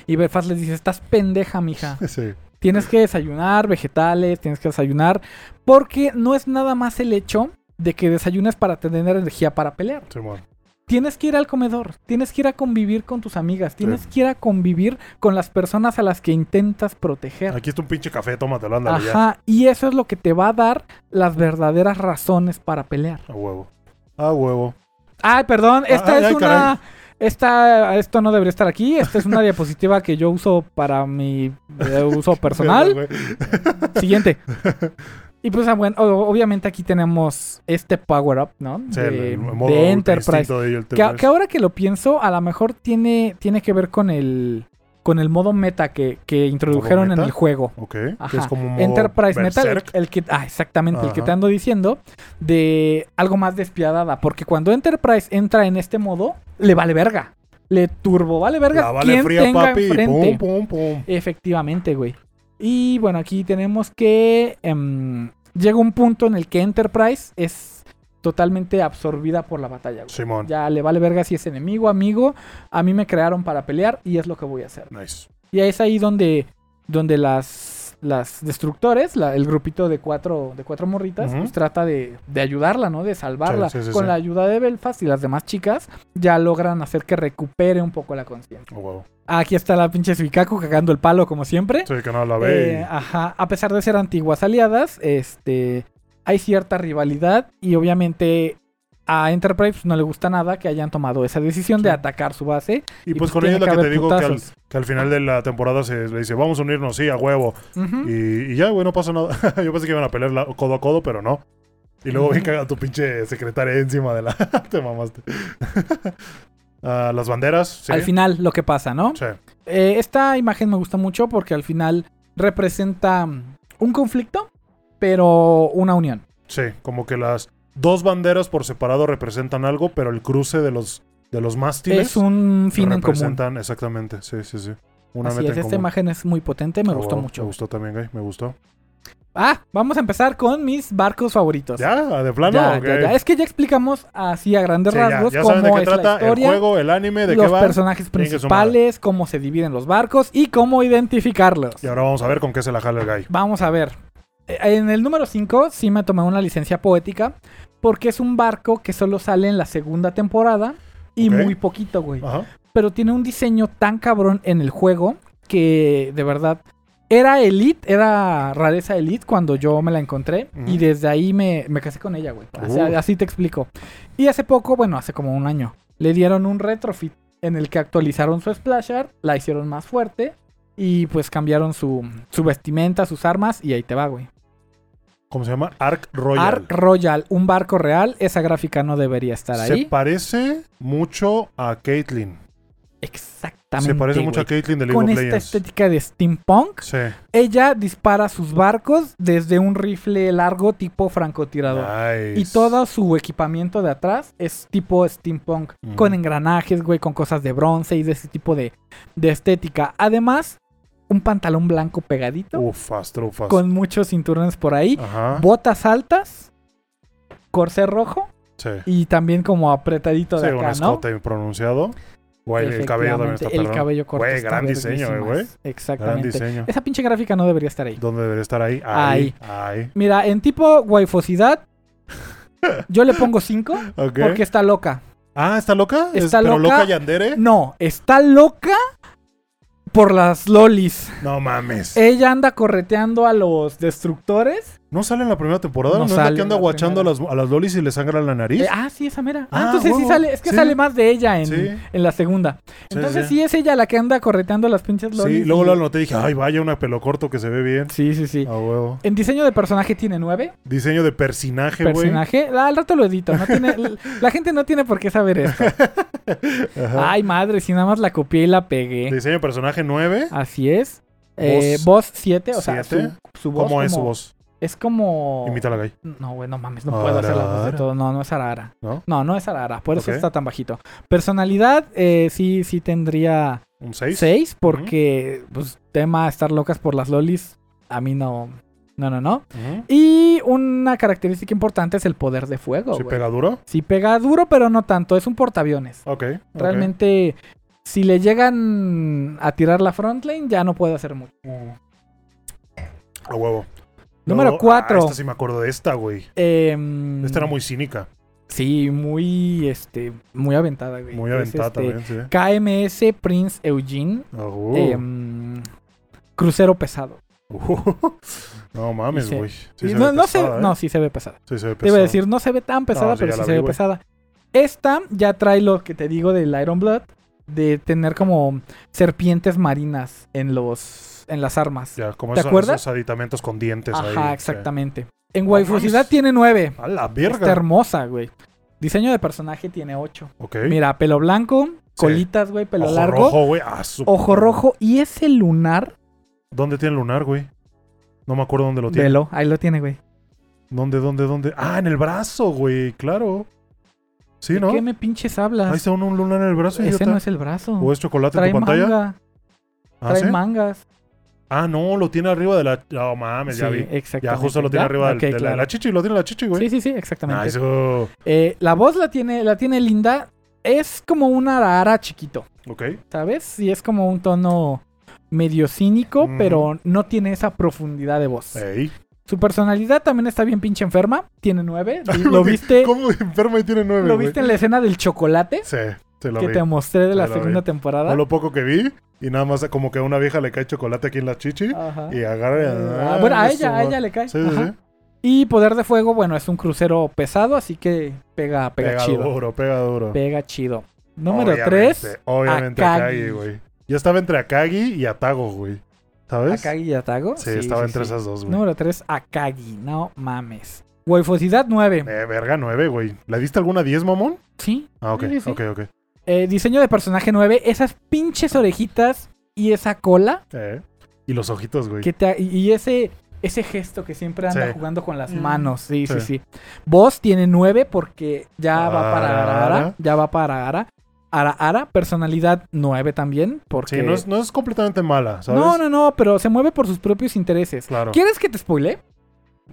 Speaker 1: Y Belfast les dice, estás pendeja,
Speaker 2: <laughs>
Speaker 1: mija.
Speaker 2: <laughs> Sí.
Speaker 1: Tienes que desayunar vegetales, tienes que desayunar, porque no es nada más el hecho de que desayunes para tener energía para pelear.
Speaker 2: Simón.
Speaker 1: Tienes que ir al comedor, tienes que ir a convivir con tus amigas, tienes que ir a convivir con las personas a las que intentas proteger.
Speaker 2: Aquí está un pinche café, tómatelo, ándale ya.
Speaker 1: Ajá, y eso es lo que te va a dar las verdaderas razones para pelear.
Speaker 2: A huevo. A huevo.
Speaker 1: Ay, perdón, esta
Speaker 2: Ah,
Speaker 1: es
Speaker 2: ay,
Speaker 1: una.
Speaker 2: caray.
Speaker 1: Esta, esto no debería estar aquí. Esta
Speaker 2: <laughs>
Speaker 1: es una diapositiva que yo uso para mi eh, uso personal.
Speaker 2: Verga, güey. <laughs>
Speaker 1: Siguiente. Y pues, ah, bueno, o- obviamente aquí tenemos este power up, ¿no?
Speaker 2: O sea, el- el modo
Speaker 1: de
Speaker 2: ultra
Speaker 1: Enterprise.
Speaker 2: instinto de ello, el
Speaker 1: Que,
Speaker 2: Enterprise.
Speaker 1: que ahora que lo pienso, a lo mejor tiene, tiene que ver con el, con el modo meta que, que introdujeron
Speaker 2: meta?
Speaker 1: en el juego.
Speaker 2: Ok, que
Speaker 1: Ajá.
Speaker 2: es como un modo
Speaker 1: Enterprise Metal, el,
Speaker 2: Berserk.
Speaker 1: el que, ah, exactamente, el que
Speaker 2: Ajá.
Speaker 1: te ando diciendo, de algo más despiadada, porque cuando Enterprise entra en este modo, le vale verga, le turbo vale verga
Speaker 2: La vale
Speaker 1: quien
Speaker 2: fría,
Speaker 1: tenga
Speaker 2: papi. y
Speaker 1: enfrente.
Speaker 2: Pum, pum, pum.
Speaker 1: Efectivamente, güey. Y bueno, aquí tenemos que em, llega un punto en el que Enterprise es totalmente absorbida por la batalla, güey.
Speaker 2: Simón.
Speaker 1: Ya le vale verga si es enemigo, amigo. A mí me crearon para pelear y es lo que voy a hacer.
Speaker 2: Nice.
Speaker 1: Y es ahí donde, donde las, las destructores, la- el grupito de cuatro, de cuatro morritas,
Speaker 2: Ujú.
Speaker 1: pues trata de, de ayudarla, ¿no? De salvarla.
Speaker 2: Sí, sí, sí,
Speaker 1: Con
Speaker 2: sí.
Speaker 1: la ayuda de Belfast y las demás chicas, ya logran hacer que recupere un poco la conciencia.
Speaker 2: Oh, wow.
Speaker 1: Aquí está la pinche Suikaku cagando el palo, como siempre.
Speaker 2: Sí, que no la ve. y-
Speaker 1: Eh, ajá, a pesar de ser antiguas aliadas, este, hay cierta rivalidad y obviamente a Enterprise pues, no le gusta nada que hayan tomado esa decisión de
Speaker 2: Sí.
Speaker 1: atacar su base.
Speaker 2: y, pues, con
Speaker 1: tiene
Speaker 2: ella es la que
Speaker 1: haber
Speaker 2: te digo que al,
Speaker 1: putazos.
Speaker 2: que al final de la temporada se le dice, vamos a unirnos, sí, a huevo.
Speaker 1: Ujú.
Speaker 2: Y, y ya, güey, no pasa nada. <laughs> Yo pensé que iban a pelear la- codo a codo, pero no. Y luego
Speaker 1: Ujú.
Speaker 2: ven caga tu pinche secretaria encima de la. <laughs> te mamaste. Ah, las banderas, sí.
Speaker 1: Al final lo que pasa, ¿no?
Speaker 2: Sí.
Speaker 1: Eh, esta imagen me gusta mucho porque al final representa mm, un conflicto, pero una unión.
Speaker 2: Sí, como que las dos banderas por separado representan algo, pero el cruce de los, de los mástiles
Speaker 1: Es un fin en común.
Speaker 2: representan exactamente, sí, sí, sí. Una
Speaker 1: Así
Speaker 2: meta
Speaker 1: es,
Speaker 2: en
Speaker 1: esta
Speaker 2: común.
Speaker 1: imagen es muy potente, me
Speaker 2: Ah,
Speaker 1: gustó
Speaker 2: wow,
Speaker 1: mucho.
Speaker 2: Me gustó también, güey, me gustó.
Speaker 1: Ah, vamos a empezar con mis barcos favoritos.
Speaker 2: Ya, de plano.
Speaker 1: Ya,
Speaker 2: Ah, Ok.
Speaker 1: ya, ya. Es que ya explicamos así a grandes
Speaker 2: Sí, ya,
Speaker 1: rasgos
Speaker 2: ya saben de
Speaker 1: cómo
Speaker 2: qué
Speaker 1: es la
Speaker 2: trata el
Speaker 1: historia,
Speaker 2: juego, el anime, de qué
Speaker 1: los
Speaker 2: va.
Speaker 1: personajes
Speaker 2: Chingue su madre.
Speaker 1: principales, cómo se dividen los barcos y cómo identificarlos.
Speaker 2: Y ahora vamos a ver con qué se la jala el guy.
Speaker 1: Vamos a ver. Eh, En el número 5 sí me tomé una licencia poética porque es un barco que solo sale en la segunda temporada y
Speaker 2: Ok. Ah,
Speaker 1: muy poquito, güey.
Speaker 2: Ajá.
Speaker 1: Pero tiene un diseño tan cabrón en el juego que de verdad era elite, era rareza elite cuando yo me la encontré
Speaker 2: Ujú.
Speaker 1: y desde ahí me, me casé con ella, güey. Así,
Speaker 2: Uh.
Speaker 1: así te explico. Y hace poco, bueno, hace como un año, le dieron un retrofit en el que actualizaron su splash art, la hicieron más fuerte y pues cambiaron su, su vestimenta, sus armas y ahí te va, güey.
Speaker 2: ¿Cómo se llama? Ark Royal.
Speaker 1: Ark Royal, un barco real, esa gráfica no debería estar
Speaker 2: Se
Speaker 1: ahí.
Speaker 2: parece mucho a Caitlyn.
Speaker 1: Exactamente.
Speaker 2: Se parece mucho a
Speaker 1: güey.
Speaker 2: Caitlyn de League
Speaker 1: Con este
Speaker 2: of
Speaker 1: esta
Speaker 2: Legends.
Speaker 1: estética de steampunk,
Speaker 2: Sí.
Speaker 1: ella dispara sus barcos desde un rifle largo tipo francotirador.
Speaker 2: Nice.
Speaker 1: Y todo su equipamiento de atrás es tipo steampunk,
Speaker 2: Ujú.
Speaker 1: con engranajes, güey, con cosas de bronce y de ese tipo de, de estética. Además, un pantalón blanco pegadito,
Speaker 2: Ufas, trufas.
Speaker 1: con muchos cinturones por ahí,
Speaker 2: Ajá.
Speaker 1: botas altas, corsé rojo
Speaker 2: Sí.
Speaker 1: y también como apretadito
Speaker 2: Sí,
Speaker 1: de
Speaker 2: un
Speaker 1: acá, ¿no?
Speaker 2: escote pronunciado. Güey, el cabello también
Speaker 1: Efectivamente,
Speaker 2: está
Speaker 1: El
Speaker 2: perrón.
Speaker 1: cabello corto.
Speaker 2: Güey,
Speaker 1: está
Speaker 2: gran diseño, eh,
Speaker 1: verguísimas.
Speaker 2: güey. Gran
Speaker 1: Exactamente. <laughs>
Speaker 2: diseño.
Speaker 1: Esa pinche gráfica no debería estar ahí.
Speaker 2: ¿Dónde debería estar ahí? Ahí. Ahí.
Speaker 1: Mira, en tipo
Speaker 2: <laughs>
Speaker 1: waifosidad, yo le pongo 5
Speaker 2: Ok.
Speaker 1: porque está loca.
Speaker 2: Ah, ¿está loca? ¿Es-
Speaker 1: Está
Speaker 2: ¿Pero
Speaker 1: loca.
Speaker 2: loca Yandere?
Speaker 1: No, está loca por las lolis.
Speaker 2: No mames.
Speaker 1: Ella anda correteando a los destructores.
Speaker 2: ¿No sale en la primera temporada?
Speaker 1: No
Speaker 2: ¿No, es la
Speaker 1: sale
Speaker 2: que anda
Speaker 1: en la
Speaker 2: guachando a las, a las lolis y le sangra la nariz?
Speaker 1: Eh, ah, sí, esa mera. Ah,
Speaker 2: Ah,
Speaker 1: entonces sí
Speaker 2: huevo.
Speaker 1: sale. Es que
Speaker 2: Sí.
Speaker 1: sale más de ella en,
Speaker 2: Sí.
Speaker 1: en la segunda. Entonces sí, es ella la que anda correteando a las pinches lolis.
Speaker 2: Sí, luego
Speaker 1: y-
Speaker 2: lo noté y dije, ay, vaya, una pelo corto que se ve bien.
Speaker 1: Sí, sí, sí.
Speaker 2: A huevo.
Speaker 1: En diseño de personaje tiene 9.
Speaker 2: Diseño de personaje, güey.
Speaker 1: personaje. Ah, al rato lo edito. No tiene, l- la gente no tiene por qué saber esto.
Speaker 2: <laughs> <laughs> Ajá.
Speaker 1: Ay, eh. madre, si nada más la copié y la pegué.
Speaker 2: Diseño de personaje 9.
Speaker 1: Así es. Eh,
Speaker 2: Voz.
Speaker 1: voz 7, o sea, su,
Speaker 2: ¿Siete?
Speaker 1: su voz.
Speaker 2: ¿Cómo es su
Speaker 1: como-
Speaker 2: voz?
Speaker 1: Es como.
Speaker 2: Imita a la gay.
Speaker 1: No, güey, no mames, no puedo hacer la voz de
Speaker 2: Arara.
Speaker 1: todo. No, no es Arara.
Speaker 2: ¿No?
Speaker 1: No, no es Arara, por eso
Speaker 2: Ok.
Speaker 1: está tan bajito. Personalidad, eh, sí, sí tendría
Speaker 2: ¿Un 6?
Speaker 1: 6, porque, pues, tema estar locas por las lolis, a mí no. No, no, no. Y una característica importante es el poder de fuego.
Speaker 2: ¿Sí
Speaker 1: güey.
Speaker 2: pega duro?
Speaker 1: Sí pega duro, pero no tanto. Es un portaaviones.
Speaker 2: Ok. ok.
Speaker 1: Realmente, si le llegan a tirar la frontline, ya no puede hacer mucho.
Speaker 2: A huevo.
Speaker 1: Número
Speaker 2: Luego-
Speaker 1: 4.
Speaker 2: Ah, esta sí me acuerdo de esta, güey.
Speaker 1: em,
Speaker 2: Esta era muy cínica.
Speaker 1: Sí, muy, este, muy aventada, güey.
Speaker 2: Muy
Speaker 1: Es,
Speaker 2: aventada
Speaker 1: este,
Speaker 2: también, Uh. sí.
Speaker 1: KMS Prince Eugene.
Speaker 2: A huevo.
Speaker 1: em, crucero pesado.
Speaker 2: Ujú. <laughs> no mames,
Speaker 1: Dice-
Speaker 2: güey. Sí
Speaker 1: Y
Speaker 2: se
Speaker 1: no,
Speaker 2: ve
Speaker 1: no se-
Speaker 2: pesada, ¿eh?
Speaker 1: no, sí se ve pesada.
Speaker 2: Sí se ve
Speaker 1: Te iba a
Speaker 2: pesada.
Speaker 1: decir, no se ve tan pesada,
Speaker 2: No, sí,
Speaker 1: pero
Speaker 2: ya
Speaker 1: sí
Speaker 2: la
Speaker 1: se
Speaker 2: vi,
Speaker 1: ve
Speaker 2: güey.
Speaker 1: pesada. Esta ya trae lo que te digo del Iron Blood, de tener como serpientes marinas en los en las armas.
Speaker 2: Ya, como
Speaker 1: ¿Te
Speaker 2: esos,
Speaker 1: acuerdas?
Speaker 2: esos aditamentos con dientes ahí.
Speaker 1: Ajá,
Speaker 2: sí.
Speaker 1: exactamente. Este En waifusidad tiene nueve.
Speaker 2: A la
Speaker 1: Está
Speaker 2: verga.
Speaker 1: hermosa, güey. Diseño de personaje tiene ocho.
Speaker 2: Ok.
Speaker 1: Mira, pelo blanco, colitas, güey, pelo
Speaker 2: Ojo
Speaker 1: largo,
Speaker 2: rojo, güey. Ah, su-
Speaker 1: ojo rojo y ese lunar.
Speaker 2: ¿Dónde tiene el lunar, güey? No me acuerdo dónde lo tiene.
Speaker 1: Velo, ahí lo tiene, güey.
Speaker 2: ¿Dónde, dónde, dónde? Ah, en el brazo, güey. Claro. Sí,
Speaker 1: ¿De
Speaker 2: ¿no?
Speaker 1: ¿Qué me pinches
Speaker 2: Ahí
Speaker 1: hablas?
Speaker 2: está uno, un lunar en el brazo,
Speaker 1: Ese
Speaker 2: idiota.
Speaker 1: no es el brazo.
Speaker 2: ¿O es chocolate en
Speaker 1: Trae
Speaker 2: tu pantalla?
Speaker 1: manga,
Speaker 2: ¿Ah,
Speaker 1: trae
Speaker 2: sí?
Speaker 1: mangas.
Speaker 2: Ah, no, lo tiene arriba de la. No mames, Ah, ya
Speaker 1: Sí,
Speaker 2: vi. Ya
Speaker 1: exactamente.
Speaker 2: justo lo tiene
Speaker 1: ¿Ya?
Speaker 2: arriba del-
Speaker 1: Ok,
Speaker 2: de, la,
Speaker 1: claro.
Speaker 2: de la chichi, lo tiene la chichi, güey.
Speaker 1: Sí, sí, sí, exactamente.
Speaker 2: Ah, eso.
Speaker 1: Eh, la voz la tiene, la tiene linda. Es como un arara chiquito,
Speaker 2: Ok.
Speaker 1: ¿sabes? Y es como un tono medio cínico,
Speaker 2: Ujú.
Speaker 1: pero no tiene esa profundidad de voz.
Speaker 2: Ey.
Speaker 1: Su personalidad también está bien pinche enferma. Tiene nueve.
Speaker 2: <laughs>
Speaker 1: Lo viste,
Speaker 2: ¿Cómo de enferma y tiene nueve?
Speaker 1: lo
Speaker 2: güey?
Speaker 1: viste en la escena del chocolate
Speaker 2: Sí, se lo
Speaker 1: que
Speaker 2: vi.
Speaker 1: te mostré de la
Speaker 2: Lo vi.
Speaker 1: segunda temporada.
Speaker 2: Fue lo poco que vi y nada más como que a una vieja le cae chocolate aquí en la chichi
Speaker 1: Ajá.
Speaker 2: y agarra. y-
Speaker 1: Ah, bueno, a
Speaker 2: ah,
Speaker 1: ella,
Speaker 2: su-
Speaker 1: a ella le cae.
Speaker 2: Sí, sí,
Speaker 1: Ajá.
Speaker 2: sí.
Speaker 1: Y Poder de Fuego, bueno, es un crucero pesado, así que pega, pega,
Speaker 2: Pega,
Speaker 1: chido.
Speaker 2: duro, pega duro.
Speaker 1: Pega chido. Número
Speaker 2: Obviamente,
Speaker 1: 3,
Speaker 2: Obviamente
Speaker 1: Akagi.
Speaker 2: Akagi, güey. Yo estaba entre Akagi y Atago, güey. ¿Sabes?
Speaker 1: Akagi y Atago.
Speaker 2: Sí, estaba entre esas dos, güey.
Speaker 1: Número 3, Akagi. No mames. Waifosidad 9.
Speaker 2: Eh, verga, nueve, güey. ¿Le diste alguna 10, mamón?
Speaker 1: Sí.
Speaker 2: Ah, ok,
Speaker 1: Sí, sí, sí.
Speaker 2: ok, ok.
Speaker 1: Eh, diseño de personaje 9. Esas pinches orejitas y esa cola.
Speaker 2: Eh, Y los ojitos, güey.
Speaker 1: Que te, y- y ese, ese gesto que siempre anda
Speaker 2: Sí.
Speaker 1: jugando con las
Speaker 2: Mm.
Speaker 1: manos. Sí, sí,
Speaker 2: Sí.
Speaker 1: sí. Voz tiene 9 porque ya va para Ara. Ara,
Speaker 2: Ara.
Speaker 1: Ya va para Ara. Ara, Ara. Personalidad 9 también. Porque...
Speaker 2: Sí, no es, no es completamente mala, ¿sabes?
Speaker 1: No, no, no, pero se mueve por sus propios intereses.
Speaker 2: Claro.
Speaker 1: ¿Quieres que te spoile?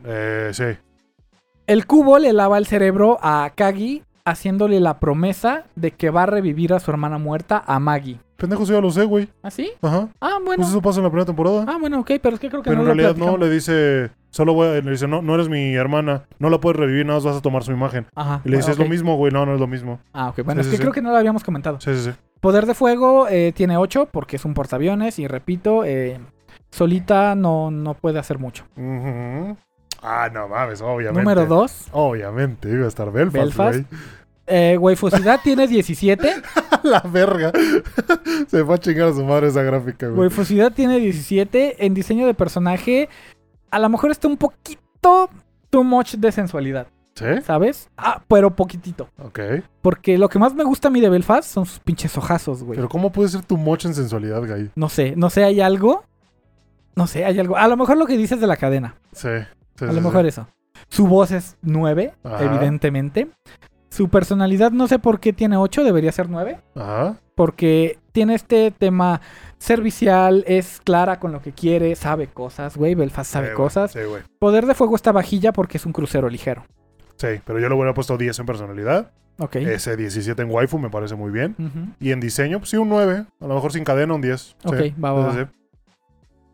Speaker 2: Eh, sí.
Speaker 1: El cubo le lava el cerebro a Akagi haciéndole la promesa de que va a revivir a su hermana muerta, a Maggie.
Speaker 2: Pendejo, sí, ya lo sé, güey.
Speaker 1: ¿Ah, sí?
Speaker 2: Ajá.
Speaker 1: Ah, bueno.
Speaker 2: Pues eso pasa en la primera temporada.
Speaker 1: Ah, bueno, ok, pero es que creo que no
Speaker 2: Pero en
Speaker 1: lo
Speaker 2: realidad no,
Speaker 1: platicamos.
Speaker 2: le dice, solo voy, le dice, no, no eres mi hermana, no la puedes revivir, nada más vas a tomar su imagen.
Speaker 1: Ajá.
Speaker 2: Y le
Speaker 1: bueno,
Speaker 2: dice, es lo
Speaker 1: Ah, ok.
Speaker 2: mismo, güey, no, no es lo mismo.
Speaker 1: Ah, ok, bueno,
Speaker 2: Sí,
Speaker 1: es
Speaker 2: sí,
Speaker 1: que
Speaker 2: sí.
Speaker 1: creo que no lo habíamos comentado.
Speaker 2: Sí, sí, sí.
Speaker 1: Poder de fuego eh, tiene 8 porque es un portaaviones y repito, eh, solita no, no puede hacer mucho.
Speaker 2: Ujú. Ah, no mames, obviamente.
Speaker 1: Número 2,
Speaker 2: Obviamente, iba a estar Belfast,
Speaker 1: Belfast.
Speaker 2: güey.
Speaker 1: eh, Waifusidad tiene 17.
Speaker 2: <laughs> A la verga. <laughs> Se fue a chingar a su madre esa gráfica, güey.
Speaker 1: Waifusidad tiene 17. En diseño de personaje, a lo mejor está un poquito too much de sensualidad.
Speaker 2: ¿Sí?
Speaker 1: ¿sabes? Ah, pero poquitito.
Speaker 2: Ok.
Speaker 1: Porque lo que más me gusta a mí de Belfast son sus pinches ojazos, güey.
Speaker 2: Pero ¿cómo puede ser tu mocha en sensualidad, güey?
Speaker 1: No sé, no sé, hay algo. No sé, hay algo. A lo mejor lo que dices de la cadena.
Speaker 2: Sí. sí,
Speaker 1: A lo
Speaker 2: sí, sí.
Speaker 1: mejor eso. Su voz es 9,
Speaker 2: Ajá.
Speaker 1: evidentemente. Su personalidad, no sé por qué tiene 8, debería ser 9.
Speaker 2: Ajá.
Speaker 1: Porque tiene este tema servicial, es clara con lo que quiere, sabe cosas, güey. Belfast sabe
Speaker 2: Sí, güey,
Speaker 1: cosas.
Speaker 2: Eh, Sí, güey.
Speaker 1: Poder de fuego está vajilla porque es un crucero ligero.
Speaker 2: Sí, pero yo le hubiera puesto 10 en personalidad.
Speaker 1: Ok.
Speaker 2: Ese 17 en waifu me parece muy bien.
Speaker 1: Ujú.
Speaker 2: Y en diseño, pues sí, un 9. A lo mejor sin cadena, un 10. Sí,
Speaker 1: Ok, va, va,
Speaker 2: sí,
Speaker 1: va.
Speaker 2: sí.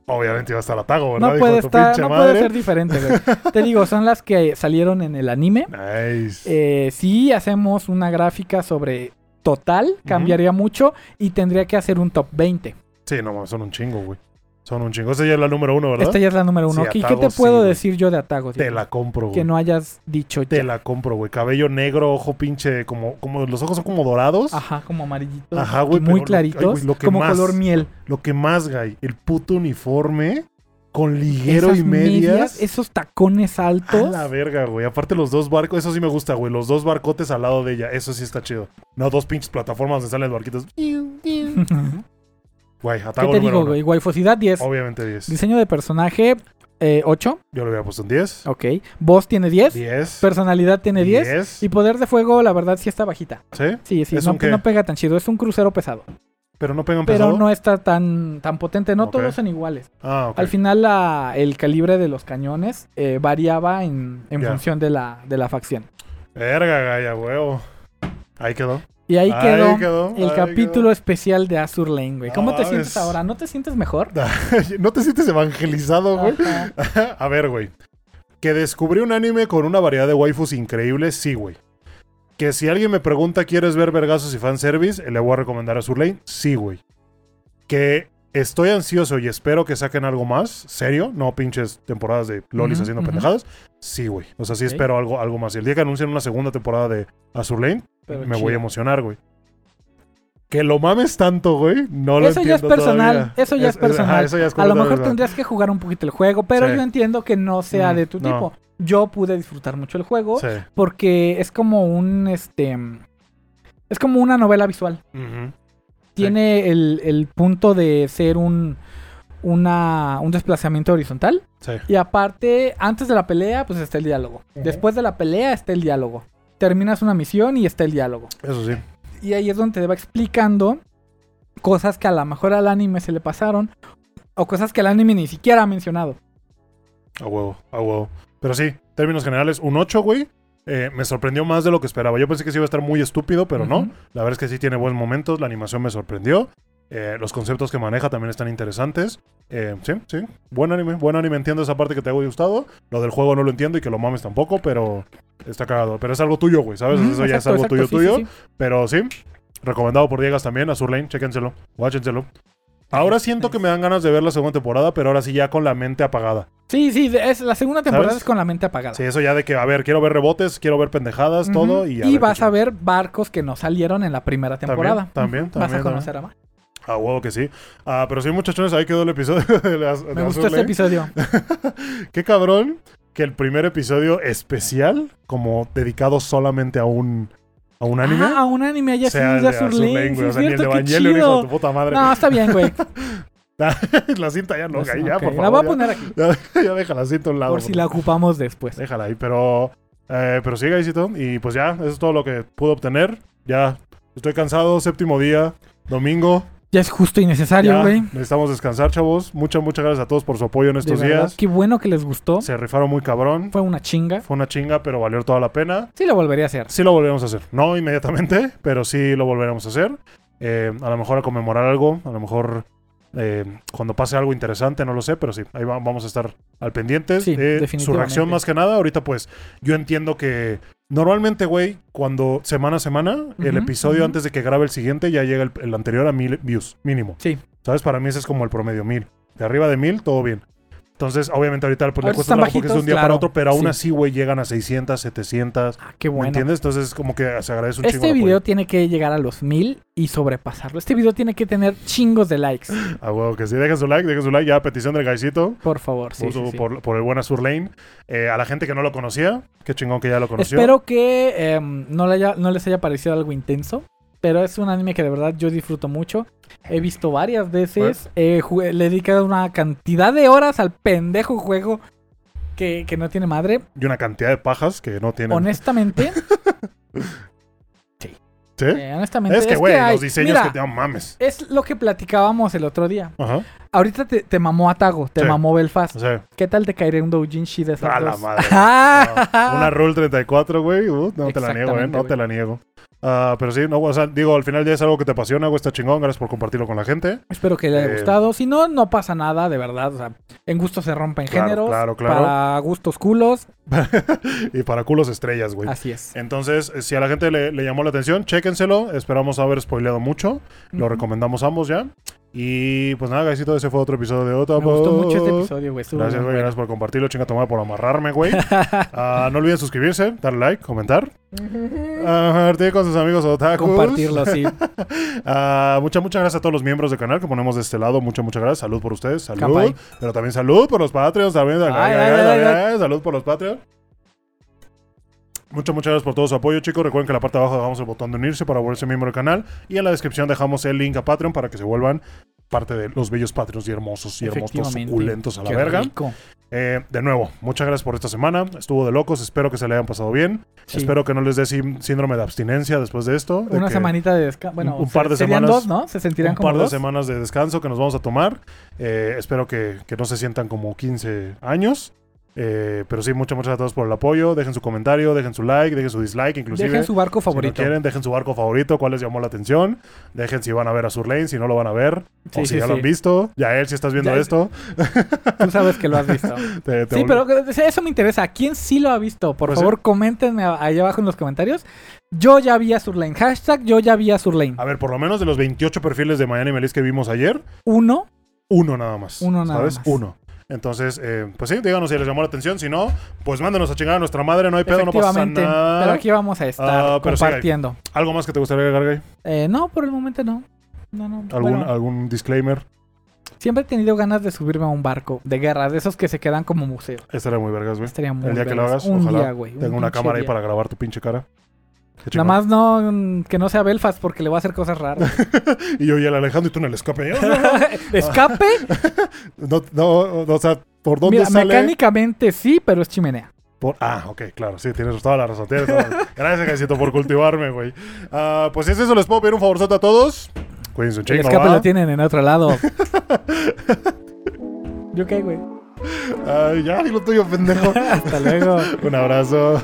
Speaker 2: Obviamente iba a estar atago, ¿verdad?
Speaker 1: No
Speaker 2: Hijo de
Speaker 1: puede
Speaker 2: tu
Speaker 1: estar,
Speaker 2: pinche
Speaker 1: no
Speaker 2: madre.
Speaker 1: puede ser diferente, güey.
Speaker 2: <laughs>
Speaker 1: Te digo, son las que salieron en el anime.
Speaker 2: Nice.
Speaker 1: Eh, sí, hacemos una gráfica sobre total, cambiaría mucho y tendría que hacer un top 20.
Speaker 2: Sí, no mames, son un chingo, güey. Son un chingo. Esa ya es la número uno, ¿verdad?
Speaker 1: Esta ya es la número uno.
Speaker 2: Sí,
Speaker 1: ¿Qué- ¿Qué
Speaker 2: Atago,
Speaker 1: te
Speaker 2: sí,
Speaker 1: puedo
Speaker 2: güey.
Speaker 1: decir yo de Atago?
Speaker 2: Te
Speaker 1: Diego?
Speaker 2: la compro,
Speaker 1: que
Speaker 2: güey.
Speaker 1: no hayas dicho
Speaker 2: Te
Speaker 1: ya.
Speaker 2: la compro, güey. Cabello negro, ojo pinche, como, como los ojos son como dorados.
Speaker 1: Ajá, como amarillitos.
Speaker 2: Ajá, güey, pero
Speaker 1: Muy
Speaker 2: lo-
Speaker 1: claritos.
Speaker 2: ay, güey, lo que
Speaker 1: como
Speaker 2: más-
Speaker 1: color miel.
Speaker 2: Lo que más, güey, el puto uniforme con liguero
Speaker 1: Esas
Speaker 2: y medias.
Speaker 1: Esos tacones
Speaker 2: a
Speaker 1: altos.
Speaker 2: la verga, güey. Aparte los dos barcos, eso sí me gusta, güey. Los dos barcotes al lado de ella, eso sí está chido. No dos pinches plataformas donde salen los
Speaker 1: <laughs>
Speaker 2: barquitos. Güey,
Speaker 1: ¿Qué
Speaker 2: atago
Speaker 1: te
Speaker 2: número
Speaker 1: digo,
Speaker 2: uno. Oh.
Speaker 1: güey? Waifosidad 10.
Speaker 2: Obviamente 10.
Speaker 1: Diseño de personaje 8.
Speaker 2: Yo le hubiera puesto un 10.
Speaker 1: Ok. Voz tiene 10.
Speaker 2: 10.
Speaker 1: Personalidad tiene 10. Y poder de fuego, la verdad, sí está bajita.
Speaker 2: ¿Sí?
Speaker 1: Sí, sí,
Speaker 2: ¿Es
Speaker 1: no,
Speaker 2: un qué?
Speaker 1: no pega tan chido. Es un crucero pesado.
Speaker 2: Pero no pegan
Speaker 1: Pero
Speaker 2: pesado.
Speaker 1: no está tan, tan potente. No
Speaker 2: Ok.
Speaker 1: todos son iguales.
Speaker 2: Ah, ok.
Speaker 1: Al final, la- el calibre de los cañones eh, variaba en, en
Speaker 2: Ya.
Speaker 1: función de la, de la facción.
Speaker 2: Verga, gaya, huevo. Ahí quedó.
Speaker 1: Y ahí quedó. El
Speaker 2: ahí
Speaker 1: capítulo especial de Azur Lane, güey.
Speaker 2: No
Speaker 1: ¿Cómo te
Speaker 2: mames.
Speaker 1: sientes ahora? ¿No te sientes
Speaker 2: <laughs>
Speaker 1: mejor?
Speaker 2: quedó. ¿No te sientes
Speaker 1: Ah,
Speaker 2: evangelizado, güey?
Speaker 1: Ajá.
Speaker 2: <laughs> A ver, güey. Que descubrí un anime con una variedad de waifus increíbles, sí, güey. Que si alguien me pregunta, ¿quieres ver vergazos y fanservice? Eh, Le voy a recomendar a Surlane, sí, güey. Que estoy ansioso y espero que saquen algo más, serio, no pinches temporadas de lolis
Speaker 1: Ujú,
Speaker 2: haciendo
Speaker 1: ujú.
Speaker 2: pendejadas. Sí, güey. O sea, sí
Speaker 1: Ok.
Speaker 2: espero algo, algo más. Y el día que anuncien una segunda temporada de Azur Lane,
Speaker 1: Pero
Speaker 2: me
Speaker 1: chido.
Speaker 2: voy a emocionar, güey. Que lo mames tanto, güey. No lo
Speaker 1: Eso ya es
Speaker 2: entiendo
Speaker 1: personal,
Speaker 2: todavía.
Speaker 1: eso ya es
Speaker 2: ajá,
Speaker 1: personal.
Speaker 2: eso ya es
Speaker 1: A lo
Speaker 2: completamente
Speaker 1: mejor
Speaker 2: personal.
Speaker 1: tendrías que jugar un poquito el juego, pero
Speaker 2: Sí.
Speaker 1: yo entiendo que no sea
Speaker 2: Mm,
Speaker 1: de tu
Speaker 2: no.
Speaker 1: tipo. yo pude disfrutar mucho el juego
Speaker 2: Sí.
Speaker 1: porque es como un este es como una novela visual.
Speaker 2: Ujú.
Speaker 1: Tiene el, el punto de ser un una, un desplazamiento horizontal
Speaker 2: Sí.
Speaker 1: y aparte antes de la pelea pues está el diálogo.
Speaker 2: Ujú.
Speaker 1: Después de la pelea está el diálogo. Terminas una misión y está el diálogo.
Speaker 2: Eso sí.
Speaker 1: Y ahí es donde te va explicando cosas que a lo mejor al anime se le pasaron o cosas que el anime ni siquiera ha mencionado.
Speaker 2: A huevo, a huevo. Pero sí, términos generales, un 8, güey. eh, me sorprendió más de lo que esperaba. Yo pensé que sí iba a estar muy estúpido, pero no.
Speaker 1: Ujú.
Speaker 2: La verdad es que sí tiene buenos momentos. La animación me sorprendió. eh, los conceptos que maneja también están interesantes. Eh, sí, sí. Buen anime, buen anime. Entiendo esa parte que te ha gustado. Lo del juego no lo entiendo y que lo mames tampoco, pero está cagado. Pero es algo tuyo, güey, ¿sabes?
Speaker 1: Ujú,
Speaker 2: Eso ya es
Speaker 1: exacto,
Speaker 2: algo
Speaker 1: exacto,
Speaker 2: tuyo,
Speaker 1: sí,
Speaker 2: tuyo.
Speaker 1: sí, sí.
Speaker 2: Pero sí, recomendado por Diegas también, Azur Lane, chéquenselo, guáchenselo. Ahora siento que me dan ganas de ver la segunda temporada, pero ahora sí ya con la mente apagada.
Speaker 1: Sí, sí, de- es, la segunda temporada
Speaker 2: ¿Sabes?
Speaker 1: es con la mente apagada.
Speaker 2: Sí, eso ya de que, a ver, quiero ver rebotes, quiero ver pendejadas,
Speaker 1: Ujú.
Speaker 2: todo. Y, a ver
Speaker 1: vas
Speaker 2: qué
Speaker 1: a
Speaker 2: chingo.
Speaker 1: ver barcos que no salieron en la primera
Speaker 2: También,
Speaker 1: temporada.
Speaker 2: también,
Speaker 1: Ujú,
Speaker 2: también,
Speaker 1: Vas a conocer a más.
Speaker 2: A huevo que sí. Ah, pero sí, muchachones, ahí quedó el episodio <laughs> de las- de
Speaker 1: Me
Speaker 2: Azur
Speaker 1: gustó este
Speaker 2: Lane.
Speaker 1: episodio.
Speaker 2: Qué cabrón que el primer episodio especial, como dedicado solamente a un, a un anime,
Speaker 1: Ah, un anime ya sí,
Speaker 2: sea
Speaker 1: de
Speaker 2: el de
Speaker 1: Azur
Speaker 2: Azur Lane,
Speaker 1: Lane. sí,
Speaker 2: güey. O
Speaker 1: es
Speaker 2: sea, ni el de
Speaker 1: cierto, qué
Speaker 2: Evangelion, hijo de tu
Speaker 1: chido.
Speaker 2: puta madre.
Speaker 1: No, está bien, güey.
Speaker 2: <laughs>
Speaker 1: Pues,
Speaker 2: la cinta ya no, ahí ya,
Speaker 1: Ok,
Speaker 2: por favor.
Speaker 1: la voy a
Speaker 2: ya. Ah,
Speaker 1: poner aquí,
Speaker 2: Ya, <laughs> ya deja la cinta a un lado.
Speaker 1: por si
Speaker 2: por
Speaker 1: la ocupamos después.
Speaker 2: Déjala ahí, pero. eh, pero sí, Gaisito. Y pues ya, eso es todo lo que pude obtener. Ya estoy cansado, séptimo día, domingo.
Speaker 1: Ya es justo y necesario,
Speaker 2: Ya
Speaker 1: güey.
Speaker 2: necesitamos descansar, chavos. Muchas, muchas gracias a todos por su apoyo en
Speaker 1: De
Speaker 2: estos
Speaker 1: verdad,
Speaker 2: días.
Speaker 1: Qué bueno que les gustó.
Speaker 2: Se rifaron muy cabrón.
Speaker 1: Fue una chinga.
Speaker 2: Fue una chinga, pero valió toda la pena.
Speaker 1: Sí, lo volvería a hacer.
Speaker 2: Sí lo volveremos a hacer. No inmediatamente, <laughs> pero sí lo volveremos a hacer. Eh, a lo mejor a conmemorar algo, a lo mejor eh, cuando pase algo interesante, no lo sé, pero sí, ahí va- vamos a estar al pendiente
Speaker 1: Sí,
Speaker 2: de su
Speaker 1: definitivamente.
Speaker 2: reacción más que nada. Ahorita pues yo entiendo que normalmente, güey, cuando semana a semana, el
Speaker 1: Ujú,
Speaker 2: episodio
Speaker 1: ujú.
Speaker 2: antes de que grabe el siguiente ya llega el, el anterior a mil views mínimo.
Speaker 1: Sí.
Speaker 2: ¿Sabes? Para mí ese es como el promedio, mil. De arriba de mil, todo bien. Entonces, obviamente ahorita pues, le
Speaker 1: Ahorita
Speaker 2: cuesta
Speaker 1: están
Speaker 2: trabajo porque es de
Speaker 1: bajitos,
Speaker 2: un día para
Speaker 1: claro,
Speaker 2: otro, pero aún
Speaker 1: sí.
Speaker 2: así, güey, llegan a 600, 700,
Speaker 1: Ah, qué
Speaker 2: ¿Me
Speaker 1: bueno.
Speaker 2: entiendes? Entonces, como que se agradece un chingo.
Speaker 1: Este
Speaker 2: el
Speaker 1: video tiene que llegar a los mil y sobrepasarlo. Este video tiene que tener chingos de likes,
Speaker 2: apoyo. Ah, huevo, que sí. Dejen su like, dejen su like. Ya, petición del gaisito.
Speaker 1: por favor. Sí,
Speaker 2: por, su-
Speaker 1: sí, sí.
Speaker 2: Por, por el buen Azur Lane. Eh, a la gente que no lo conocía, qué chingón que ya lo conoció.
Speaker 1: Espero que em, no, le haya- no les haya parecido algo intenso, pero es un anime que de verdad yo disfruto mucho. He visto varias veces, eh, jugué- le he dedicado una cantidad de horas al pendejo juego que, que no tiene madre.
Speaker 2: Y una cantidad de pajas que no tienen. <laughs>
Speaker 1: Honestamente,
Speaker 2: ¿Sí?
Speaker 1: eh, honestamente.
Speaker 2: es que, güey,
Speaker 1: hay-
Speaker 2: los diseños
Speaker 1: mira,
Speaker 2: que te dan mames.
Speaker 1: Es lo que platicábamos el otro día.
Speaker 2: Ajá.
Speaker 1: Ahorita te, te mamó Atago, te
Speaker 2: Sí.
Speaker 1: mamó Belfast.
Speaker 2: O sea,
Speaker 1: ¿Qué tal te caeré un doujinshi de esas
Speaker 2: A la
Speaker 1: dos? <laughs>
Speaker 2: madre.
Speaker 1: Ah,
Speaker 2: una Rule 34, güey. uh, no te la niego, ¿eh?
Speaker 1: Exactamente,
Speaker 2: No te
Speaker 1: güey.
Speaker 2: la niego. Ah, pero sí, no, o sea, digo, al final ya es algo que te apasiona, güey. Está chingón. Gracias por compartirlo con la gente.
Speaker 1: Espero que le haya
Speaker 2: Eh,
Speaker 1: gustado. Si no, no pasa nada, de verdad. O sea, en gusto se rompen
Speaker 2: Claro,
Speaker 1: géneros.
Speaker 2: claro, claro.
Speaker 1: Para gustos culos.
Speaker 2: Y para culos estrellas, güey.
Speaker 1: Así es.
Speaker 2: Entonces, eh, si a la gente le, le llamó la atención, chéquenselo. Esperamos haber spoileado mucho. Lo
Speaker 1: Ujú.
Speaker 2: recomendamos ambos ya. Y pues nada, guysito, ese fue otro episodio de Otapod.
Speaker 1: Me gustó mucho este episodio, güey. Estuvo
Speaker 2: pues. Gracias,
Speaker 1: muy
Speaker 2: güey.
Speaker 1: bueno.
Speaker 2: Gracias por compartirlo. Chinga tu madre por
Speaker 1: <laughs>
Speaker 2: amarrarme, güey. Ah, no olviden suscribirse, darle like, comentar. Ah, Compartir con sus amigos otakus.
Speaker 1: Compartirlo
Speaker 2: <laughs>
Speaker 1: así.
Speaker 2: Ah, muchas, muchas gracias a todos los miembros del canal que ponemos de este lado. Muchas, muchas gracias. Salud por ustedes. Salud.
Speaker 1: Campai.
Speaker 2: Pero también salud por los Patreons. También, ay, ay, ay, también, ay, salud por los Patreons. Muchas, muchas gracias por todo su apoyo, chicos. Recuerden que en la parte de abajo dejamos el botón de unirse para volverse miembro del canal. Y en la descripción dejamos el link a Patreon para que se vuelvan parte de los bellos Patreons y hermosos y hermosos
Speaker 1: Efectivamente.
Speaker 2: suculentos a la
Speaker 1: Qué
Speaker 2: verga.
Speaker 1: rico.
Speaker 2: Eh, de nuevo, muchas gracias por esta semana. Estuvo de locos. Espero que se le hayan pasado bien.
Speaker 1: Sí.
Speaker 2: Espero que no les dé sí- síndrome de abstinencia después de esto. de
Speaker 1: Una
Speaker 2: que-
Speaker 1: semanita de descanso. Bueno,
Speaker 2: un- un
Speaker 1: se-
Speaker 2: par de
Speaker 1: serían dos,
Speaker 2: semanas-
Speaker 1: ¿no? Se sentirán
Speaker 2: un
Speaker 1: como
Speaker 2: par de
Speaker 1: dos.
Speaker 2: semanas de descanso que nos vamos a tomar. Eh, espero que, que no se sientan como 15 años. Eh, pero sí, muchas, muchas gracias a todos por el apoyo. Dejen su comentario, dejen su like, dejen su dislike, inclusive.
Speaker 1: Dejen su barco
Speaker 2: si no
Speaker 1: favorito.
Speaker 2: quieren, dejen su barco favorito, cuál les llamó la atención. Dejen si van a ver a Sur Lane, si no lo van a ver. o
Speaker 1: Sí,
Speaker 2: si
Speaker 1: sí,
Speaker 2: ya lo
Speaker 1: sí.
Speaker 2: han visto. Ya él, si estás viendo
Speaker 1: Ya-
Speaker 2: esto.
Speaker 1: Tú sabes que lo has
Speaker 2: <laughs>
Speaker 1: visto.
Speaker 2: te- te
Speaker 1: Sí,
Speaker 2: vol-
Speaker 1: pero eso me interesa. ¿Quién sí lo ha visto? Por
Speaker 2: Pues sí.
Speaker 1: favor, coméntenme a- ahí abajo en los comentarios. Yo ya vi a Surlane. Hashtag yo ya vi a Surlane.
Speaker 2: A ver, por lo menos de los 28 perfiles de Miami Melis que vimos ayer,
Speaker 1: Uno.
Speaker 2: uno nada más.
Speaker 1: Uno nada
Speaker 2: ¿sabes?
Speaker 1: más.
Speaker 2: Uno. Entonces, eh, pues sí, díganos si les llamó la atención. Si no, pues mándenos a chingar a nuestra madre, no hay pedo, no pasa
Speaker 1: efectivamente.
Speaker 2: nada.
Speaker 1: pero aquí vamos a estar
Speaker 2: Ah, pero sí,
Speaker 1: compartiendo.
Speaker 2: ¿Algo más que te gustaría agregar, Gay?
Speaker 1: Eh, no, por el momento no. No, no.
Speaker 2: ¿Algún,
Speaker 1: Bueno,
Speaker 2: ¿Algún disclaimer?
Speaker 1: Siempre he tenido ganas de subirme a un barco de guerra, de esos que se quedan como museo.
Speaker 2: Estaría muy vergas, güey.
Speaker 1: Estaría muy
Speaker 2: El día que lo
Speaker 1: vergas.
Speaker 2: hagas,
Speaker 1: un
Speaker 2: ojalá
Speaker 1: día, güey. un
Speaker 2: Tengo una
Speaker 1: pinche
Speaker 2: cámara ahí
Speaker 1: día.
Speaker 2: para grabar tu pinche cara. Qué
Speaker 1: Nada
Speaker 2: chingón.
Speaker 1: más no, mm, que no sea Belfast porque le voy a hacer cosas
Speaker 2: <laughs>
Speaker 1: raras.
Speaker 2: Y yo y el Alejandro y tú en
Speaker 1: <laughs>
Speaker 2: el escape. Ah,
Speaker 1: Escape,
Speaker 2: No, no, no, o sea, ¿por dónde
Speaker 1: mira,
Speaker 2: sale?
Speaker 1: mecánicamente sí, pero es chimenea.
Speaker 2: Por- ah, ok, claro, sí, tienes toda la razón. tienes toda la razón. Gracias, Gacito, por cultivarme, güey. Ah, pues es eso, les puedo pedir un favorzote a todos. Cuídense un
Speaker 1: El
Speaker 2: chingo,
Speaker 1: escape
Speaker 2: ¿va?
Speaker 1: lo tienen en otro
Speaker 2: <laughs>
Speaker 1: lado. Yo qué, güey.
Speaker 2: Ay, ya, di lo tuyo, pendejo.
Speaker 1: Hasta luego.
Speaker 2: un abrazo.